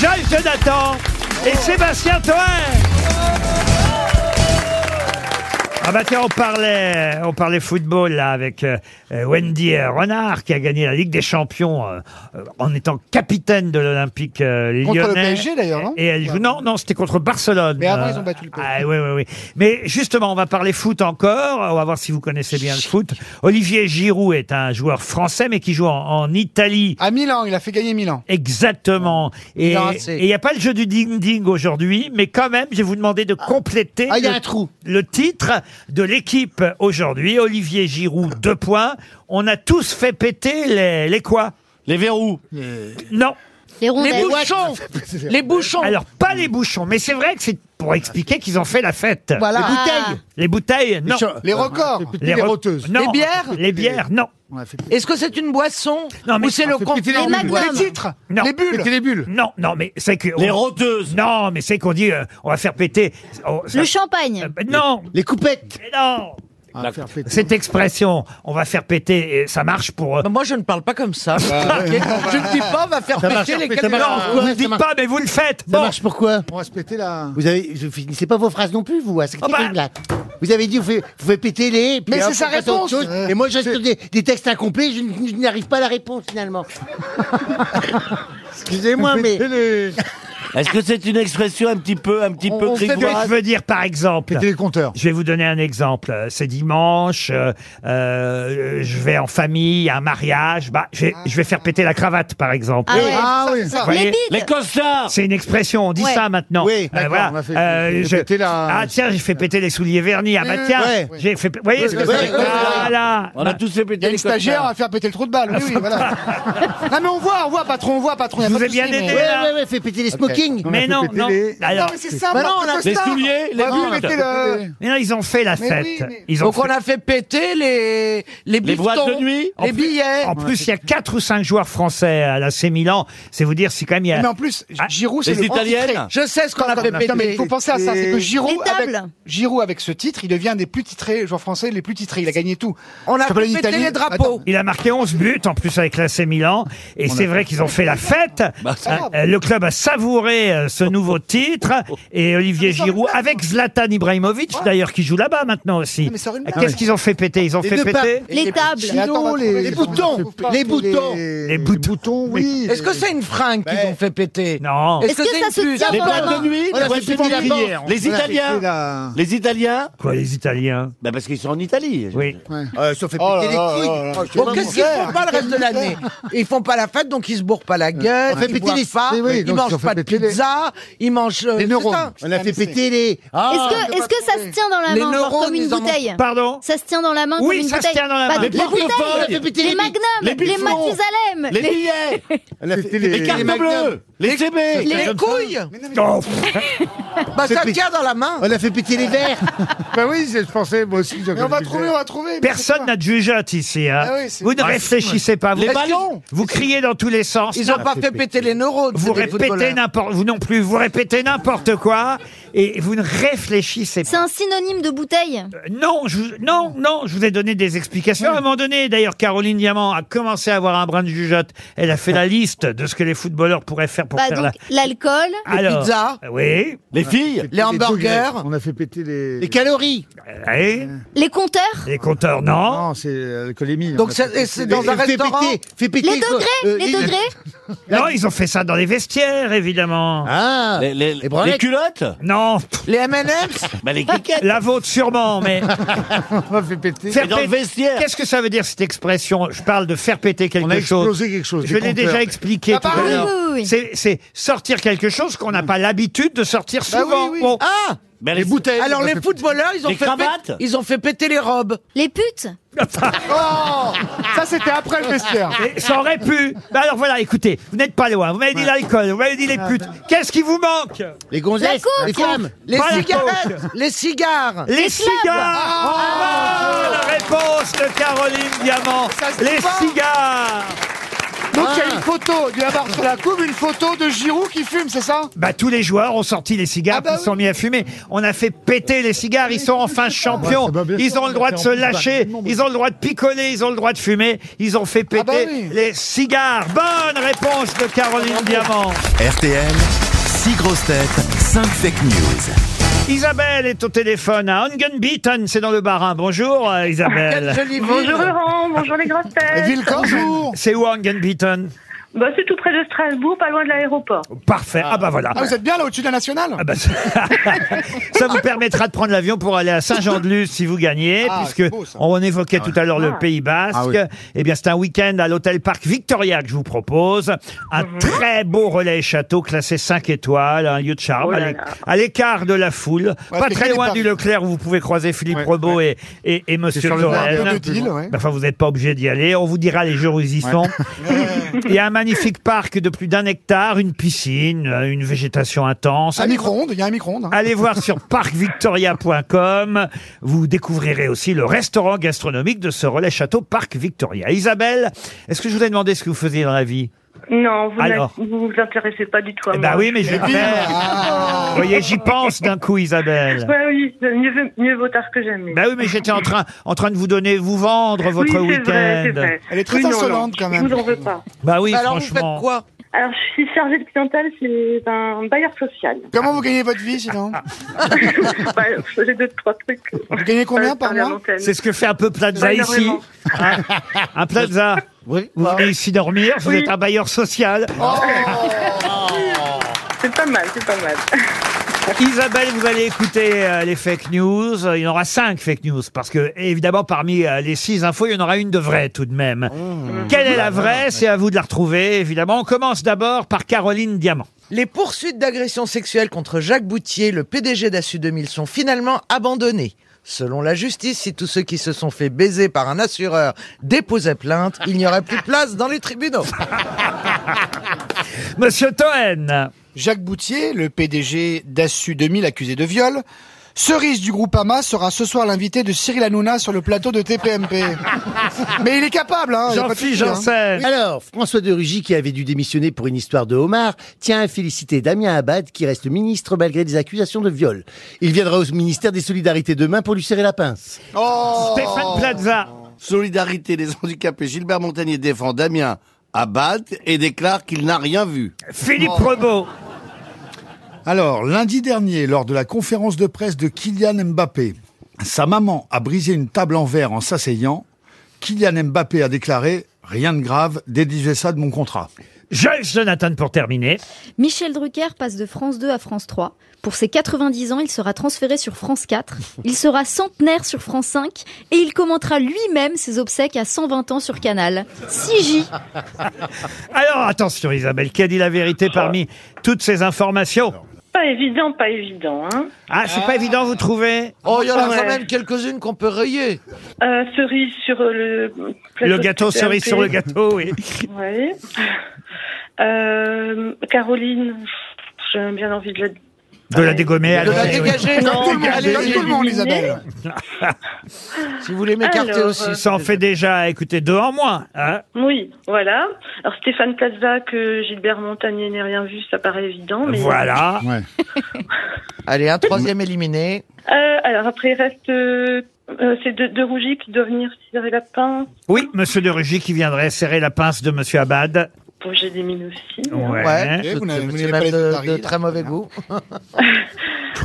S2: Jacques Jonathan et Sébastien Toen. Ah bah tiens, on parlait, on parlait football là avec euh, euh, Wendy euh, Renard qui a gagné la Ligue des Champions euh, euh, en étant capitaine de l'Olympique euh, lyonnais.
S3: Contre le PSG, d'ailleurs, non
S2: Et elle joue. Non, non, c'était contre Barcelone.
S3: Mais avant,
S2: Euh,
S3: ils ont battu le PSG.
S2: Ah, oui, oui, oui. Mais justement, on va parler foot encore. On va voir si vous connaissez bien le foot. Olivier Giroud est un joueur français, mais qui joue en, en Italie.
S3: À Milan, il a fait gagner Milan.
S2: Exactement. Et
S3: Milan
S2: et
S3: AC.
S2: il n'y a pas le jeu du ding-ding aujourd'hui, mais quand même, je vais vous demander de compléter
S8: Ah, il y a
S2: le,
S8: un trou.
S2: le titre de l'équipe aujourd'hui. Olivier Giroud, deux points. On a tous fait péter les, les quoi Euh,
S12: Les verrous.
S2: Non.
S7: Les
S6: Les
S7: rondelles.
S6: bouchons Les bouchons
S2: Alors, pas les bouchons, mais c'est vrai que c'est pour expliquer qu'ils ont fait la fête.
S8: Voilà.
S7: Ah.
S2: Les bouteilles, non.
S3: Les records.
S2: Les, re- non.
S6: Les bières
S2: Les bières, non.
S6: Est-ce que c'est une boisson
S2: Non, mais-
S6: Ou c'est le
S3: péter les
S6: conflit
S7: Les
S3: Les
S7: magnums.
S3: titres.
S2: Non.
S3: Les bulles.
S8: C'était les bulles.
S2: Non, non, mais c'est que.
S12: Les
S2: on-
S12: roteuses.
S2: Non, mais c'est qu'on dit, euh, on va faire péter. oh, ça-
S7: Le champagne.
S2: Euh, bah, non,
S8: Les coupettes.
S2: mais non.
S12: La-
S2: Cette expression, on va faire péter, et ça marche pour. euh, Ah,
S6: Moi, je ne parle pas comme ça. je ne dis pas, on va faire
S8: marche,
S6: péter les
S8: mais ça
S6: canulars.
S8: marche.
S2: Vous
S8: ouais,
S2: ne
S8: ça
S2: dites
S8: marche.
S2: pas, mais vous le faites.
S8: Ça
S2: Bon.
S8: marche pourquoi
S3: On va se péter la.
S8: Vous avez, vous finissez pas vos phrases non plus, vous, à cette
S2: Ah bah.
S8: là Vous avez dit, vous faites, vous faites péter les... puis
S3: Mais
S8: alors,
S3: c'est sa
S8: on passe à autre
S3: réponse.
S8: chose.
S3: Euh,
S8: Et moi, je reste sur des, des textes incomplets, je, n- je n'arrive pas à la réponse, finalement. Excusez-moi, mais...
S12: Est-ce que c'est une expression un petit peu, un petit peu
S2: Ce que je
S12: grivoise
S2: veux dire, par exemple.
S4: Péter les compteurs.
S2: Je vais vous donner un exemple. Euh, C'est dimanche, euh, euh, je vais en famille, à un mariage. Bah, je vais- je vais faire péter la cravate, par exemple.
S7: Ah ouais.
S4: Ah oui.
S2: Vous
S7: Les
S2: voyez
S12: Les
S7: bides.
S12: costards
S2: C'est une expression, on dit
S7: Ouais.
S2: ça maintenant.
S4: Oui, d'accord,
S2: voilà.
S4: on a fait-
S2: Euh,
S4: j'ai
S2: je-
S4: pété la- Euh,
S2: Ah tiens, j'ai fait péter les souliers vernis. Ah bah tiens,
S4: Ouais.
S2: j'ai fait. Vous voyez ce que
S4: Ouais,
S2: c'est
S4: ouais, ouais.
S2: Voilà.
S12: On a tous fait
S3: Il y
S12: péter
S3: a les stagiaires à faire péter le trou de balle. Oui, oui, voilà. Non, mais on voit, on voit, patron, on voit, patron. y a
S2: Je
S3: pas
S2: vous
S3: de
S2: ai bien
S3: souci,
S2: aidé.
S3: mais-
S8: Ouais, ouais, ouais, fais péter les smokings
S4: On a
S2: Mais
S4: fait
S2: non,
S4: péter
S2: Ah non.
S4: les-
S2: Alors,
S3: Non, mais c'est ça,
S6: Bah non,
S3: Marc,
S6: on a-
S3: c'est
S12: Les
S3: ça.
S12: souliers, les
S3: On a vu
S12: bandes.
S3: péter le-
S2: mais non, ils ont fait la
S3: euh, Mais
S2: fête.
S3: oui, mais-
S2: Ils ont
S6: Donc,
S2: fait-
S6: on a fait péter les, les
S12: Les boîtes
S6: biftons,
S12: de nuit
S2: En
S6: les
S2: plus-
S6: billets.
S2: En plus, il y a quatre ou cinq joueurs français à la C Milan. C'est vous dire si quand même il y a.
S3: Mais en plus,
S2: Ah,
S3: Giroud, c'est
S12: Les
S3: le grand titré.
S12: italiennes
S6: Je sais ce qu'on a fait péter.
S3: Non, mais il faut penser à ça, c'est que Giroud
S7: Les
S3: avec,
S7: tables.
S3: Giroud, avec ce titre, il devient des plus titrés, joueurs français les plus titrés. Il a gagné tout.
S6: On a fait
S3: Championnat
S6: péter
S3: d'Italie.
S6: les drapeaux.
S2: Il a marqué 11 buts en plus avec l'AC Milan et c'est vrai qu'ils ont fait la fête. Euh, Le club a savouré euh, ce nouveau titre et Olivier Giroud avec Zlatan Ibrahimovic d'ailleurs qui joue là-bas maintenant aussi.
S6: Ah,
S2: Euh,
S3: Non, mais ça aurait une
S2: Qu'est-ce qu'ils ont fait péter Ils ont fait
S8: deux
S2: péter
S7: Les tables.
S3: Mais attends, on va trouver
S8: les
S3: gens.
S8: boutons,
S3: On trouve pas.
S8: les boutons.
S2: les boutons. Oui.
S6: Est-ce que c'est une fringue qu'ils ont fait péter
S2: Non.
S6: Est-ce que
S7: Est-ce que
S6: c'est
S7: ça
S6: une
S7: se
S6: puce
S7: tient
S12: Les
S7: vraiment
S12: boîtes de nuit
S8: On a
S12: Les boîtes
S8: fait
S12: de
S8: péter la
S12: nuit.
S8: banque.
S12: Les Italiens
S4: Ah.
S12: Les Italiens
S2: Quoi les Italiens
S12: Bah parce qu'ils sont en Italie.
S2: Oui.
S8: Euh, ça fait péter
S3: Oh là
S8: les couilles.
S3: là là là.
S8: Oh, je sais
S6: Bon,
S8: pas,
S6: qu'est-ce
S8: moi.
S6: qu'ils font pas le reste de l'année Ils font pas la fête, donc ils se bourrent pas la gueule,
S8: On fait
S6: ils
S8: péter
S6: boivent
S8: les-
S6: pas,
S8: Oui, oui,
S6: ils
S8: donc ils ont
S6: mangent
S8: fait
S6: pas de
S8: péter les-
S6: pizza, ils mangent... euh,
S8: Les neurones.
S6: putain,
S8: On a fait péter les...
S7: Est-ce
S8: Ah,
S7: que, est-ce que ça se tient dans la
S6: Les
S7: main, genre
S6: neurones,
S7: comme une
S6: ils en
S7: bouteille
S2: Pardon.
S7: Ça se tient dans la main
S2: Oui,
S7: comme une
S2: ça se
S7: bouteille.
S2: tient dans la main.
S7: Bah,
S12: Les
S7: les
S12: portefeuilles,
S7: bouteilles, les magnums,
S12: les
S7: les,
S12: buffons,
S7: Mathusalem,
S12: Les billets
S8: on a fait péter
S12: Les cartes bleues Les CB
S6: Les couilles
S2: Oh, pff,
S6: Bah ça tient dans la main
S8: On a fait péter les verres.
S4: Bah oui, je pensais, moi aussi.
S3: Mais on va trouver, on va trouver. mais
S2: personne
S3: c'est
S2: n'a de jugeote ici. hein.
S3: Ah oui, c'est-
S2: vous ne réfléchissez pas. Vous,
S12: Les ballons
S2: vous criez dans tous les sens.
S6: Ils ont pas fait péter les neurones
S2: Vous
S6: c'est des
S2: répétez
S6: footballeurs.
S2: n'importe, vous non plus, vous répétez n'importe quoi, et vous ne réfléchissez pas. Euh,
S7: C'est un synonyme de bouteille.
S2: Non, je, vous- non, non, je vous ai donné des
S6: Mm.
S2: explications. À un moment donné, d'ailleurs, Caroline Diamant a commencé à avoir un brin de jugeote. Elle a fait la liste de ce que les footballeurs pourraient faire pour
S7: Bah,
S2: faire
S7: donc, l'alcool.
S2: la... Alors, Oui.
S12: Les filles
S2: Les hamburgers.
S4: On a fait péter les...
S2: Les calories. Oui.
S7: Les compteurs.
S2: Euh, eh, Les compteurs, non.
S4: Non, c'est euh, l'alcoolémie.
S2: Donc
S4: On a
S2: ça-
S4: fait
S2: et c'est
S4: péter-
S2: dans un
S4: fait
S2: restaurant
S4: péter- fait péter
S7: les degrés.
S4: euh,
S7: les
S4: il-
S7: degrés.
S2: Non, ils ont fait ça dans les vestiaires, évidemment.
S8: Ah
S12: Les, les- les culottes
S2: Non. Hein,
S6: Les M&M's
S12: Bah, les cliquettes.
S2: La vôtre, sûrement, mais...
S4: On a fait péter.
S2: Faire péter- Qu'est-ce que ça veut dire, cette expression Je parle de faire péter quelque
S4: On a
S2: chose.
S4: explosé quelque chose,
S2: Je
S4: des
S2: l'ai
S4: compteurs.
S2: déjà expliqué
S4: Ah,
S2: tout
S4: bah
S2: à
S4: oui,
S2: l'heure.
S4: oui,
S2: C'est- C'est sortir quelque chose qu'on n'a pas l'habitude de sortir souvent. Bon.
S6: Ah
S2: les bouteilles.
S6: Alors les footballeurs, ils ont,
S2: Les
S6: fait pé-
S2: cravates
S6: ils ont fait péter les robes.
S7: Les putes
S3: Oh Ça, c'était après le vestiaire.
S2: Mais ça aurait pu. Bah alors voilà, écoutez, vous n'êtes pas loin. Vous m'avez dit l'alcool, vous m'avez dit les putes. Qu'est-ce qui vous manque
S8: Les gonzesses,
S2: coke.
S8: les Ah. femmes,
S6: Les
S2: Pas la
S6: cigarettes
S2: coke.
S6: Les cigares
S2: Les cigares Oh, La réponse de Caroline Diamant. Les cigares
S3: Donc, il y a une photo du Havard sur la couve, une photo de Giroud qui fume, c'est ça
S2: Bah, tous les joueurs ont sorti les
S3: Ah
S2: cigares,
S3: bah
S2: ils se sont mis à fumer. On a fait péter les cigares, ils sont enfin champions. ils ont le droit de se lâcher, ils ont le droit de picoler, ils ont le droit de fumer. Ils ont fait
S3: Ah
S2: péter
S3: bah
S2: les cigares. Bonne réponse de Caroline
S3: Ah,
S2: Diamant.
S1: RTL, 6 grosses têtes, 5 fake news.
S2: Isabelle est au téléphone à Ungenbieten, c'est dans le Barin. Bonjour euh, Isabelle.
S16: Bonjour Laurent, bonjour les grosses têtes.
S2: C'est où Ungenbieten
S16: Bah, c'est tout près de Strasbourg, pas loin de l'aéroport.
S2: Parfait. Ah, bah voilà.
S3: Ah, vous êtes bien là au-dessus de la nationale
S2: Ah bah, ça, ça vous permettra de prendre l'avion pour aller à Saint-Jean-de-Luz si vous gagnez,
S3: Ah, c'est
S2: puisque
S3: beau, ça.
S2: on évoquait tout à l'heure
S3: Ah.
S2: le Pays Basque.
S3: Ah oui.
S2: Eh bien, c'est un week-end à l'hôtel Parc Victoria que je vous propose. Un
S12: Mhm.
S2: très beau relais château classé 5 étoiles, un lieu de charme,
S12: Oh là
S2: à l'é-
S12: là.
S2: à l'écart de la foule,
S12: Ouais,
S2: pas
S12: c'est
S2: très
S12: que les
S2: loin
S12: paris.
S2: du Leclerc où vous pouvez croiser Philippe Rebaud et, et, et Monsieur
S12: sur le bord
S2: Touraine.
S12: un peu de deal, ouais.
S2: Enfin, vous n'êtes pas obligé d'y aller. On vous dira les jours où ils y sont. Il y a un magnifique parc de plus d'un hectare, une piscine, euh, une végétation intense.
S3: Un micro-ondes, il y a un micro-ondes. hein.
S2: Allez voir sur parcvictoria.com. Vous découvrirez aussi le restaurant gastronomique de ce relais château Parc Victoria. Isabelle, est-ce que je vous ai demandé ce que vous faisiez dans la vie
S16: Non, vous
S2: Alors.
S16: ne vous, vous intéressez pas du tout à
S2: Eh
S16: moi.
S2: ben oui, mais je vais le faire.
S16: Ah.
S2: Vous voyez, j'y pense d'un coup, Isabelle.
S16: Ouais, oui, mieux, vaut- mieux vaut tard que jamais.
S2: Ben oui, mais j'étais en train, en train de vous donner, vous vendre votre
S16: oui, c'est vrai, c'est
S2: week-end.
S16: vrai. Oui, non, non, Je vous en veux pas.
S2: Bah oui, Bah alors, vous franchement. faites quoi
S16: Alors, je suis chargée de clientèle chez un bailleur social.
S3: Comment vous gagnez votre vie, sinon
S16: Bah, J'ai deux, trois trucs.
S3: Vous gagnez combien
S16: Euh,
S3: par mois
S2: C'est ce que fait un peu Plaza
S16: Ouais,
S2: ici.
S16: énormément.
S2: Hein un Plaza. Vous
S3: bah
S2: venez ici dormir, vous êtes un bailleur social.
S16: C'est pas mal, c'est pas mal.
S2: Isabelle, vous allez écouter euh, les fake news. Il y en aura cinq fake news parce que, évidemment, parmi euh, les six infos, il y en aura une de vraie tout de même. Quelle est la vraie C'est à vous de la retrouver, évidemment. On commence d'abord par Caroline Diamant.
S6: Les poursuites d'agression sexuelle contre Jacques Boutier, le PDG d'Assu 2000, sont finalement abandonnées. Selon la justice, si tous ceux qui se sont fait baiser par un assureur déposaient plainte, il n'y aurait plus de place dans les tribunaux.
S2: Monsieur Toen.
S3: Jacques Boutier, le PDG d'Assu 2000 accusé de viol. Cerise du groupe Ama sera ce soir l'invité de Cyril Hanouna sur le plateau de TPMP. Mais il est capable,
S8: Ah,
S3: hein. il y a pas de souci, hein.
S8: Alors, François de Rugy, qui avait dû démissionner pour une histoire de homard, tient à féliciter Damien Abad, qui reste ministre malgré des accusations de viol. Il viendra au ministère des Solidarités demain pour lui serrer la pince.
S2: Stéphane Plaza.
S17: Oh. Solidarité des handicapés. Gilbert Montagnier défend Damien Abad et déclare qu'il n'a rien vu. Oh.
S2: Philippe Rebaud.
S4: Alors, lundi dernier, lors de la conférence de presse de Kylian Mbappé, sa maman a brisé une table en verre en s'asseyant. Kylian Mbappé a déclaré « Rien de grave, déduisez ça de mon contrat
S2: Jules Jonathan pour terminer.
S7: Michel Drucker passe de France 2 à France 3. Pour ses 90 ans, il sera transféré sur France 4. Il sera centenaire sur France 5 et il commentera lui-même ses obsèques à 120 ans sur Canal. 6J.
S2: Alors attention Isabelle, qui a dit la vérité parmi toutes ces informations
S16: Pas évident, pas évident. Hein.
S2: Ah, c'est pas évident, vous trouvez
S6: Oh, il y en a
S16: Ouais.
S6: quand même quelques-unes qu'on peut rayer.
S16: Euh, cerise sur le...
S2: Le gâteau, cerise sur le gâteau, oui.
S16: Oui. Euh, Caroline, j'ai bien envie de la
S2: De la dégommer.
S6: De la
S2: alors.
S6: dégager.
S3: Comme tout le monde,
S6: allez-y.
S3: comme tout le monde, Isabelle.
S6: Si vous voulez m'écarter aussi.
S2: Ça en fait déjà, écoutez, deux en moins. hein.
S16: Oui, voilà. Alors Stéphane Plaza que Gilbert Montagnier n'ait rien vu, ça paraît évident. Mais...
S2: Voilà.
S6: Allez, un troisième éliminé.
S16: Euh, alors après, il reste euh, euh, ces deux, deux Rougy qui doivent venir tirer la pince.
S2: Oui, monsieur de Rugy qui viendrait serrer la pince de monsieur Abad.
S16: Bon, j'ai des mines aussi.
S2: Ouais.
S6: Ouais,
S2: Vous n'avez- vous
S6: c'est
S2: n'avez
S6: même
S2: pas les deux
S6: de,
S2: paris,
S6: de très mauvais goût.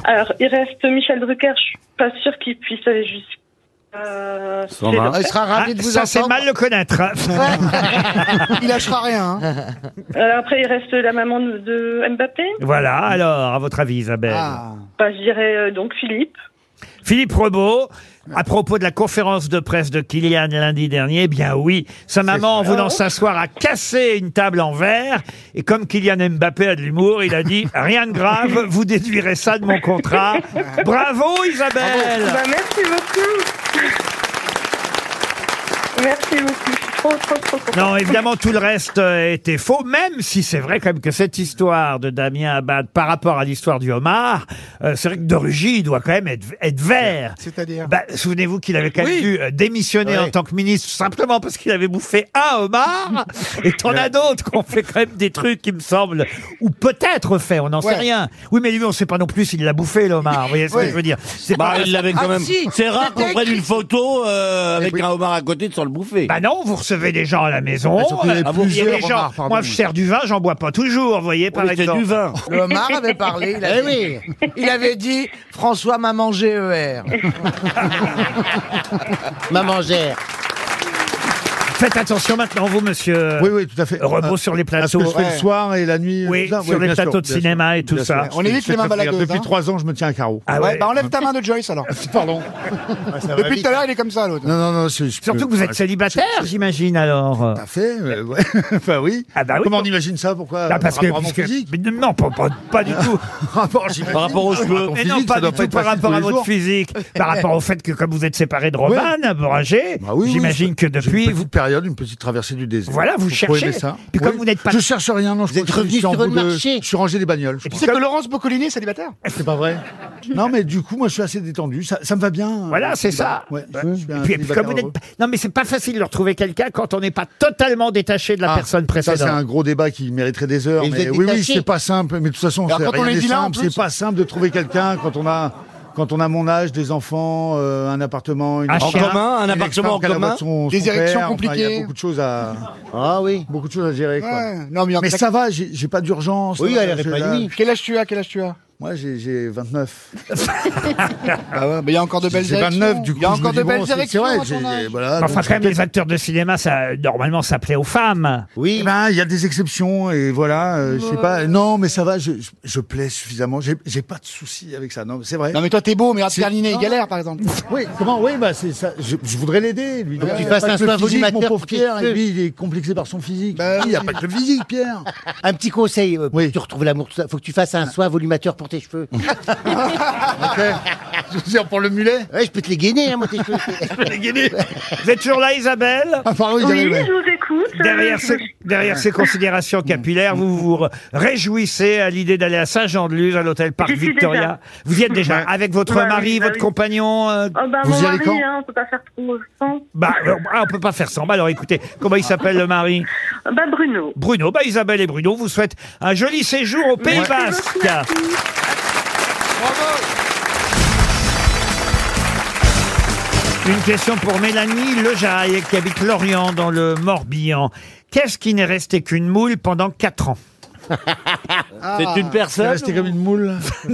S16: Alors, il reste Michel Drucker. Je suis pas sûre qu'il puisse aller jusqu'à. euh, tirer la
S6: Il sera ravi
S2: Ah,
S6: de vous
S2: ça, c'est
S6: entendre.
S2: mal le connaître. hein.
S3: Il lâchera rien. hein.
S16: Euh, après, il reste la maman de- de Mbappé.
S2: voilà, alors, à votre avis, Isabelle.
S15: Ah.
S16: Bah, je dirais euh, donc Philippe.
S2: Philippe Rebaud, à propos de la conférence de presse de Kylian lundi dernier, eh bien oui, sa maman, en voulant s'asseoir, a cassé une table en verre. Et comme Kylian Mbappé a de l'humour, il a dit « Rien de grave, vous déduirez ça de mon contrat. » Bravo Isabelle
S16: Bah, merci beaucoup. Merci beaucoup. Je suis trop, trop, trop contente.
S2: Non, évidemment, tout le reste euh, était faux, même si c'est vrai quand même que cette histoire de Damien Abad par rapport à l'histoire du homard, euh, c'est vrai que de Rugy, il doit quand même être, être vert.
S3: C'est-à-dire
S2: Bah, Souvenez-vous qu'il avait quand même dû euh, démissionner en tant que ministre simplement parce qu'il avait bouffé un homard. et t'en as d'autres qu'on fait quand même des trucs, il me semble, ou peut-être fait, on n'en
S12: Ouais.
S2: sait rien. Oui, mais lui, on ne sait pas non plus s'il l'a bouffé, l'homard. Vous voyez ce
S12: Oui.
S2: que je veux dire C'est
S12: Bah,
S2: pas-
S12: il l'avait quand
S2: Ah,
S12: même.
S2: si,
S12: c'est rare
S2: c'était
S12: qu'on prenne une photo euh, avec un homard à côté de sans le bouffer.
S2: Bah non, vous recevez des gens à la maison.
S12: Ah, surtout, il y avait
S2: Ah bon, il y a des
S12: plusieurs
S2: gens-
S12: homards, pardon.
S2: Moi, je sers du vin, j'en bois pas toujours, vous voyez, par
S12: mais c'est
S2: exemple. Eh
S12: du vin. Eh
S6: Le homard avait parlé. Il avait, il avait dit François E maman GER.
S8: Maman gère.
S2: Faites attention maintenant, vous, monsieur.
S4: Oui, oui, tout à fait.
S2: Rebond
S4: Euh,
S2: sur les
S4: à ce
S2: plateaux.
S4: que je fais le soir et la nuit.
S2: Oui,
S4: tout ça.
S2: sur les
S4: bien
S2: plateaux de
S4: bien
S2: cinéma et tout
S4: bien
S2: ça. On
S4: Je
S2: évite
S4: fais
S2: les mains
S4: très gaffe.
S2: baladeuses,
S4: Depuis
S2: hein.
S4: trois ans, je me tiens à carreau.
S2: Ah
S3: Ouais, bah enlève ta main de Joyce alors.
S4: Pardon.
S3: Depuis tout à l'heure, il est comme ça l'autre.
S4: Non, non, non. Surtout
S2: que vous êtes célibataire, j'imagine alors. Ah
S4: Tout à fait. euh, ouais. Enfin oui.
S2: bah oui,
S4: Comment on
S2: donc-
S4: imagine ça Pourquoi
S2: Ah, parce
S4: Par
S2: que,
S4: rapport à mon
S2: puisque-
S4: physique
S2: mais non, pas, pas- pas du tout.
S4: rapport, j'imagine.
S12: Par rapport aux cheveux.
S4: Ton
S2: Mais non,
S4: physique,
S2: pas
S4: ça
S2: du
S4: doit
S2: tout
S4: pas être
S2: par
S4: facile
S2: rapport
S4: tous
S2: à
S4: les
S2: votre
S4: jours.
S2: physique, par rapport au fait que comme vous êtes séparé de Roman,
S4: Ouais.
S2: Boranger,
S4: Bah oui, oui,
S2: j'imagine
S4: je-
S2: que depuis,
S4: j'ai une petite
S2: vous...
S4: période, une petite traversée du désert.
S2: Voilà, vous
S4: Faut
S2: cherchez.
S4: aimer ça.
S2: Puis comme vous n'êtes pas-
S4: je cherche rien, non. Je
S8: êtes
S4: crois que je
S8: revenu
S4: suis en
S8: sur
S4: bout
S8: le
S4: de-
S8: marché.
S4: Je suis rangé les bagnoles. je
S3: Tu
S4: crois.
S3: sais que Laurence Boccolini est célibataire
S4: C'est pas vrai. Non, mais du coup, moi, je suis assez détendu. Ça, ça me va bien.
S2: Voilà,
S4: Euh,
S2: c'est
S4: célibataire.
S2: ça.
S4: Ouais, je suis un
S2: Puis, puis
S4: célibataire
S2: comme vous
S4: heureux.
S2: n'êtes pas... Non, mais c'est pas facile de retrouver quelqu'un quand on n'est pas totalement détaché de la
S4: Ah,
S2: personne
S4: ça,
S2: précédente.
S4: c'est un gros débat qui mériterait des heures.
S8: Et vous
S4: mais
S8: êtes
S4: oui, oui,
S8: détaché.
S4: c'est pas simple. Mais de toute façon,
S3: Alors,
S4: c'est
S3: quand on
S4: rien
S3: est
S4: n'est
S3: vilain, en
S4: simple.
S3: plus.
S4: C'est pas simple de trouver quelqu'un quand on a. Quand on a mon âge, des enfants, euh, un appartement, une
S2: Un chien.
S12: Un
S4: une
S12: appartement en
S4: ex-femme qu'elle a
S12: commun.
S4: voix de son-
S3: Des
S4: son père,
S3: érections
S4: enfin, Il y
S3: compliquées.
S4: a beaucoup de choses à,
S8: Ah oui.
S4: beaucoup de choses à gérer. Quoi.
S3: Ouais. Non, mais, il y a-
S4: Mais ça va, j'ai j'ai pas d'urgence.
S8: Oui, elle est
S4: Je-
S8: répanouie.
S3: Quel âge tu as Quel âge tu as
S4: Moi, j'ai- j'ai 29. Bah
S3: Ah ouais, mais il y a encore de belles
S4: J'ai
S3: érections.
S4: 29, du coup.
S3: Il y a
S4: je me
S3: encore
S4: dis,
S3: de
S4: bon,
S3: belles
S4: c'est-
S3: érections
S4: C'est
S3: à
S4: vrai, j'ai-
S3: ton âge.
S4: voilà.
S2: Mais Enfin,
S4: Ah, donc,
S2: quand même, les acteurs de cinéma, ça, normalement, ça plaît aux femmes.
S4: Eh
S8: Oui.
S4: ben, il y a des exceptions et voilà, euh, je sais pas. Non, mais ça va, je, je, je plais suffisamment. J'ai j'ai pas de soucis avec ça. Non, mais c'est vrai.
S3: Non, mais toi, t'es beau, mais à
S4: C'est-
S3: terminer, il
S4: Non.
S3: galère par exemple.
S4: Oui, comment Oui, bah c'est ça. Je, je voudrais l'aider. Lui,
S8: Donc
S4: Il
S8: tu
S4: y a
S8: fasses
S4: pas
S8: un
S4: que le
S8: soin
S4: physique,
S8: volumateur
S4: mon pauvre
S8: pour qu'il
S4: Pierre.
S8: te-
S4: Et lui, il est complexé par son physique. Ah, il n'y a pas que le physique, Pierre.
S8: Un petit conseil euh, pour que tu retrouves l'amour. tout ça, Faut que tu fasses un soin volumateur pour tes cheveux.
S4: Je veux dire pour le mulet.
S8: Ouais, je peux te les gainer, hein, moi, tes cheveux.
S2: Vous êtes toujours là, Isabelle
S4: Ah, pardon,
S16: Oui,
S4: Isabelle, ouais.
S16: je vous écoute. Euh,
S2: Derrière
S16: je-
S2: ces, derrière ces considérations capillaires, vous vous réjouissez à l'idée d'aller à Saint-Jean-de-Luz, à l'hôtel Parc
S16: J'y suis
S2: Victoria.
S16: déjà.
S2: Vous y êtes déjà
S4: Ouais.
S2: avec votre
S16: Ouais,
S2: mari,
S16: oui, bah
S2: votre
S16: oui.
S2: compagnon. euh,
S16: Oh, bah,
S4: Vous
S16: mon
S4: y allez
S16: mari,
S4: quand
S16: hein, on peut pas faire trop sans.
S2: bah, alors, ah, on peut pas faire sans. Bah, alors écoutez, comment il s'appelle le mari
S16: Bah, Bruno.
S2: Bruno. Bah, Isabelle et Bruno vous souhaitent un joli séjour au Pays
S16: Merci
S2: Basque.
S16: beaucoup, merci.
S2: Une question pour Mélanie Lejaille, qui habite Lorient, dans le Morbihan. Qu'est-ce qui n'est resté qu'une moule pendant quatre ans
S12: C'est une
S4: Ah. C'est
S12: personne.
S4: resté comme une moule.
S12: ou-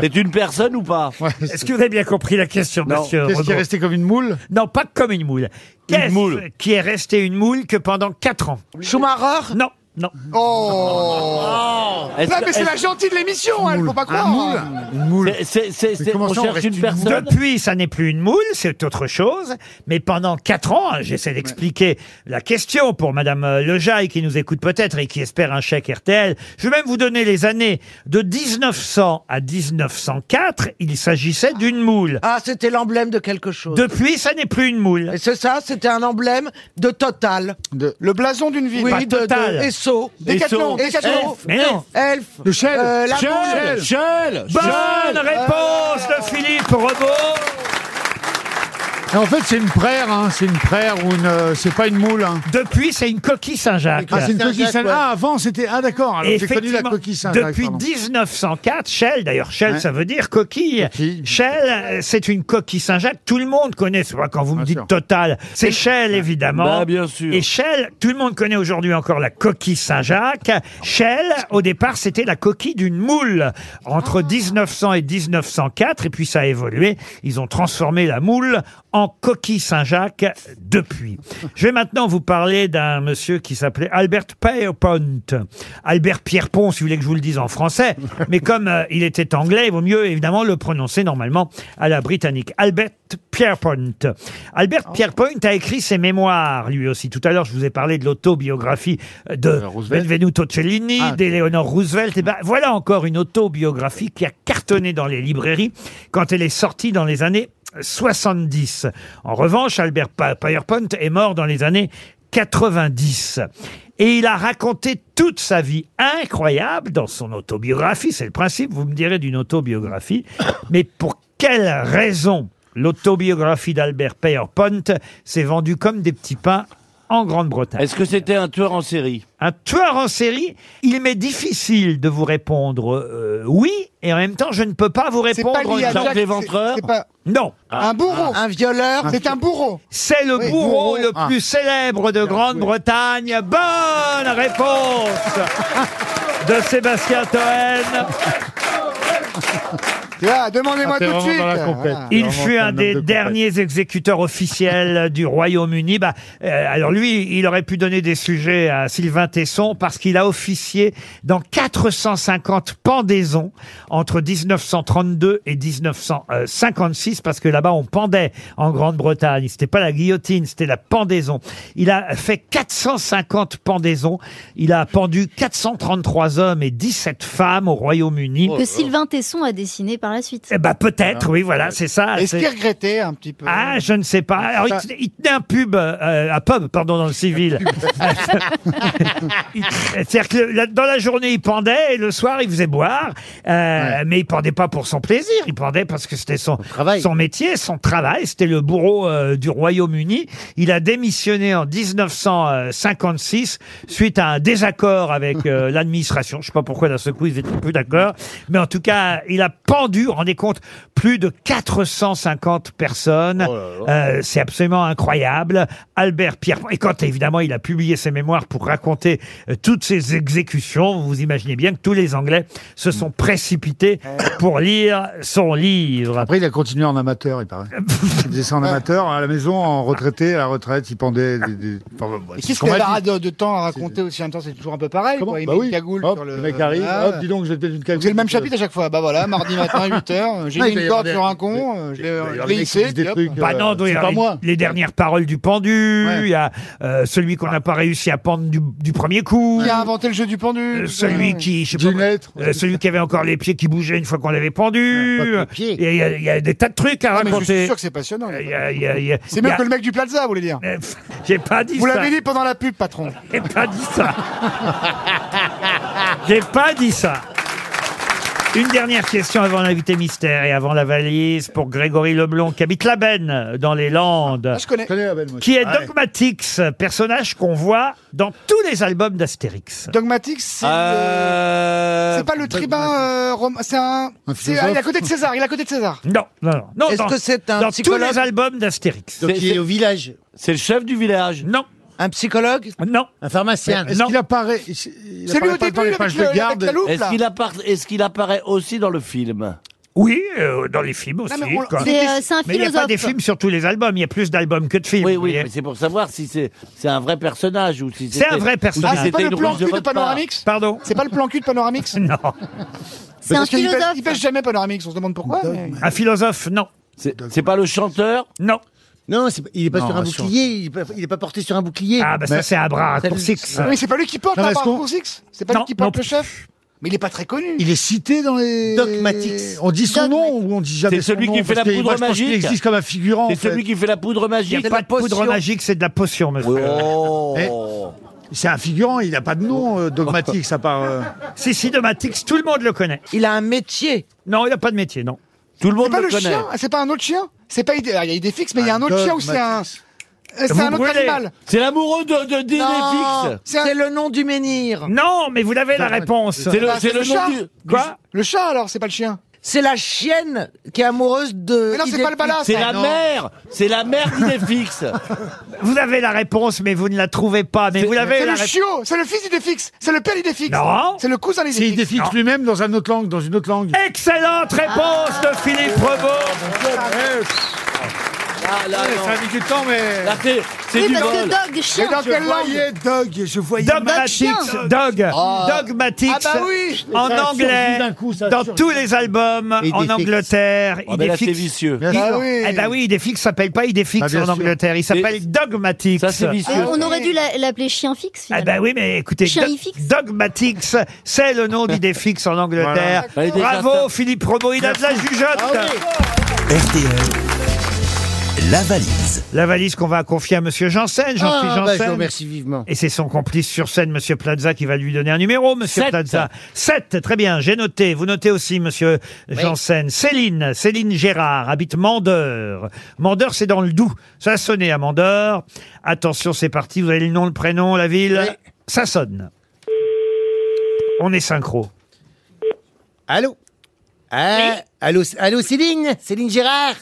S12: C'est une personne ou pas
S2: Est-ce que vous avez bien compris la question,
S12: Non.
S2: monsieur
S4: Qu'est-ce qui est
S2: Renaud
S4: resté comme une moule
S2: Non, pas comme une moule. Qu'est-ce
S12: moule.
S2: qui est resté une moule que pendant quatre ans
S6: Schumacher
S2: Non, non.
S3: Oh
S12: Est-ce
S3: Non,
S12: que-
S3: mais c'est la
S12: est-ce-
S3: gentille de l'émission, elle, faut pas croire. hein.
S4: Une moule.
S12: c'est- c'est- c'est-
S4: Mais
S12: c'est-
S4: comment
S12: On
S4: ça, on
S12: cherche
S4: reste
S12: une
S4: une moule
S12: personne.
S2: Depuis, ça n'est plus une moule, c'est autre chose. Mais pendant quatre ans, hein, j'essaie d'expliquer la question pour Madame euh, Lejaille qui nous écoute peut-être et qui espère un chèque RTL. Je vais même vous donner les années de 1900 à 1904. Il s'agissait d'une moule.
S6: Ah, c'était l'emblème de quelque chose.
S2: Depuis, ça n'est plus une moule.
S6: Et c'est ça, c'était un emblème de Total.
S4: De-
S3: Le blason d'une ville.
S6: Oui,
S2: pas
S6: de, de
S2: Total.
S6: Esso.
S2: Décathlon, Décathlon. Mais non.
S6: Elf.
S2: Le Shell.
S6: Euh, la
S2: Shell,
S6: Banque.
S2: Shell, Bonne Shell. réponse de Philippe Rebaud.
S4: Et en fait, c'est une praire, hein, c'est une praire ou une, euh, c'est pas une moule.
S2: Depuis, c'est une coquille Saint-Jacques.
S4: Ah, c'est une coquille Saint-Jacques. Ah, avant, c'était. Ah, d'accord. alors J'ai connu la
S2: Effectivement,
S4: coquille Saint-Jacques.
S2: Depuis
S4: pardon.
S2: 1904, Shell, d'ailleurs, Shell,
S4: Ouais.
S2: ça veut dire coquille. Shell, euh, c'est une coquille Saint-Jacques. Tout le monde connaît, c'est pas quand vous me dites Total, c'est Shell, évidemment.
S12: Bah, bien sûr.
S2: Et Shell, tout le monde connaît aujourd'hui encore la coquille Saint-Jacques. Shell, au départ, c'était la coquille d'une moule.
S4: Ah.
S2: Entre 1900 et 1904, et puis ça a évolué. Ils ont transformé la moule en coquille Saint-Jacques depuis. Je vais maintenant vous parler d'un monsieur qui s'appelait Albert Pierpont. euh, Albert Pierpont, si vous voulez que je vous le dise en français. Mais comme euh, il était anglais, il vaut mieux évidemment le prononcer normalement à la britannique. Albert Pierpont. Albert Pierpont a écrit ses mémoires, lui aussi. Tout à l'heure, je vous ai parlé de l'autobiographie de Benvenuto Cellini, d'Eleanor Roosevelt. Et ben, voilà encore une autobiographie qui a cartonné dans les librairies quand elle est sortie dans les années 70. En revanche, Albert Pa- Pierpont est mort dans les années 90. Et il a raconté toute sa vie incroyable dans son autobiographie. C'est le principe, vous me direz, d'une autobiographie. Mais pour quelle raison l'autobiographie d'Albert Pierpont s'est vendue comme des petits pains en Grande-Bretagne
S12: Est-ce que c'était un tueur en série
S2: un tueur en série, il m'est difficile de vous répondre euh, oui, et en même temps, je ne peux pas vous
S3: C'est pas
S2: répondre
S3: lié à
S2: non.
S3: Jack, c'est- c'est pas-
S2: Non. Ah.
S3: Un bourreau.
S6: Un violeur.
S3: C'est un bourreau.
S2: C'est le
S3: Oui,
S2: bourreau
S3: bourreau.
S2: le
S3: Ah.
S2: plus célèbre de Grande-Bretagne. Bonne réponse de Sébastien Toen.
S3: Ah, demandez-moi tout de suite. Ah.
S2: Il fut un des derniers exécuteurs officiels du Royaume-Uni. Bah, euh, alors lui, il aurait pu donner des sujets à Sylvain Tesson parce qu'il a officié dans 450 pendaisons entre 1932 et 1956 parce que là-bas on pendait en Grande-Bretagne. C'était pas la guillotine, c'était la pendaison. Il a fait 450 pendaisons. Il a pendu 433 hommes et 17 femmes au
S3: Oh
S2: Royaume-Uni.
S7: que Sylvain Tesson a dessiné par la suite.
S2: Eh ben peut-être, oui, voilà, c'est ça.
S3: Ah. Est-ce
S2: c'est-
S3: qu'il regrettait un petit peu
S2: ah, je ne sais pas. Alors, il,
S3: Ça-
S2: tenait- il tenait un pub, euh, un pub, pardon, dans le civil. Il- C'est-à-dire que le- la- dans la journée, il pendait et le soir, il faisait boire. Euh, Mais il pendait pas pour son plaisir. Il pendait parce que c'était son, son métier, son travail. C'était le bourreau euh, du Royaume-Uni. Il a démissionné en 1956 suite à un désaccord avec euh, l'administration. Je sais pas pourquoi d'un seul coup, ils étaient plus d'accord. Mais en tout cas, il a pendu, rendez compte, plus de 450 personnes.
S4: Oh
S2: Euh, c'est absolument incroyable. Albert Pierre. Et quand évidemment il a publié ses mémoires pour raconter euh, toutes ses exécutions, vous imaginez bien que tous les Anglais se
S4: Mm.
S2: sont précipités
S4: Eh.
S2: pour lire son livre.
S4: Après, il a continué en amateur, il paraît. Il faisait ça en amateur, à la maison, en retraité, à la retraite, il pendait des. des- enfin, bon,
S3: Et
S4: c'est
S3: qu'est-ce
S4: ce qu'on
S3: qu'il
S4: m'a
S3: a
S4: dit.
S3: de, de temps à raconter aussi en même temps C'est toujours un peu pareil.
S4: Comment
S3: quoi. Il
S4: Bah
S3: met
S4: oui.
S3: une cagoule
S4: Hop,
S3: sur
S4: le mec arrive, hop, dis donc, je vais te mettre une cagoule.
S3: C'est le même chapitre à chaque fois. Bah voilà, mardi matin, 8h, j'ai
S4: Non, il doit
S3: mis
S4: y
S3: une
S4: avoir
S3: corde
S4: des-
S3: sur un con, euh,
S4: doit
S3: je
S4: y
S3: l'ai-
S4: avoir
S3: je
S4: des
S3: l'ai
S4: mecs
S3: hissé,
S4: qui disent des
S3: puis hop.
S4: trucs, euh,
S2: Bah non, doit y avoir les, les dernières paroles du pendu, il y a euh, celui
S4: Bah.
S2: qu'on n'a pas réussi à pendre du, du premier coup.
S3: Qui a inventé le jeu du pendu
S2: Euh, celui qui, je sais pas, euh, celui qui avait encore les pieds qui bougeaient une fois qu'on l'avait pendu. Il y, a- il y a des tas de trucs à
S3: Ah, mais je suis
S2: raconter.
S3: sûr que c'est passionnant. C'est
S2: C'est
S3: mieux que le mec du Plaza, vous voulez dire.
S2: Euh, J'ai pas dit
S3: Vous
S2: ça.
S3: l'avez dit pendant la pub, patron.
S2: J'ai pas dit ça. J'ai pas dit ça. Une dernière question avant l'invité mystère et avant la valise pour Grégory Leblon qui habite la Benne dans les Landes.
S3: Ah, Je connais.
S2: Qui est
S4: Ah
S2: Dogmatix, personnage qu'on voit dans tous les albums d'Astérix.
S3: Dogmatix, c'est le-
S4: Euh,
S2: Euh,
S3: C'est pas le tribun euh, romain, c'est un. c'est- ah, il est à côté de César, il est à côté de César.
S2: Non, non, non. non
S3: Est-ce
S2: dans-
S3: que c'est un
S2: Dans
S3: psychologue
S2: tous les albums d'Astérix.
S3: Donc, il est au
S2: village. C'est le chef du village. Non.
S6: Un psychologue
S2: Non.
S6: Un pharmacien
S4: Est-ce qu'il apparaît C'est
S6: apparaît lui au pas début, dans les avec pages de le- garde. avec la loupe,
S12: Est-ce
S6: là
S12: qu'il appara- est-ce qu'il apparaît aussi dans le film
S2: Oui, euh, dans les films aussi.
S12: mais on-
S2: quoi.
S12: C'est, euh, c'est un
S2: Mais il n'y a pas
S12: philosophe.
S2: des films sur tous les albums, il y a plus d'albums que de films.
S12: Oui,
S2: vous
S12: oui,
S2: voyez.
S12: mais c'est pour savoir si c'est c'est un vrai personnage ou si
S2: C'est un vrai
S3: Ah,
S2: personnage.
S12: ou si c'était une ruse de votre part.
S2: Pardon
S3: C'est pas le plan cul de Panoramix
S2: Non.
S3: C'est un philosophe.
S2: philosophe.
S3: Il pêche jamais Panoramix, on se demande pourquoi. mais-
S2: Un philosophe, non.
S12: C'est pas le chanteur
S2: Non.
S8: Non, c'est- il est pas
S4: Non,
S8: sur un
S4: rassure.
S8: bouclier, il est pas- il est pas porté sur un bouclier.
S2: Ah, bah ça, c'est un bras à coursix.
S3: Ah Oui, c'est pas lui qui porte
S8: Non,
S3: la
S8: mais
S3: barre
S8: est-ce qu'on-
S3: pour Six. C'est pas lui qui porte le chef. Mais il est pas très connu.
S4: Il est cité dans les. Dogmatix. On dit son nom ou on dit jamais
S12: C'est
S4: son
S12: celui
S4: nom,
S12: qui fait
S4: parce
S12: la
S4: que moi,
S12: poudre
S4: je pense qu'il
S12: magique.
S4: existe comme un figurant. en
S12: C'est
S4: fait.
S12: celui qui fait la poudre
S2: Il n'y
S12: magique.
S2: a pas de poudre magique, c'est de la potion, monsieur.
S12: Oh.
S2: Eh.
S4: C'est un figurant, il n'a pas de nom, euh, dogmatique, ça part.
S2: euh. Si, si, Domatix, tout le monde le connaît.
S6: Il a un métier.
S2: Non, il n'a pas de métier, non. Tout le
S3: C'est pas le chien, c'est pas un autre chien. C'est pas idée. Il y a Idéfix, mais il y a un autre chien ou c'est un. euh, C'est
S2: Vous
S3: un autre
S2: brûlez.
S3: animal.
S12: C'est l'amoureux de, de
S6: Non,
S12: d'Idéfix.
S6: C'est le nom du menhir.
S2: Non, mais vous avez la réponse.
S12: C'est le-
S3: Bah,
S12: c'est le nom
S3: chat.
S12: du-
S2: Quoi
S3: Le chat alors, c'est pas le chien.
S6: C'est la chienne qui est amoureuse de.
S3: Mais non, c'est
S6: Idéfix.
S3: pas le balade.
S12: C'est la mère. C'est la mère d'Idéfix.
S2: Vous avez la réponse, mais vous ne la trouvez pas. Mais vous l'avez
S3: C'est
S2: la
S3: le
S2: rép-
S3: chiot, c'est le fils d'Idéfix, c'est le père d'Idéfix.
S2: Non.
S3: C'est le cousin
S4: C'est il
S3: d'Idéfix.
S4: défixe lui-même dans une autre langue, dans une autre langue.
S2: Excellente réponse de Philippe Rebaud.
S12: Ah, là, non.
S4: a mis du temps, mais.
S12: Là, c'est- c'est du
S7: parce que
S12: vol.
S7: dog, chien.
S4: Mais dans
S3: Je
S4: quelle
S3: voyais
S4: langue Dog, je voyais
S2: Dogmatix, Dog,
S3: Ah.
S2: Dogmatix,
S3: Ah bah oui.
S2: en
S4: Ça a surgi
S2: anglais,
S4: d'un coup, ça a
S2: dans
S4: surgi.
S2: tous les albums,
S8: Et
S2: en
S8: des fixes.
S2: Angleterre,
S12: Ah, ben là, c'est
S2: Idéfix.
S12: vicieux.
S4: Bien
S2: Il-
S4: sûr.
S3: oui.
S2: Eh ben oui, Idéfix s'appelle pas Idéfix
S4: Bah, bien
S2: en
S4: sûr.
S2: Angleterre, il s'appelle Dogmatix.
S12: Ça, c'est vicieux.
S7: Ah, on aurait dû la- l'appeler chien fixe,
S2: Ah
S7: finalement.
S2: ben oui, mais écoutez,
S7: Chien
S2: Do-
S7: Ifix.
S2: Dogmatix, c'est le nom d'Idéfix en Angleterre.
S12: Voilà. Ouais, Bah, déjà Ah
S2: Bravo Philippe Robot, il a de la jugeote.
S1: RTL, la valise.
S2: La valise qu'on va confier à Monsieur Janssen, Jean-Philippe
S8: Ah, bah, je vous
S2: Janssen.
S8: remercie vivement.
S2: Et c'est son complice sur scène, Monsieur Plaza, qui va lui donner un numéro, Monsieur
S12: Sept.
S2: Plaza. 7, très bien, j'ai noté. Vous notez aussi, Monsieur Janssen. Céline, Céline Gérard, habite Mandeur. Mandeur, c'est dans le Doubs. Ça a sonné à Mandeur. Attention, c'est parti, vous avez le nom, le prénom, la ville. Ça sonne. On est synchro.
S8: Allô Ah, allô, allô, Céline Céline Gérard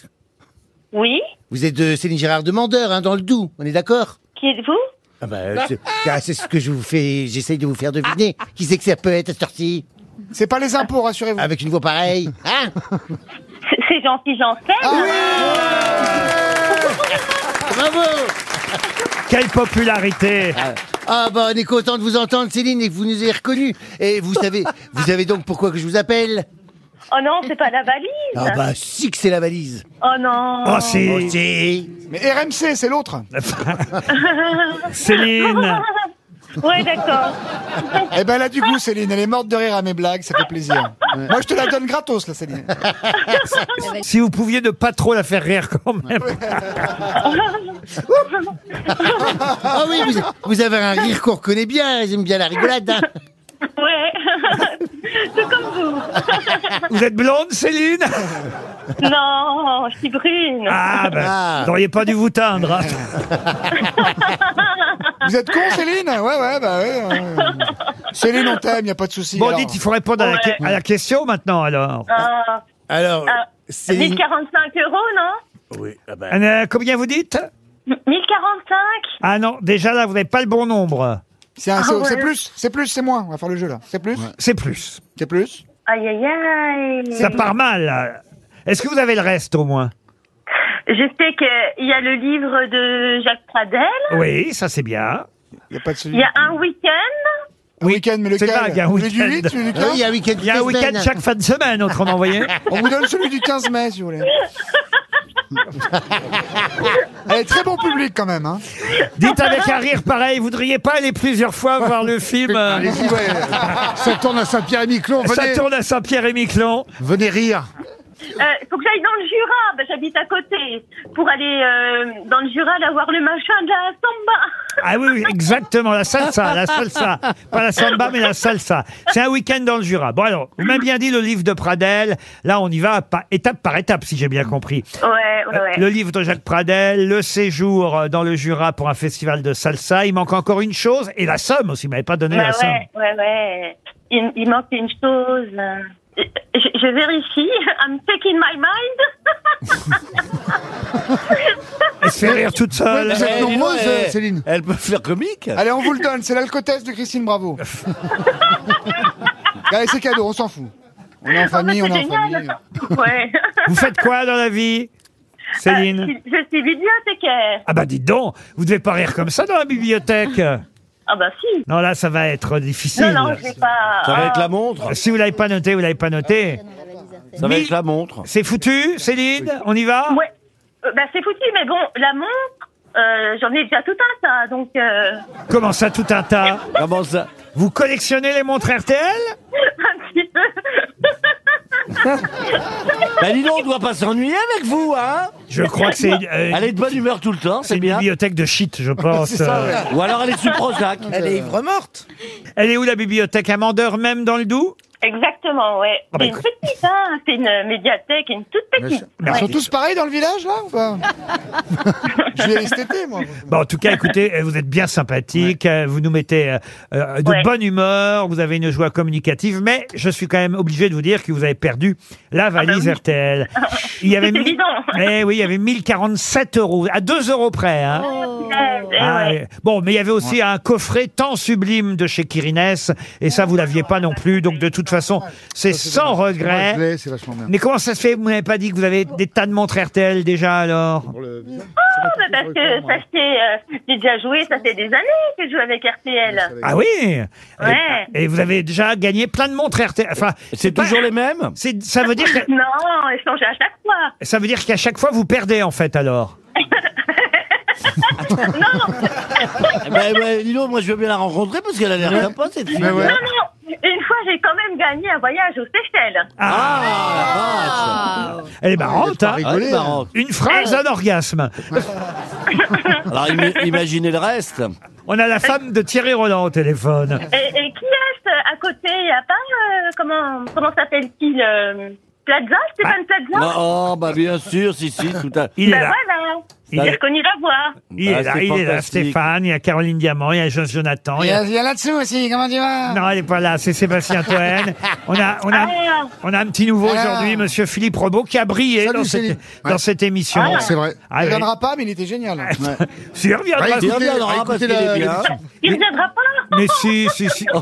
S16: Oui
S8: Vous êtes de Céline Gérard Demandeur, hein, dans le Doubs, on est d'accord
S16: Qui êtes-vous
S8: ah bah, euh, c'est- ah, c'est ce que je vous fais, j'essaye de vous faire deviner.
S16: Ah.
S8: Qui c'est que ça peut être sorti
S3: C'est pas les impôts, rassurez-vous.
S8: avec une voix pareille hein
S16: C'est- C'est gentil, Janssen
S3: Ah
S8: Bravo
S2: Quelle popularité
S8: Ah bah on est content de vous entendre Céline et que vous nous ayez reconnus. Et vous savez, vous savez donc pourquoi que je vous appelle
S16: Oh non, c'est pas la valise
S8: Ah bah si que c'est la valise.
S16: Oh non
S2: Oh, c'est
S3: Mais RMC, c'est l'autre.
S2: Céline
S16: Ouais, d'accord.
S3: Eh ben elle a du goût, Céline. Elle est morte de rire à mes blagues, ça fait plaisir. Moi, je te la donne gratos, là, Céline.
S2: Si vous pouviez ne pas trop la faire rire quand même.
S8: Ah oui, vous, vous avez un rire qu'on reconnaît bien, j'aime bien la rigolade. hein.
S16: Ouais C'est comme vous
S2: Vous êtes blonde, Céline
S16: Non, je suis brune
S2: Ah, ben,
S8: Ah.
S2: vous n'auriez pas dû vous teindre. hein.
S3: Vous êtes con, Céline Ouais, ouais, bah ouais. euh. Céline, on t'aime, y a pas de souci.
S2: Bon,
S3: alors.
S2: dites, il faut répondre à, la, que- à la question maintenant, alors.
S16: Ah,
S8: Alors,
S16: ah,
S8: Céline...
S16: 1045 euros, non
S8: Oui, ah bah,
S2: Euh, combien vous dites
S16: 1045
S2: Ah non, déjà là, vous n'avez pas le bon nombre.
S3: C'est un-
S16: Ah
S3: c'est-
S16: ouais.
S3: c'est plus, c'est plus, c'est moins. On va faire le jeu, là. C'est plus
S2: C'est plus.
S3: C'est plus
S16: Aïe, aïe, aïe
S2: Ça part mal. Est-ce que vous avez le reste au moins
S16: Je sais qu'il y a le livre de Jacques Pradel,
S2: Oui, ça c'est bien.
S3: Y a pas de souci.
S16: il y a un week-end,
S3: Un week-end, mais lequel
S2: vague, un
S3: Celui du
S2: week-end.
S3: 8, celui du
S8: oui,
S3: 15
S8: il y a un week-end
S2: Il y a un
S8: toutes les
S2: week-end
S8: semaines.
S2: chaque fin de semaine, autrement, vous voyez
S3: On vous donne celui du 15 mai, si vous voulez. Allez, très bon public, quand même. Hein.
S2: Dites avec un rire pareil, vous voudriez pas aller plusieurs fois voir le film euh,
S4: Allez-y, ouais. Ça tourne à Saint-Pierre-et-Miquelon,
S2: Ça
S4: venez,
S2: tourne à Saint-Pierre-et-Miquelon.
S4: venez rire.
S16: euh, faut que j'aille dans le Jura, ben, j'habite à côté, pour aller euh, dans le Jura, là, voir le machin de la samba.
S2: Ah oui, oui, exactement, la salsa, la salsa. Pas la samba, mais la salsa. C'est un week-end dans le Jura. Bon, alors, vous m'avez bien dit le livre de Pradel. Là, on y va pa- étape par étape, si j'ai bien compris.
S16: Ouais, ouais, ouais.
S2: Euh, Le livre de Jacques Pradel, le séjour dans le Jura pour un festival de salsa. Il manque encore une chose, et la somme aussi. Vous m'avez pas donné
S16: Bah
S2: la somme.
S16: ouais, ouais, ouais. Il, il manque une chose. Je, je- je vérifie. I'm taking my mind.
S2: Elle se fait rire toute seule.
S4: Vous êtes
S12: Eh, dis donc,
S4: nombreuses,
S12: eh,
S4: Céline
S12: Elle peut faire comique.
S3: Allez, on vous le donne. C'est l'alcotesse de Christine Bravo. Allez, c'est cadeau, on s'en fout. On est en famille,
S16: Oh,
S3: on
S16: bah,
S3: est
S16: c'est
S3: en famille.
S16: génial. Ouais. Euh,
S2: Vous faites quoi dans la vie, Céline
S16: Je, je suis bibliothécaire.
S2: Ah bah dites donc, vous devez pas rire comme ça dans la bibliothèque.
S16: Ah bah si.
S2: Non, là, ça va être difficile. Euh,
S16: Non, non, je vais pas.
S10: Ça va être
S16: Ah.
S10: la montre.
S2: Si vous l'avez pas noté, vous l'avez pas noté.
S10: Ça va
S2: Mais-
S10: être la montre.
S2: C'est foutu, Céline On y va
S16: Ouais. Euh, Bah c'est foutu, mais bon, la montre, euh, j'en ai déjà tout un tas, donc. euh,
S2: Comment ça, tout un tas
S12: Comment ça
S2: Vous collectionnez les montres RTL
S16: un petit peu.
S12: Ben, Bah dis donc, on doit pas s'ennuyer avec vous, hein
S2: Je crois que c'est. euh,
S12: Elle est de bonne humeur tout le temps, c'est bien.
S2: Une bibliothèque de shit, je pense. euh.
S12: C'est ça, ouais. Ou alors elle est sous Prozac. Elle est
S2: ivre morte. Elle est où la bibliothèque Amandeur, même dans le Doubs
S16: Exactement, ouais.
S2: Ah bah
S16: c'est une
S2: écoute-
S16: petite, hein. C'est une médiathèque, une toute petite.
S2: Mais
S16: Ouais.
S2: ils sont
S3: Tous pareils dans le village, là ou pas Je vais aller cet été, moi.
S2: Bon, en tout cas, écoutez, euh, vous êtes bien sympathique, euh, vous nous mettez euh, euh, de
S3: Ouais.
S2: bonne humeur, vous avez une joie communicative, mais je suis quand même obligé de vous dire que vous avez perdu
S12: Ah
S2: la
S12: bah
S2: valise RTL. Il y avait
S16: C'est
S2: mille-
S16: évident.
S2: Eh oui, il y avait 1047 euros, à 2 euros près. hein.
S12: Oh.
S2: Ah,
S12: Eh,
S16: ouais.
S2: ouais. Bon, mais il y avait aussi un coffret tant sublime de chez Kirines, et ça, vous l'aviez pas non plus, donc de toute façon, c'est sans
S4: Ouais, je
S2: regret.
S4: l'ai, C'est vachement bien.
S2: Mais comment ça se fait Vous m'avez pas dit que vous avez des tas de montres RTL déjà alors
S16: Oh, bah parce que ça fait, euh, j'ai déjà joué, ça fait des années que je joue avec RTL.
S2: Ah oui Et-
S16: Ouais.
S2: et, vous avez déjà gagné plein de montres RTL. Enfin, c'est toujours
S12: les mêmes
S2: Ça veut dire que-
S16: Non, ils changent à chaque fois.
S2: ça veut dire qu'à chaque fois vous perdez en fait alors.
S12: Eh ben, ouais, dis donc, moi je veux bien la rencontrer parce qu'elle a l'air sympa cette fille.
S16: Non, non, une fois j'ai quand même gagné un voyage aux Seychelles.
S12: Ah,
S2: Elle est marrante, hein
S12: rigoler, Elle est marrante.
S2: Une phrase, un orgasme.
S12: Alors im- imaginez le reste. Bah,
S2: On a la femme de Thierry Roland au téléphone.
S16: Et, et qui est euh, à côté À part, euh, comment, comment s'appelle-t-il euh, Plaza Stéphane Plaza
S12: Non, oh, bah bien sûr, si, si, tout à
S2: Il est
S16: Bah
S2: là.
S16: voilà,
S2: Il
S16: j'ai
S2: est-
S16: reconnu la voix.
S2: Il
S12: Ah,
S2: est là,
S12: c'est
S2: il est là,
S12: fantastique.
S2: Stéphane, il y a Caroline Diamant, il y a Joss Jonathan. il y a-
S3: là-dessous aussi, comment hein tu vas
S2: Non, elle n'est pas là, c'est Sébastien Toen. On a, on, a, on a un petit nouveau
S3: Ah.
S2: aujourd'hui, monsieur Philippe Robot, qui a brillé
S3: Salut,
S2: dans, cette,
S3: Céline.
S2: dans cette émission.
S3: Ah, c'est vrai.
S2: Ah, oui.
S3: il
S2: Ah,
S3: reviendra pas, mais il était génial.
S2: Si, il reviendra,
S3: Ouais, Ah,
S2: il
S3: écoutez-
S2: reviendra,
S3: écoutez
S2: parce qu'il
S3: la-
S2: Ah, est bien.
S3: l'émission.
S16: Il ne viendra pas
S2: Mais si, si, si.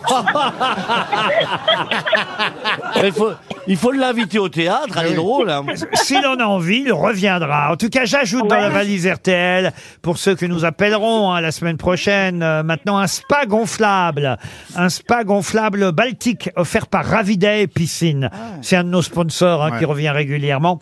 S12: Il faut, il faut l'inviter au théâtre, elle est drôle. hein.
S2: S'il en a envie, il reviendra. En tout cas, j'ajoute dans la valise RTL, pour ceux que nous appellerons hein, la semaine prochaine, euh, maintenant un spa gonflable. Un spa gonflable baltique offert par Raviday Piscine. C'est un de nos sponsors hein, qui revient régulièrement.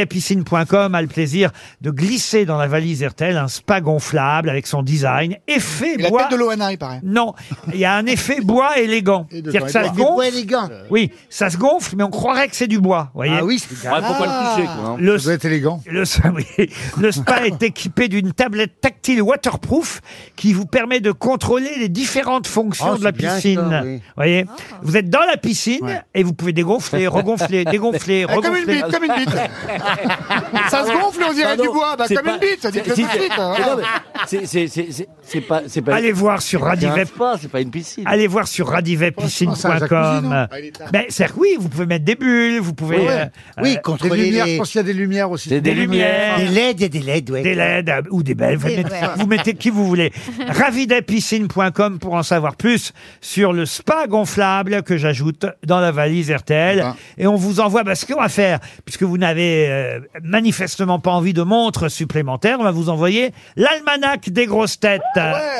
S2: Ravidaypiscine.com a le plaisir de glisser dans la valise RTL un spa gonflable avec son design. Effet
S3: Il a
S2: bois.
S3: tête de l'ONA, il paraît.
S2: Non, il y a un effet bois élégant.
S3: de
S2: C'est-à-dire que
S3: bois
S2: ça se
S3: élégant.
S2: gonfle.
S3: Bois élégant.
S2: Oui, ça se gonfle, mais on croirait que c'est du bois. Voyez
S4: Ah oui,
S2: c'est
S4: c'est- Ouais, faut pas le toucher, quoi, hein. Ça doit être élégant.
S2: Le, oui. Le spa est équipé d'une tablette tactile waterproof qui vous permet de contrôler les différentes fonctions
S12: Oh,
S2: de la
S12: c'est bien ça,
S2: piscine.
S12: oui.
S2: Voyez, vous êtes dans la piscine et vous pouvez dégonfler, regonfler, dégonfler,
S3: Ah, comme
S2: regonfler.
S3: une bite, comme une bite. Ça se gonfle, on dirait
S12: Pardon,
S3: du bois. Bah,
S12: c'est
S3: comme
S12: pas-
S3: une bite,
S12: c'est-
S3: dites-le
S12: si,
S3: tout de
S12: c'est-
S3: suite. hein.
S12: mais
S3: voilà.
S12: non, mais c'est- c'est- c'est- c'est- c'est pas- c'est pas-
S2: Allez voir sur
S12: c'est un
S2: Radivep.
S12: spa, C'est pas une piscine.
S2: Allez voir sur
S12: c'est un jacuzzi, non
S2: radiveppiscine.com.
S12: Ah, il est tard.
S2: Ben, c'est oui, vous pouvez mettre des bulles, vous pouvez.
S4: Ouais.
S2: euh,
S4: oui,
S2: euh,
S4: contre les lumières. Je pense qu'il y a des lumières aussi.
S2: Des, lumières.
S4: Des
S2: LED, il y a des LED, Des LED euh, ou des belles. Vous
S4: Des
S2: mettez,
S4: belles.
S2: vous mettez qui vous voulez. Ravidaypiscine.com pour en savoir plus sur le spa gonflable que j'ajoute dans la valise RTL. Et on vous envoie, bah, ce qu'on va faire, puisque vous n'avez euh, manifestement pas envie de montres supplémentaires, on va vous envoyer l'almanach des grosses têtes.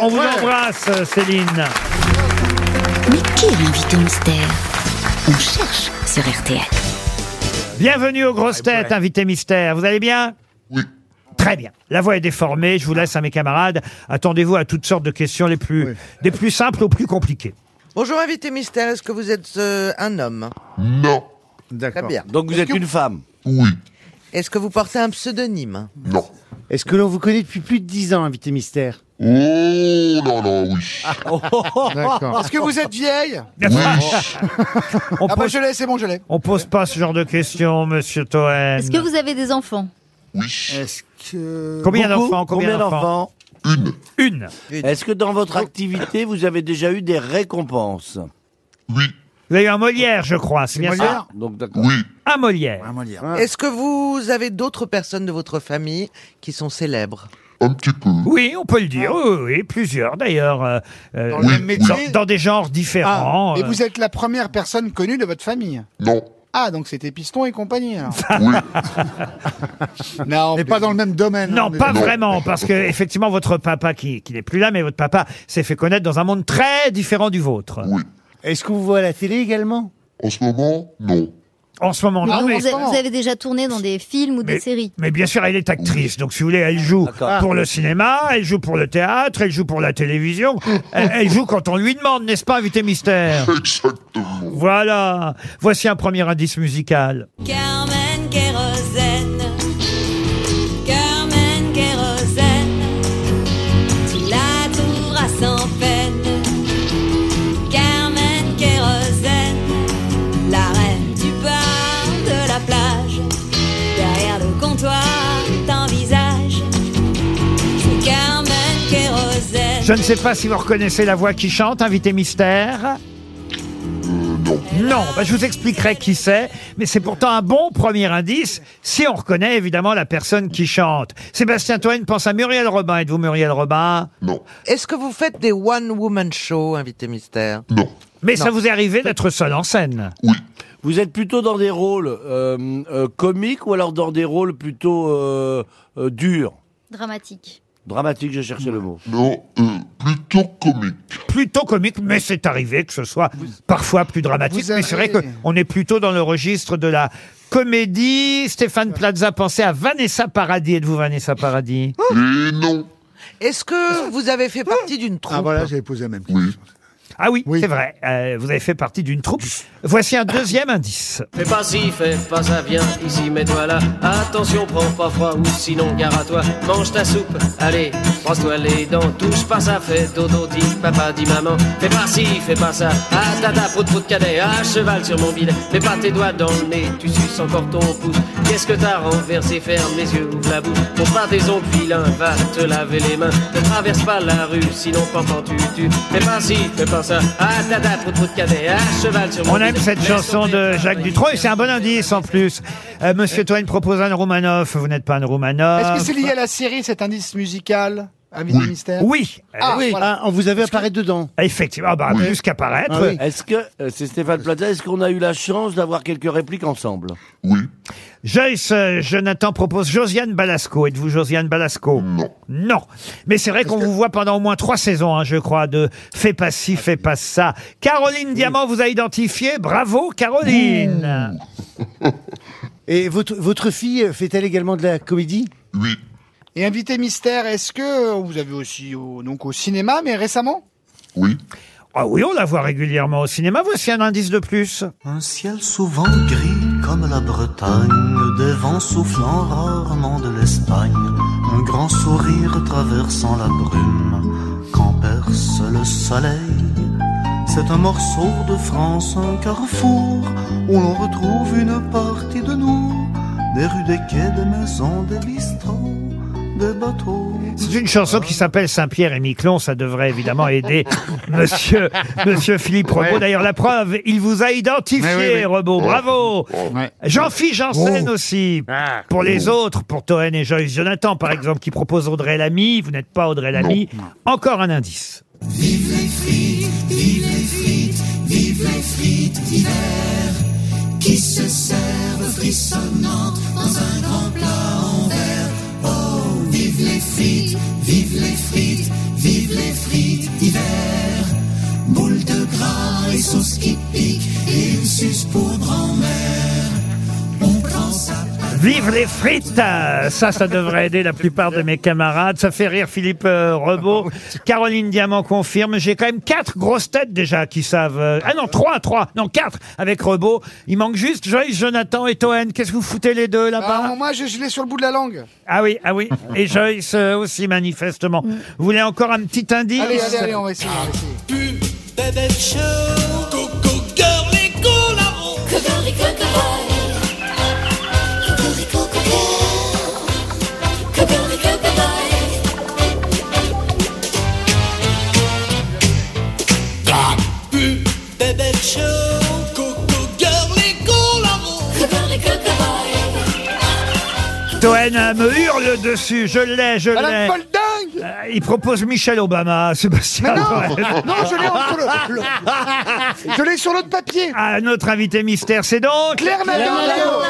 S2: on vous
S11: ouais.
S2: embrasse, euh, Céline.
S11: Mais qui est l'invité mystère On cherche sur RTL.
S2: Bienvenue aux grosses têtes, invité mystère. Vous allez bien Oui. Très bien. La voix est déformée. Je vous laisse à mes camarades. Attendez-vous à toutes sortes de questions, les plus, des plus simples aux plus compliquées.
S6: Bonjour invité mystère, est-ce que vous êtes euh, un homme
S18: Non.
S6: D'accord. Très bien.
S12: Donc vous
S6: Est-ce
S12: êtes
S6: que-
S12: une femme.
S18: Oui.
S6: Est-ce que vous portez un pseudonyme
S18: Non.
S8: Est-ce que l'on vous connaît depuis plus de 10 ans, invité mystère
S18: Oh là là, oui.
S2: Oh.
S3: D'accord. Est-ce que vous êtes vieille
S2: On
S3: Ah, bah,
S2: pose,
S3: je l'ai, c'est bon, je l'ai.
S2: on pose pas ce genre de questions, monsieur Toen.
S7: Est-ce que vous avez des enfants
S4: Est-ce que...
S2: Combien
S12: Beaucoup
S2: d'enfants
S12: Combien d'enfants
S18: Une.
S2: Une.
S12: Est-ce que dans votre activité, vous avez déjà eu des récompenses
S2: Vous avez eu un Molière, je crois. C'est bien
S6: Molière
S12: Ah,
S2: ça Oui. Un Molière.
S6: Est-ce que vous avez d'autres personnes de votre famille qui sont célèbres
S18: Un petit peu.
S2: Oui, on peut le dire. Oui, oui, oui, plusieurs d'ailleurs. euh, euh,
S3: Dans le même métier
S2: dans- dans des genres différents.
S3: Ah, et
S2: euh.
S3: vous êtes la première personne connue de votre famille
S18: Non.
S3: Ah, donc c'était Piston et compagnie, alors.
S4: on n'est pas dans le même domaine. hein,
S2: Non, pas vraiment, parce que effectivement, votre papa, qui, qui n'est plus là, mais votre papa s'est fait connaître dans un monde très différent du vôtre.
S8: Est-ce qu'on vous voit à la télé également
S18: En ce moment, non.
S2: En ce moment,
S7: Mais
S2: non,
S7: donc,
S2: mais,
S7: vous, avez, vous avez déjà tourné dans des films ou des séries
S2: mais bien sûr, elle est actrice. Donc, si vous voulez, elle joue pour le cinéma, elle joue pour le théâtre, elle joue pour la télévision, elle, elle joue quand on lui demande, n'est-ce pas, invité mystère
S18: Exactement.
S2: Voilà. Voici un premier indice musical.
S19: Carmen Kérosène
S2: Je ne sais pas si vous reconnaissez la voix qui chante, invité mystère. Euh, non. Non, bah, je vous expliquerai qui c'est, mais c'est pourtant un bon premier indice si on reconnaît évidemment la personne qui chante. Sébastien Toine pense à Muriel Robin. Êtes-vous Muriel Robin Non.
S6: Est-ce que vous faites des one-woman shows, invité mystère
S2: Non. Mais ça
S6: Non.
S2: vous est arrivé d'être seul en scène Oui.
S12: Vous êtes plutôt dans des rôles euh, euh, comiques ou alors dans des rôles plutôt euh, euh, durs
S7: Dramatique.
S12: Dramatique, je cherchais le mot.
S18: Non, euh, plutôt comique.
S2: Plutôt comique, mais c'est arrivé que ce soit parfois plus dramatique. Mais c'est vrai qu'on est plutôt dans le registre de la comédie. Stéphane Plaza pensait à Vanessa Paradis. Êtes-vous Vanessa Paradis
S18: Eh non.
S6: Oh. Est-ce que vous avez fait partie d'une troupe
S4: Ah voilà, j'avais posé la même question.
S2: Ah oui, c'est vrai. Euh, vous avez fait partie d'une troupe. Voici un deuxième indice.
S19: Fais pas si, fais pas ça, viens ici, mets-toi là. Attention, prends pas froid ou sinon gare à toi. Mange ta soupe, allez, brosse-toi les dents. Touche pas ça, fais dodo, dis papa, dis maman. Fais pas si, fais pas ça. Ah, dada, prout, prout, cadet, à cheval sur mon bide. Mets pas tes doigts dans le nez, tu suces encore ton pouce. Qu'est-ce que t'as renversé Ferme les yeux, ouvre la bouche. Pour pas tes ongles vilains, va te laver les mains. Ne traverse pas la rue, sinon pampan tu tu. Fais pas si, fais pas ça. Ah, dada, prout, prout, cadet, à cheval sur mon
S2: On
S19: bide.
S2: aime cette
S19: Laisse
S2: chanson de Jacques Dutronc et c'est un bon indice en plus. Euh, Monsieur Toine propose un Roumanoff. Vous n'êtes pas un Roumanoff.
S3: Est-ce que c'est lié à la série, cet indice musical Invité mystère
S2: Oui. Eh,
S3: Ah, voilà.
S2: on vous avait apparaît dedans. Effectivement, Ah bah, plus qu'apparaître.
S12: Ah oui. Est-ce que, euh, c'est Stéphane Plaza, est-ce qu'on a eu la chance d'avoir quelques répliques ensemble
S2: Joyce euh, Jonathan propose Josiane Balasco. Êtes-vous Josiane Balasco Non. Non. Mais c'est vrai qu'on vous voit pendant au moins trois saisons, hein, je crois, de Fais pas ci,
S20: Ah,
S2: fais pas ça. Caroline Diamant vous a identifié. Bravo, Caroline.
S8: Et votre, votre fille fait-elle également de la comédie
S18: Oui.
S3: Et invité mystère, est-ce que vous avez aussi au, donc au cinéma, mais récemment
S2: Ah oui, on la voit régulièrement au cinéma. Voici un indice de plus.
S21: Un ciel souvent gris comme la Bretagne, des vents soufflant rarement de l'Espagne, un grand sourire traversant la brume, quand perce le soleil. C'est un morceau de France, un carrefour, où l'on retrouve une partie de nous, des rues, des quais, des maisons, des bistrots, des bateaux.
S2: C'est une chanson qui s'appelle Saint-Pierre et Miquelon. Ça devrait évidemment aider monsieur, monsieur Philippe Rebaud.
S20: Ouais.
S2: D'ailleurs, la preuve, il vous a identifié,
S20: Mais oui, oui.
S2: Rebaud.
S20: Ouais.
S2: Bravo.
S20: Ouais.
S2: Jean-Philippe Janssen
S20: Oh.
S2: aussi. Pour les
S20: Oh.
S2: autres, pour Toen et Joyce Jonathan, par exemple, qui propose Audrey Lamy. Vous n'êtes pas Audrey Lamy. Encore un indice.
S20: Vive les frites, vive les frites, vive les frites d'hiver qui se servent frissonnantes dans un grand plat en verre. Oh, vive les frites, vive les frites, vive les frites d'hiver. Boules de gras et sauce qui pique et une suce pour grand-mère. On prend ça.
S2: Vive les frites Ça, ça devrait aider la plupart de mes camarades. Ça fait rire Philippe euh,
S20: Ah,
S2: Rebaud. Caroline Diamant confirme. J'ai quand même quatre grosses têtes déjà qui savent... euh, Ah non, trois, trois. Non, quatre avec Rebaud. Il manque juste Joyce, Jonathan et Toen. Qu'est-ce que vous foutez les deux là-bas
S3: Bah, Moi, je, je l'ai sur le bout de la langue.
S2: Ah oui, ah oui. Et Joyce euh, aussi, manifestement. Vous voulez encore un petit indice
S3: Allez, allez, allez, on va essayer. on va essayer.
S20: Bébé show, coco cocorico la cocorico cocorico cocorico cocorico
S3: Ah,
S20: pu bébé show, coco cocorico la cocorico
S2: Toen euh, me hurle dessus. Je l'ai, je l'ai.
S3: Madame Paul dingue
S2: Euh, Il propose Michel Obama à Sébastien.
S3: Mais non
S2: Toen.
S3: Non, je l'ai sur le- le- Je l'ai sur l'autre papier
S2: Ah, notre invité mystère, c'est donc
S3: Claire Nadon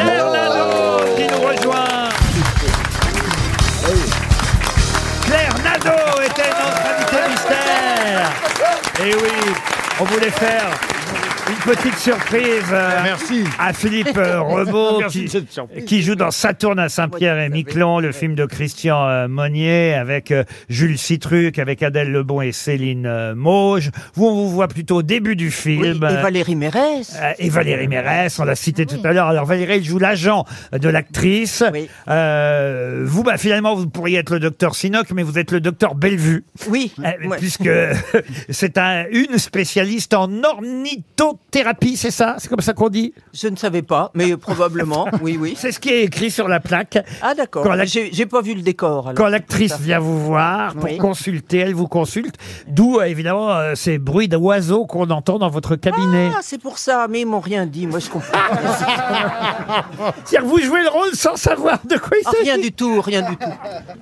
S2: Claire Nadon qui nous rejoint. Claire Nadeau était notre invité mystère. Et oui, on voulait faire une petite surprise euh, à Philippe euh, Rebaud
S20: Ah, Merci
S2: qui,
S20: de cette surprise.
S2: qui joue dans Saturne à Saint-Pierre et Miquelon, le film de Christian euh, Monnier avec euh, Jules Citruc, avec Adèle Lebon et Céline euh, Mauge. Vous, on vous voit plutôt au début du film. Euh,
S22: Mérès.
S2: euh, et Valérie Mérès, on l'a cité tout à l'heure. Alors Valérie, elle joue l'agent de l'actrice. Euh, vous, bah, finalement, vous pourriez être le docteur Sinoc, mais vous êtes le docteur Bellevue.
S22: Oui.
S2: Euh, Puisque c'est un, une spécialiste en ornithopédie. thérapie, c'est ça C'est comme ça qu'on dit Je ne savais pas, mais probablement, oui, oui. C'est ce qui est écrit sur la plaque.
S9: Ah d'accord.
S2: Quand la-
S9: J'ai j'ai pas vu le décor. alors.
S2: Quand l'actrice vient vous voir pour
S9: Oui.
S2: consulter, elle vous consulte. D'où, euh, évidemment, euh, ces bruits d'oiseaux qu'on entend dans votre cabinet.
S9: Ah, c'est pour ça, mais ils m'ont rien dit, moi je comprends.
S2: C'est-à-dire que vous jouez le rôle sans savoir de quoi il
S9: s'agit Ah, Rien du tout, rien du tout.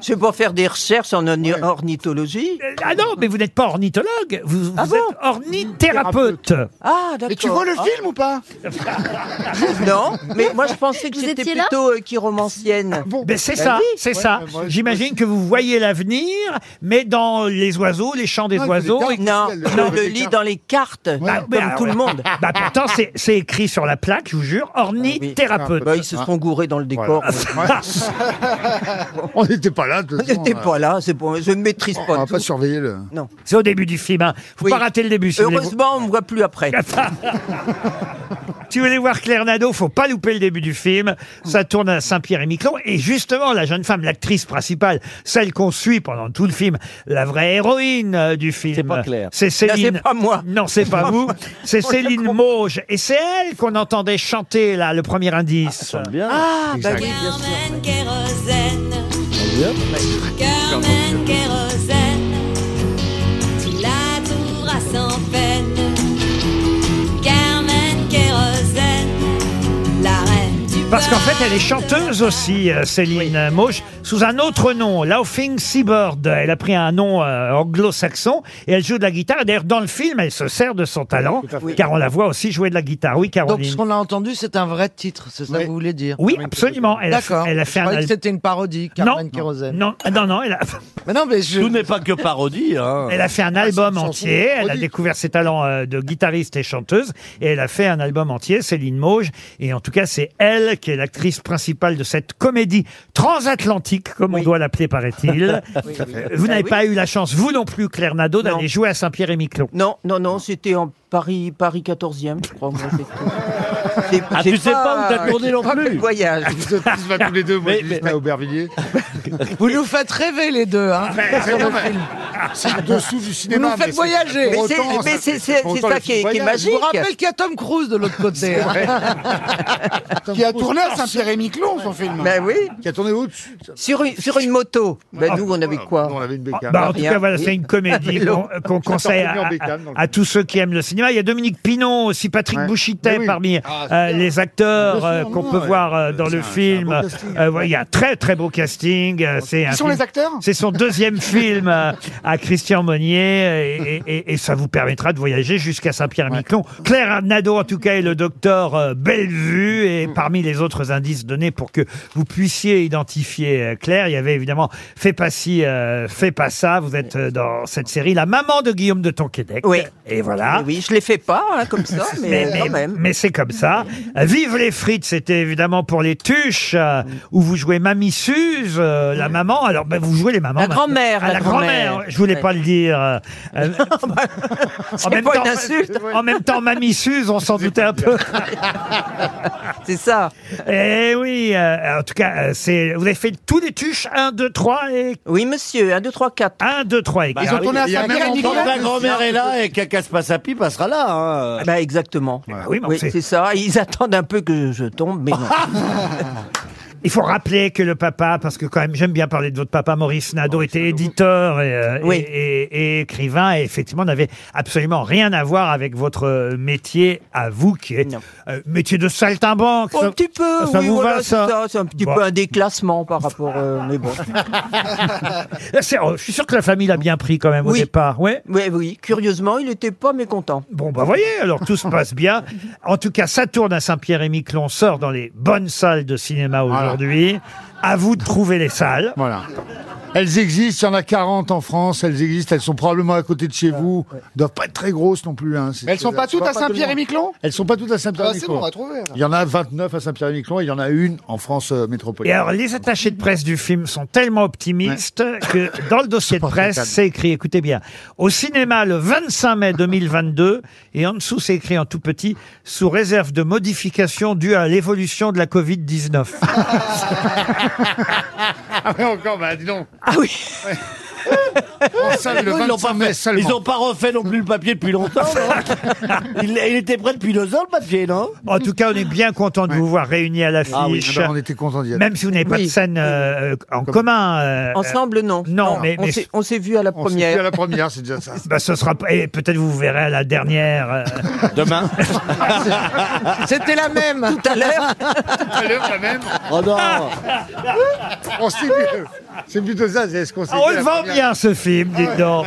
S9: Je vais pas faire des recherches en orni- ornithologie.
S2: Ah non, mais vous n'êtes pas ornithologue, vous, vous êtes ornithothérapeute.
S9: Ah d'accord.
S3: Et tu vois le
S9: Ah.
S3: film ou pas
S9: Non, mais moi je pensais que
S3: Vous
S9: j'étais
S3: étiez là
S9: plutôt euh,
S3: Ah,
S9: chiromancienne.
S2: Ben, c'est ça,
S9: oui.
S2: c'est ça. J'imagine que vous voyez l'avenir, mais dans les oiseaux, les chants des
S9: Non,
S2: oiseaux.
S9: les cartes, Non, non, le lit dans les cartes, comme
S2: mais alors,
S9: tout le monde. Ah
S2: Bah, pourtant, c'est- c'est écrit sur la plaque, je vous jure, ornithothérapeute.
S9: Bah, ils se sont gourés dans le décor.
S4: On n'était pas là. On
S9: n'était pas là, c'est bon, je ne maîtrise pas. On va pas
S4: surveiller le.
S9: Non.
S2: C'est au début du film. hein. Faut
S9: Oui.
S2: pas rater le début. si vous voulez voir-
S9: Heureusement, on me voit plus après.
S2: Si vous voulez voir Claire Nadeau, faut pas louper le début du film. Ça tourne à Saint-Pierre-et-Miquelon. Et justement, la jeune femme, l'actrice principale, celle qu'on suit pendant tout le film, la vraie héroïne euh, du film. C'est
S12: pas Claire.
S2: C'est Céline. pas
S9: moi.
S2: Non, c'est pas vous. C'est Céline Mauge. Et c'est elle qu'on entendait chanter, là, le premier indice.
S22: Ah, bah oui, bien sûr. Carmen Kérosène, Carmen Kérosène, tu la trouveras sans peine. Carmen Kérosène, la reine du
S2: Parce qu'en fait, elle est chanteuse aussi, euh, Céline Mauch, sous un autre nom, Laughing Seabird. Elle a pris un nom euh, anglo-saxon et elle joue de la guitare. D'ailleurs, dans le film, elle se sert de son talent, car on la voit aussi jouer de la guitare. Ah Oui,
S6: Donc
S2: Caroline.
S6: ce qu'on a entendu, c'est un vrai titre, c'est ça que vous voulez dire
S2: Oui,
S3: Ah,
S2: absolument. Elle a fait-
S6: D'accord.
S2: elle a fait
S6: Je
S2: un
S6: croyais
S2: al-
S6: que c'était une parodie, Carmen Kérosène.
S2: Non, ah, non, non, elle a...
S6: Mais non, mais je...
S12: Tout n'est pas que parodie. Hein.
S2: Elle a fait un
S9: Ah,
S2: album entier, elle a découvert ses talents euh, de guitariste et chanteuse, et elle a fait un album entier, Céline Mauge, et en tout cas c'est elle qui est l'actrice principale de cette comédie transatlantique, comme on doit l'appeler paraît-il. Euh,
S9: Oui, oui.
S2: Vous n'avez
S9: Ah oui.
S2: pas eu la chance, vous non plus, Claire Nadeau, d'aller jouer à Saint-Pierre-et-Miquelon.
S9: Non, non, non, c'était en Paris, Paris 14e, je crois. moi, c'est tout. C'est-
S2: Ah,
S9: j'ai
S2: tu sais pas où t'as tourné
S9: j'ai
S2: non
S9: pas
S2: plus.
S9: fait le voyage.
S4: On va tous les deux, moi, je vais à Aubervilliers. Ah,
S6: Vous nous faites rêver les deux, hein,
S4: Mais-
S6: sur le
S4: mais-
S6: film.
S4: C'est le dessous du cinéma,
S6: Vous nous faites
S4: mais c'est-
S6: voyager.
S4: pour Mais c'est- autant, mais ça- c'est- c'est- pour c'est autant, ça les qui est- films qui est voyagent.
S6: Je vous
S4: magique.
S6: rappelle qu'il y a Tom Cruise de l'autre côté. hein.
S3: Qui a tourné à Saint-Pierre-et-Miquelon son film.
S9: Ben oui.
S4: Qui a tourné au-dessus. Ah,
S9: Sur une, sur une moto. Ben nous, on avait quoi
S4: On avait une bécane.
S2: Bah, en tout cas, voilà, c'est une comédie qu'on euh, qu'on conseille à, à- à tous ceux qui aiment le cinéma. Il y a Dominique Pinon aussi, Patrick Bouchité
S4: Mais oui.
S2: parmi
S4: Ah, c'est
S2: euh, les acteurs
S4: Bien
S2: euh,
S4: sûr,
S2: qu'on
S4: non,
S2: peut
S4: non,
S2: voir euh, dans le film. Euh, voilà, il y a un très très beau casting. euh, C'est un
S3: sont
S2: film-
S3: les acteurs
S2: C'est son deuxième film euh, à Christian Monnier euh, et, et- et ça vous permettra de voyager jusqu'à Saint-Pierre-Miquelon. Claire Nadeau, en tout cas, est le docteur euh, Bellevue et
S9: Mm.
S2: parmi les autres indices donnés pour que vous puissiez identifier euh, Claire, il y avait évidemment Fais pas ci, euh, fais pas ça. Vous êtes euh, dans cette série La maman de Guillaume de Tonquédec.
S9: Oui.
S2: Et voilà.
S9: Oui, je les fais pas, hein, comme ça, mais, quand même.
S2: mais c'est comme ça. Euh, Vive les frites, c'était évidemment pour les tuches, euh, où vous jouez Mamie Suze, euh, la maman. Alors, ben, vous jouez les mamans.
S9: La
S2: maintenant.
S9: grand-mère,
S2: Ah,
S9: la
S2: La grand-mère.
S9: grand-mère.
S2: Je voulais
S9: Ouais.
S2: pas le dire. euh, euh, en, même
S9: pas
S2: temps,
S9: une insulte.
S2: en même temps, Mamie Suze, on s'en doutait un peu.
S9: c'est ça.
S2: Eh oui, euh, en tout cas, euh, c'est, vous avez fait tous les tuches 1, 2, 3 et.
S9: Oui, monsieur, 1, 2, 3, 4.
S2: 1, 2, 3 et
S12: Bah, oui, il y a même encore- Quand ta grand-mère est là et qu'elle casse pas sa pipe, elle sera là. hein.
S9: Bah, exactement.
S2: oui, mais on sait.
S9: c'est ça. Ils attendent un peu que je tombe, mais
S20: Ah,
S9: non.
S2: Il faut rappeler que le papa, parce que quand même j'aime bien parler de votre papa, Maurice Nadeau, était éditeur et, euh,
S9: Oui.
S2: et- et- et écrivain et effectivement n'avait absolument rien à voir avec votre euh, métier à vous qui est euh, métier de saltimbanque.
S9: Un petit peu,
S2: Ah, ça
S9: oui,
S2: vous
S9: voilà,
S2: va
S9: c'est
S2: ça,
S9: C'est un petit
S2: Bon.
S9: peu un déclassement par rapport, euh, mais bon.
S2: C'est- oh, Je suis sûr que la famille l'a bien pris quand même au
S9: Oui.
S2: départ. Ouais.
S9: Oui, oui, curieusement, il n'était pas mécontent.
S2: Bon, bah voyez, alors tout se passe bien. En tout cas, ça tourne à Saint-Pierre-et-Miquelon, sort dans les bonnes salles de cinéma aujourd'hui. À vous de trouver les salles.
S4: Voilà. Elles existent, il y en a 40 en France, elles existent, elles sont probablement à côté de chez vous, doivent pas être très grosses non plus. Hein.
S3: Ah, Elles sont pas toutes à Saint-Pierre-et-Miquelon
S4: Elles sont pas toutes à Saint-Pierre-et-Miquelon.
S3: Ah, c'est bon, on va trouver, alors.
S4: Il y en a 29 à Saint-Pierre-et-Miquelon et il y en a une en France euh, métropolitaine.
S2: Et alors, les attachés de presse du film sont tellement optimistes que dans le dossier de presse, c'est écrit, écoutez bien, au cinéma le 25 mai 2022, et en dessous, c'est écrit en tout petit, sous réserve de modifications dues à l'évolution de la Covid-19.
S4: Ah ouais, encore, bah dis donc.
S9: Ah oui
S4: le
S12: Ils l'ont
S4: 25
S12: pas
S4: mai
S12: fait.
S4: seulement.
S12: Ils n'ont pas refait non plus le papier depuis longtemps, non il, il était prêt depuis deux ans, le papier, non
S2: En tout cas, on est bien content de vous voir réunis à l'affiche.
S4: Ah oui, ah ben, on était contents d'y être.
S2: Même si vous n'avez pas de
S4: Oui.
S2: scène euh, en commun. euh,
S9: Ensemble, non.
S2: Non, mais-
S9: on
S2: mais-
S9: s'est- on s'est vu à la
S2: On s'est
S9: première.
S2: vu à la
S4: première, c'est déjà ça.
S2: Bah, ce sera et peut-être vous verrez à la dernière. euh,
S12: Demain.
S6: C'était la même tout à l'heure.
S4: la même.
S12: Oh non.
S2: Ah
S4: On s'est vu. C'est plutôt ça, c'est ce qu'on s'est
S2: Ah, on le
S4: dit la
S2: vend
S4: première.
S2: bien ce film,
S4: Ah
S2: dites
S4: ouais.
S2: donc.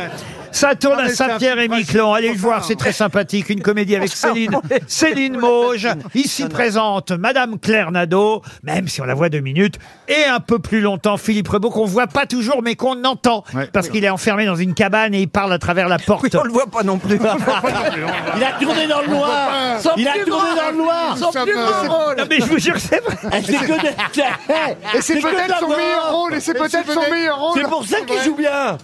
S2: Ça tourne à
S4: Ah, mais c'est un
S2: Saint-Pierre et Miquelon. Allez le voir, c'est très sympathique. Une comédie avec Céline, Céline Mauge. Ici présente Madame Claire Nadeau, même si on la voit deux minutes, et un peu plus longtemps Philippe Rebaud, qu'on voit pas toujours, mais qu'on entend. Parce qu'il est enfermé dans une cabane et il parle à travers la porte. on le voit pas non plus.
S12: Il a tourné dans le noir
S2: Sans
S12: Il a
S2: plus
S12: tourné
S2: drôle.
S12: dans le noir
S2: Sans plus drôle. Non, mais je vous jure que Ah, c'est vrai.
S12: C'est que des-
S2: Et c'est
S12: que
S2: peut-être
S12: de la
S2: son
S12: mort.
S2: meilleur rôle, et c'est
S12: Et
S2: peut-être son meilleur rôle.
S12: C'est pour ça qu'il joue bien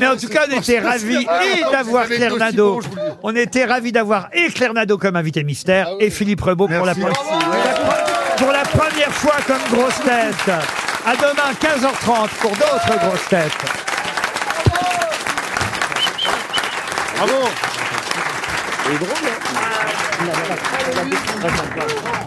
S2: Mais en tout cas, on était
S12: pense que
S2: ravis
S12: c'est vrai.
S2: et
S12: Ah,
S2: d'avoir
S12: c'est
S2: Claire
S12: aussi
S2: Nadeau.
S12: bon, je vous le dis.
S2: on était ravis d'avoir et Claire Nadeau comme invité mystère et Philippe Rebaud pour la, première- pour la première fois comme grosse tête. À demain, 15h30 pour d'autres grosses têtes.
S4: Bravo.
S12: C'est drôle, hein